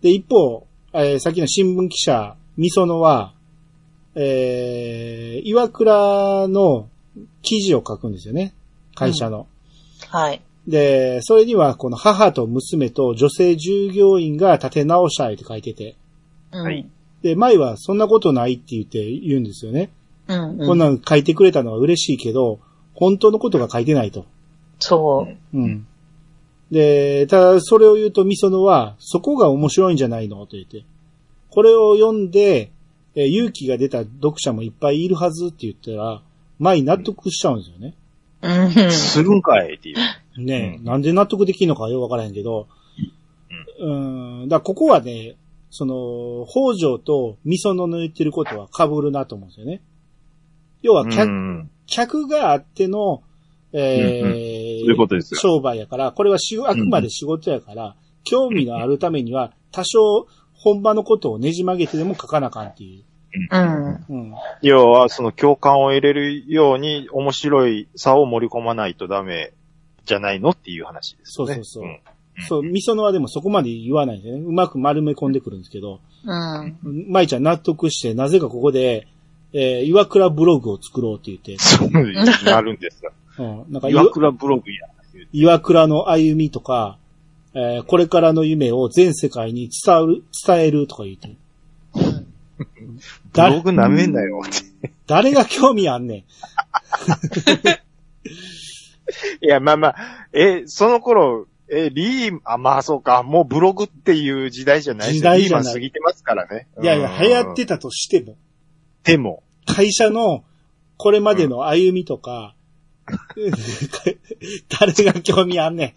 B: で、一方、えーさっきの新聞記者、みそのは、えー岩倉の記事を書くんですよね。会社の。
A: はい。
B: で、それには、この母と娘と女性従業員が立て直したいって書いてて。
A: うん
C: はい。
B: で、舞はそんなことないって言って言うんですよね。
A: うん。
B: こん
A: な。
B: なん書いてくれたのは嬉しいけど、本当のことが書いてないと。
A: そう。
B: うん。で、ただそれを言うとみそのは、そこが面白いんじゃないのと言って。これを読んで、えー勇気が出た読者もいっぱいいるはずって言ったら、舞納得しちゃうんですよね。
A: うん。
C: するんかいっていう。
B: ねえ、
C: うん
B: なんで納得できるのかよくわからへんけど、うん、だからここはね、その、北条とみそのの言ってることは被るなと思うんですよね。要は客、
C: うん。
B: 客があっての、えー
C: うんそういうことですよ。
B: 商売やから、これはしあくまで仕事やから、興味のあるためには、多少本場のことをねじ曲げてでも書かなあかんっていう。
A: うん。
B: うん。
C: 要は、その共感を入れるように面白いさを盛り込まないとダメじゃないのっていう話です
B: そ
C: ね。
B: うそうそうんそう、味噌のはでもそこまで言わないんですよね。うまく丸め込んでくるんですけど、
A: うん。
B: 舞ちゃん納得して、なぜかここで、えー、岩倉ブログを作ろうって言って、
C: そうなるんで すよ。
B: うん、なんか岩
C: 岩倉ブログや。
B: 岩倉の歩みとか、えーこれからの夢を全世界に伝わる、伝えるとか言って。
C: ブ
B: 誰
C: ログ舐めんなよって。
B: 誰が興味あんねん。
C: いや、まあまあ、え、その頃、え、リー、あ、まあそうか、もうブログっていう時代じゃないです
B: 時代じゃない
C: リーマン過ぎてますからね。
B: いやいや、
C: うん
B: 流行ってたとしても、
C: でも、
B: 会社のこれまでの歩みとか、 誰が興味あんねん。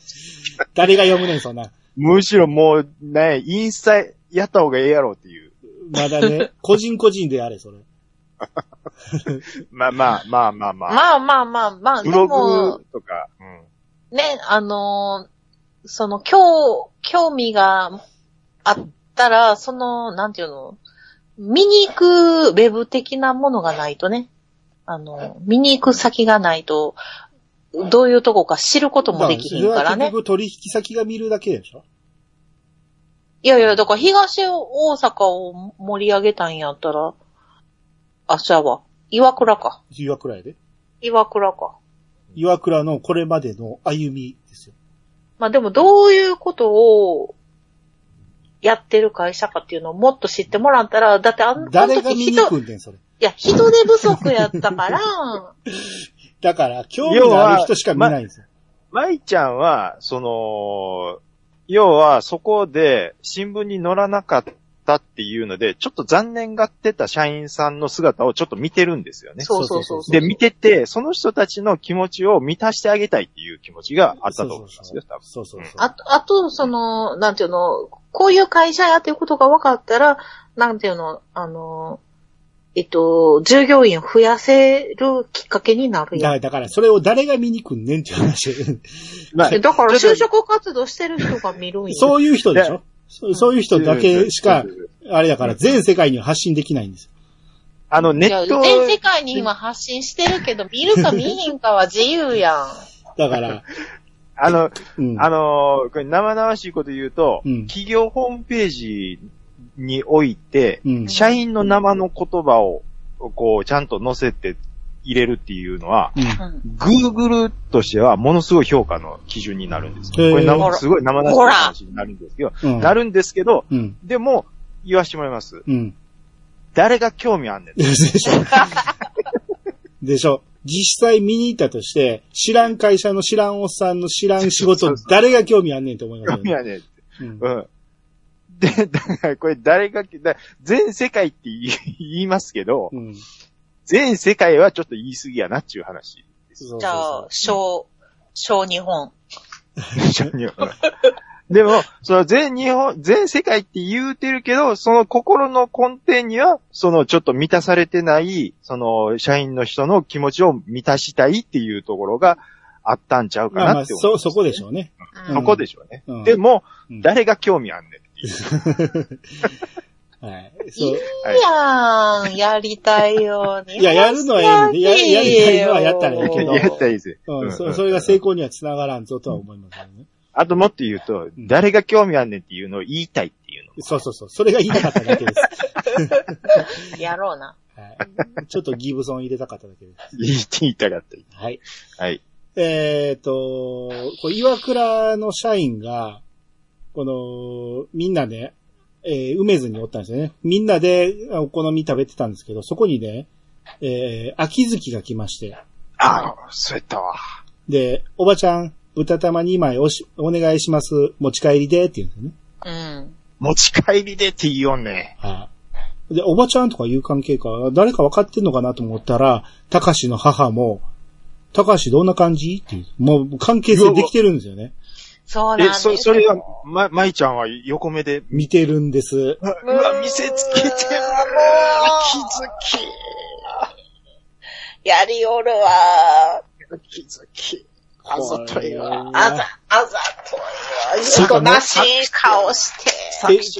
B: 誰が読むねん、そんな。
C: むしろもう、ね、インスタやった方がええやろっていう。
B: まだね、個人個人でやれ、それ。
C: まあまあ、まあまあまあ。
A: まあまあまあまあ、で
C: ブロ
A: も
C: グ、とか、うん。
A: ね、あのーその、興、興味があったら、その、なんていうの、見に行くウェブ的なものがないとね、あの、見に行く先がないと、どういうとこか知ることもできひんから
B: だからそれは結
A: ね。
B: 局取引先が見るだけでしょ
A: いやいや、だから東大阪を盛り上げたんやったら、あ、じゃあわ、岩倉か。
B: 岩倉やで。
A: 岩倉か。
B: 岩倉のこれまでの歩みですよ。
A: まあでもどういうことをやってる会社かっていうのをもっと知ってもらったら、だってあの
B: 誰
A: あの
B: が見に
A: 人、
B: 行
A: い
B: くんねん、それ。
A: や、人手不足やったから、
B: だから、興味のある人しか見ないんですよ。
C: 舞ちゃんは、その、要はそこで新聞に載らなかったっていうので、ちょっと残念がってた社員さんの姿をちょっと見てるんですよね。
A: そうそうそうそう。
C: で、見てて、その人たちの気持ちを満たしてあげたいっていう気持ちがあったと思うんですよ、多分。
B: そうそうそう。
A: あと、あと、その、なんていうの、こういう会社やっていうことが分かったら、なんていうの、あの、えっと、従業員を増やせるきっかけになる
B: だか
A: や
B: ら、
A: ん。
B: だからそれを誰が見に来んねんっていう話。
C: まあ
A: えだから、
C: ちょっ
A: 就
C: と
A: 職活動してる人が見るんや。
B: そういう人でし
C: い
B: ょそうそういう人だけしか、あれだから
C: うん
B: 全世界には発信できないんですよ。
C: あの、ネ
A: いや
C: ット、
A: 全世界に今発信してるけど、見るか見ひんかは自由やん。
B: だから、
C: あの、
B: うん。
C: あのーこれ生々しいこと言うと、
B: うん
C: 企業ホームページにおいて、
B: うん。
C: 社員の生の言葉を、こう、ちゃんと載せて入れるっていうのは、
B: うん。
A: うん
C: Google としてはものすごい評価の基準になるんです。こ
B: へー
C: れ
A: ほ
C: 生、
A: ら
C: すごい生々しい話になるんですけど、
B: うん。
C: なるんですけど、
B: うん。
C: でも、言わしてもらいます。
B: うん。
C: 誰が興味あんねん。
B: で しょ。でしょ。実際見に行ったとして、知らん会社の知らんおっさんの知らん仕
C: そ
B: 事
C: うそ、う
B: 誰が興味あんねんと思います
C: 興
B: よ
C: 味
B: ね。
C: あんねん。
B: うん
C: うん。で、だからこれ誰が、だ全世界って言い言いますけど、
B: うん。
C: 全世界はちょっと言い過ぎやなっていう話です。
B: そうそうそう
A: じゃあ、小、小日本。
C: でも、その全日本、全世界って言うてるけど、その心の根底には、そのちょっと満たされてない、その社員の人の気持ちを満たしたいっていうところがあったんちゃうか
B: まあま
C: な
B: あ、
C: って思う。
B: そ、そこでしょうね。
A: うん
C: そこでしょうね。
B: うん
C: でも、
B: うん
C: 誰が興味あんねんっていう。
B: はい。そう。
C: はい
A: いいやん、やりたいように。
B: いややるのはええねんでややりたいのはやったらええけど
C: やったらいいぜ。
B: う、
C: うんん
B: そそれが成功には繋がらんぞとは思いますよね。
C: あともっと言うと、誰が興味あんねんっていうのを言いたいっていうの。
B: そうそうそう。それが言いたかっただけです。
A: やろうな。
B: はい。ちょっとギブソン入れたかっただけです。
C: 言い言いたかった。
B: はい。
C: はい。
B: えっ、と、こう岩倉の社員が、この、みんなね、えー梅津におったんですよね。みんなであお好み食べてたんですけど、そこにね、えー秋月が来まして、
C: ああ、そうやったわ。
B: で、おばちゃん、豚玉2枚おし、お願いします。持ち帰りで、って言うんですよ
A: う
B: ね。
A: ん。
C: 持ち帰りでって言おうね。
B: はい。で、おばちゃんとかいう関係か、誰か分かってんのかなと思ったら、たかしの母も、たかしどんな感じっていう、もう関係性できてるんですよね。
A: そうなん
C: え、
A: ですよ
C: そ、それは、ま、まいちゃんは横目で、
B: 見てる んです。
C: うわ、見せつけて
A: も
C: る
A: う
C: 気づ
A: やりおるわ。
C: き、気づき、あざといわ。
A: あざ、あざといわ。いいとなしい顔して。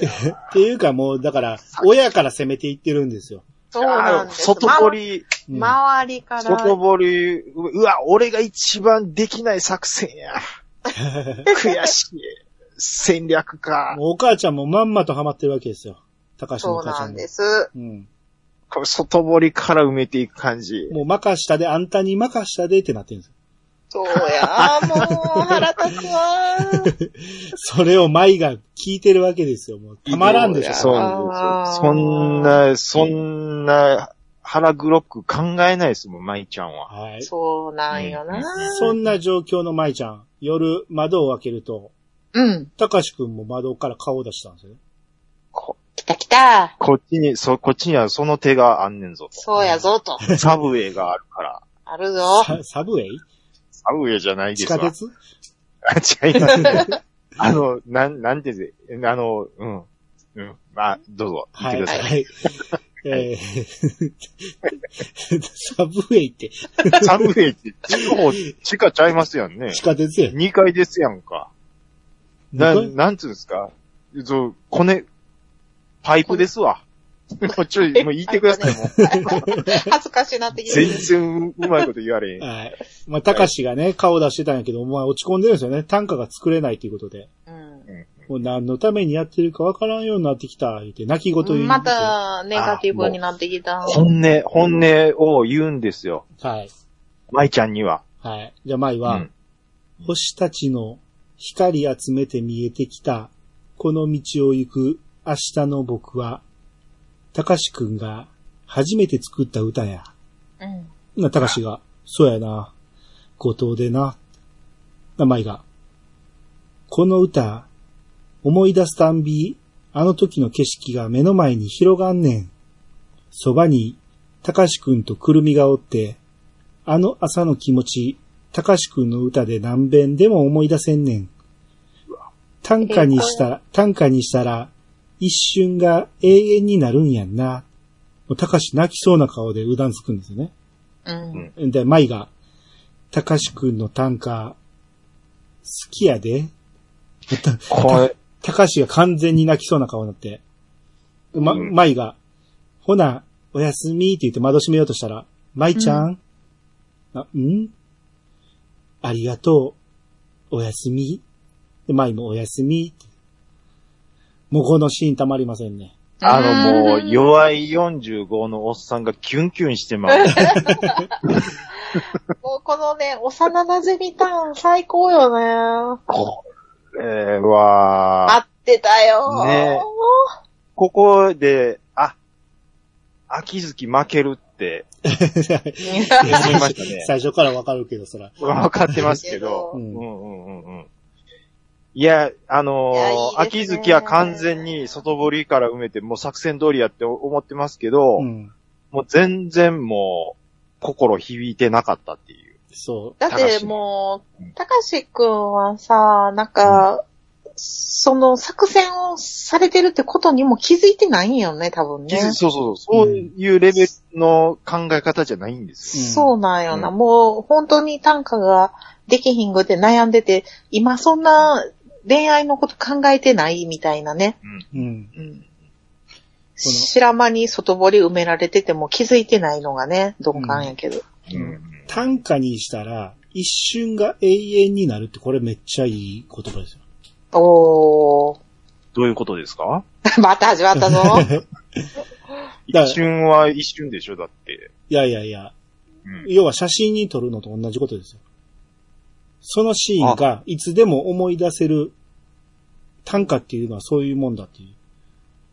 B: てっていうかもう、だから、親から責めていってるんですよ。
A: そうなんです。
C: 外堀、
B: うん
A: 周りから。
C: 外堀、ううわ、俺が一番できない作戦や。悔しい。戦略か。
B: もうお母ちゃんもまんまとハマってるわけですよ。高橋
A: そ
B: のお
A: う
B: 母ち
A: な
B: ゃん
A: ん
B: も。
A: です。
B: うん。
C: これ外堀から埋めていく感じ。
B: もう任したで、あんたに任したでってなってるんですよ。
A: そうや、もう腹立つわ。
B: それを舞が聞いてるわけですよ。もうたまらんでしょ。
C: そう
A: あー
C: そんな、そんな、腹黒く考えないですもん、舞ちゃんは。
B: はい。
A: そうなんよな。
B: そんな状況の舞ちゃん、夜窓を開けると、
A: うん。
B: 高橋くんも窓から顔を出したんですよね。
C: こ、
A: 来た来た。
C: こっちに、そ、こっちにはその手があんねんぞ
A: そうやぞと。
C: と。サブウェイがあるから。
A: ある ぞ。
B: ササブウェイ
C: サブウェイじゃないで
B: 地
C: すわ
B: 下。鉄
C: あ、違います。 あの、なん、なんてぜ、あの、うん。うん。まあ、どうぞ、
B: は
C: 言って
B: い。
C: ください。
B: はい。えー サブウェイって
C: サブウェイって、地方、地下ちゃいますやんね
B: 地。下鉄やん。
C: 2階ですやんか。な、
B: 二階
C: なんつうんですかそう、コネ、パイプですわ。もうちょい、もう言ってください、もう。
A: 恥ずかしいなってきて
C: 全然うまいこと言われへん。
B: はい。まあ、高橋がね、顔出してたんやけど、お前落ち込んでるんですよね。単価が作れないということで。
A: うん
B: もう何のためにやってるかわからんようになってきた、言って、泣き言言うんですよ。
A: また、ネガティブになってきた。
C: 本音、本音を言うんですよ。
B: はい。
C: 舞ちゃんには。
B: はい。じゃあ、舞は、
C: うん
B: 星たちの光集めて見えてきた、この道を行く明日の僕は、高志くんが初めて作った歌や。
A: うん。
B: な、高志が、そうやな、後藤でな、な、舞が、この歌、思い出すたんび、あの時の景色が目の前に広がんねん。そばに、高志くんとくるみがおって、あの朝の気持ち、高志くんの歌で何遍でも思い出せんねん。短歌にしたら、短歌にしたら、一瞬が永遠になるんやんな。もう高志泣きそうな顔でうだんつくんですよね。
A: うん。
B: で、舞が、たかしくんの短歌、好きやで。
C: これ、
B: たかしが完全に泣きそうな顔になって。ま、
C: うん
B: 舞が、ほな、おやすみって言って窓閉めようとしたら、舞ちゃん、あ、んありがとう。おやすみ。で、舞もおやすみって。もうこのシーンたまりませんね。
C: あのもう、弱い45のおっさんがキュンキュンしてます。
A: もうこのね、幼馴染みターン最高よね。
C: これは、
A: 合ってたよ。
C: ねここで、あ、秋月負けるって、
A: いや
C: 言いました ね
B: 最初からわかるけど、そら。
C: 分かってますけど。
B: う。
A: うん
C: うんんうんうんうんいや、あのー
A: いやいいですね
C: 秋月は完全に外堀から埋めて、もう作戦通りやって思ってますけど、
B: うん。
C: もう全然もう、心響いてなかったっていう。
B: そ
A: だってもう、たかしくんはさ、なんか、その作戦をされてるってことにも気づいてないんよね、多分ね。
C: そうそうそう、そういうレベルの考え方じゃないんですよ。
A: そうなんよな。
C: うん
A: もう本当に短歌ができひんぐで悩んでて、今そんな恋愛のこと考えてないみたいなね。
B: う。うん。
A: うん。知ら間に外堀埋められてても気づいてないのがね、鈍感やけど。
C: うん
B: 短歌にしたら、一瞬が永遠になるって、これめっちゃいい言葉ですよ。
A: おー。
C: どういうことですか
A: また始まったぞ。
B: だから
C: 一瞬は一瞬でしょだって。
B: いやいやいや、
C: うん
B: 要は写真に撮るのと同じことですよ。そのシーンがいつでも思い出せる短歌っていうのはそういうもんだってい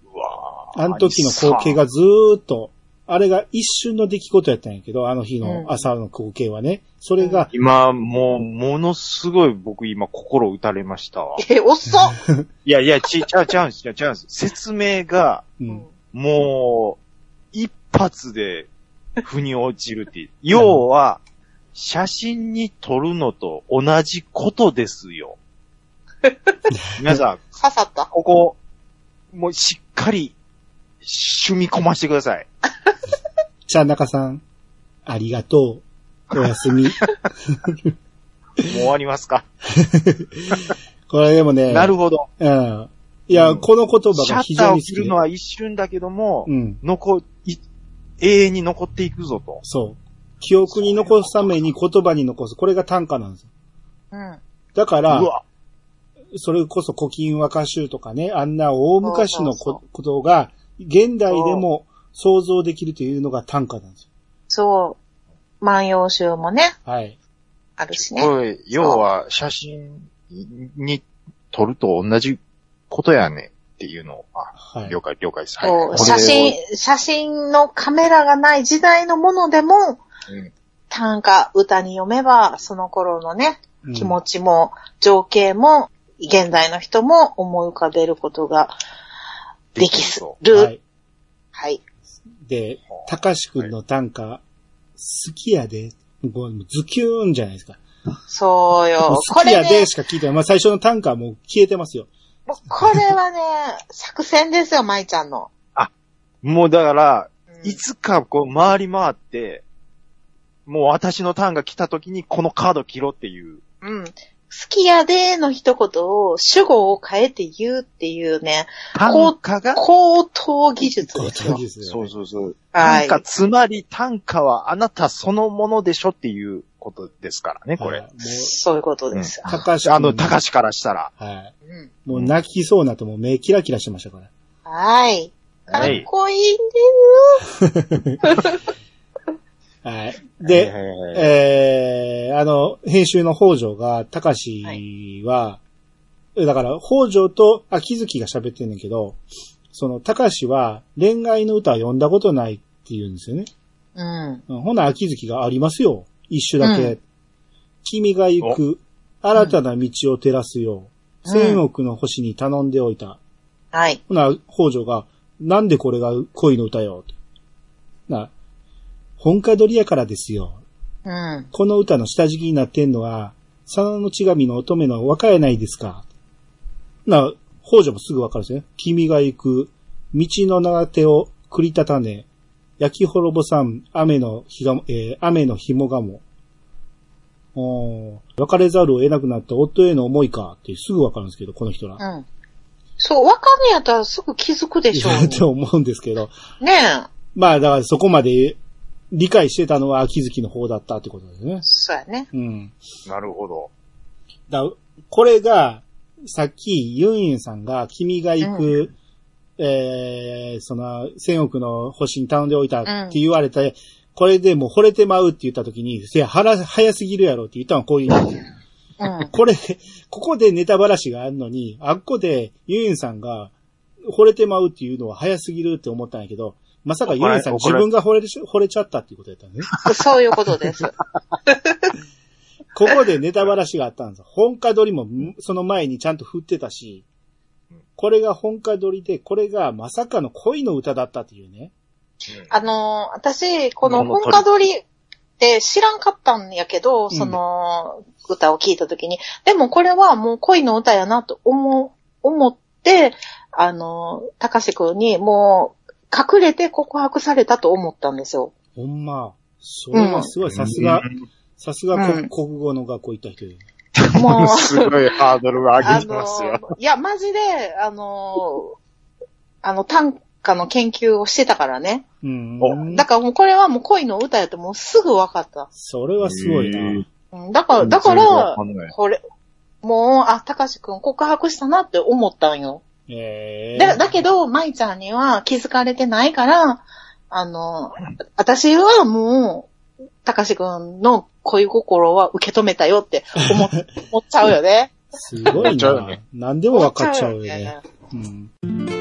B: う。
C: うわー
B: あの時の光景。がずーっと、あれが一瞬の出来事やったんやけど、あの日の朝の光景はね、それが、
C: 今、もう、ものすごい僕今心打たれましたわ。
A: え、遅っ、
C: いやいや、ち、ちゃうちゃうんす、ちゃうちゃうんす。説明が、
B: うん、
C: もう、一発で、腑に落ちるっていう。要は、写真に撮るのと同じことです よ。皆さん、
A: 刺さった。
C: ここ、もうしっかり、趣味込ましてください。
B: ちゃん中さん、ありがとう、おやす み。
C: もう終わりますか。
B: これでもね、
C: なるほど。
B: うん。いや、
C: うん
B: この言葉
C: シャ
B: が非
C: ッター
B: 常
C: を
B: に
C: 切る
B: 好き
C: のは一瞬だけども、
B: うん。
C: 残、い、永遠に残っていくぞと。
B: そう。記憶に残すために言葉に残す。これが短歌なんですよ。
A: うん。
B: だか
C: う
B: ら、
C: わ。
B: それこそ古今和歌集とかね、あんな大昔の
A: そうそう
B: こことが、現代でも想像できるというのが短歌なんですよ。
A: そう。万葉集もね、
B: はい。
A: あるしね。
C: これ、要は写真に撮ると同じことやねっていうのを、あ、
B: はい。
C: 了解、了解です。はい
A: こ
C: こ
A: う
C: れを
A: 写真、写真のカメラがない時代のものでも、
C: うん
A: 短歌、歌に読めば、その頃のね、
B: うん
A: 気持ちも、情景も、現代の人も思い浮かべることができ
C: そ
A: る。
B: は
A: はい。
B: い。で、たかしくんの短歌、好きやで。もうズキューンじゃないですか。
A: そう
B: もう
A: よ。
B: 好
A: こ
B: き
A: れ
B: や
A: ね
B: で、しか聞いてない。まあ最初の短歌はもう消えてますよ。
A: もうこれはね、 作戦ですよ、舞ちゃんの。
C: うもうだか
A: う
C: ら、
A: ん
C: いつかこう回り回って、もう私のターンが来た時にこのカード切ろうっていう。
A: うん。好きやでの一言を主語を変えて言うっていうね、
C: 単価が
A: 高等技術
B: ご
A: です
B: 存
A: よ
B: 知。です
C: そ
B: よ
C: う
B: ね。
C: そうそう。
A: はい。
C: 単価、つまり単価はあなたそのものでしょっていうことですからね、こ
B: は
C: れ
B: い。も
A: そういうことです。
B: う、たかしくん
C: あの、高しからしたら。
B: はい。
A: うん
B: もう泣きそうなともう目キラキラしてましたから。
A: はい。かっ
C: はい
A: こいいんで
B: はい。
C: は
B: で、
C: いはいはい
B: えー、あの、編集の北条が、たかしは、だから、北条と秋月が喋ってんねんけど、その、たかしは恋愛の歌は読んだことないって言うんですよね。
A: す。うん。
B: うんほな、秋月がありますよ。一種だけ。
A: う
B: 君が行く、新たな道を照らすよう、
A: うん
B: 千億の星に頼んでおいた。
A: はい。
B: ほな、北条が、なんでこれが恋の歌よ。な、本家取りやからですよ。
A: うん。
B: この歌の下敷きになってんのは、佐野の血神の乙女の若やないですか。な、北条もすぐわかるんですよね。君が行く、道の長手を繰りたたね、焼き滅ぼさん、雨の日がも、えー雨の紐がも。おー別れざるを得なくなった夫への思いか、ってすぐわかるんですけど、この人ら。
A: うん。そう、わかんねやったらすぐ気づくでしょ う。
B: と思うんですけど。
A: ねえ。
B: まあ、だからそこまで理解してたのは秋月の方だったってことですね。
A: そうやね。
B: うん。
C: なるほど。
B: だこれが、さっき、ユンユンさんが、君が行く、えー、その、千億の星に頼んでおいたって言われた、これでもう惚れてまうって言った時に、いや、腹、早すぎるやろって言ったのはこういう意味ですよ。
A: うん。
B: これ、ここでネタばらしがあるのに、あっこでユンユンさんが、惚れてまうっていうのは早すぎるって思ったんやけど、まさかユンユンさん
C: 怒
B: 自
C: られ
B: 分が惚れてし、惚れちゃったっていうことやったね。
A: そういうことです。
B: ここでネタばらしがあったんですよ。 本家撮りもんその前にちゃんと振ってたし、これが本家撮りで、これがまさかの恋の歌だったっていうね。
A: あのー私、この
C: もう
A: 本家取りって知らんかったんやけど、
B: ん
A: その歌を聴いたときに、でもこれはもう恋の歌やなと思う、思って、あのー、高志くんにもう隠れて告白されたと思ったんですよ。
B: ほんま。それはすごい、さすが
C: う、ん
B: さすがこ
A: うん
B: 国語の学校行った人で。
A: もう、
C: すごいハードルを上
A: あ
C: げてますよ。
A: の、いや、マジで、あのー、あの、短歌の研究をしてたからね。
B: うん。
C: お
A: だからもうこれはもう恋の歌やともうすぐ分かった。
B: それはすごい
C: へ
B: な
C: ー。
A: うんだから、だか
C: 全然わ
A: ら
C: かんない、
A: これ、もう、あ、たかしくん告白したなって思ったんよ。
B: え
A: だだけど、まいちゃんには気づかれてないから、あの、私はもう、たかしくんの恋心は受け止めたよって 思っ思っちゃうよね。
B: すごい
C: ちゃう
B: な
C: ね。
B: 何でも分かっちゃうよね。
A: 思っちゃうよね
B: うん。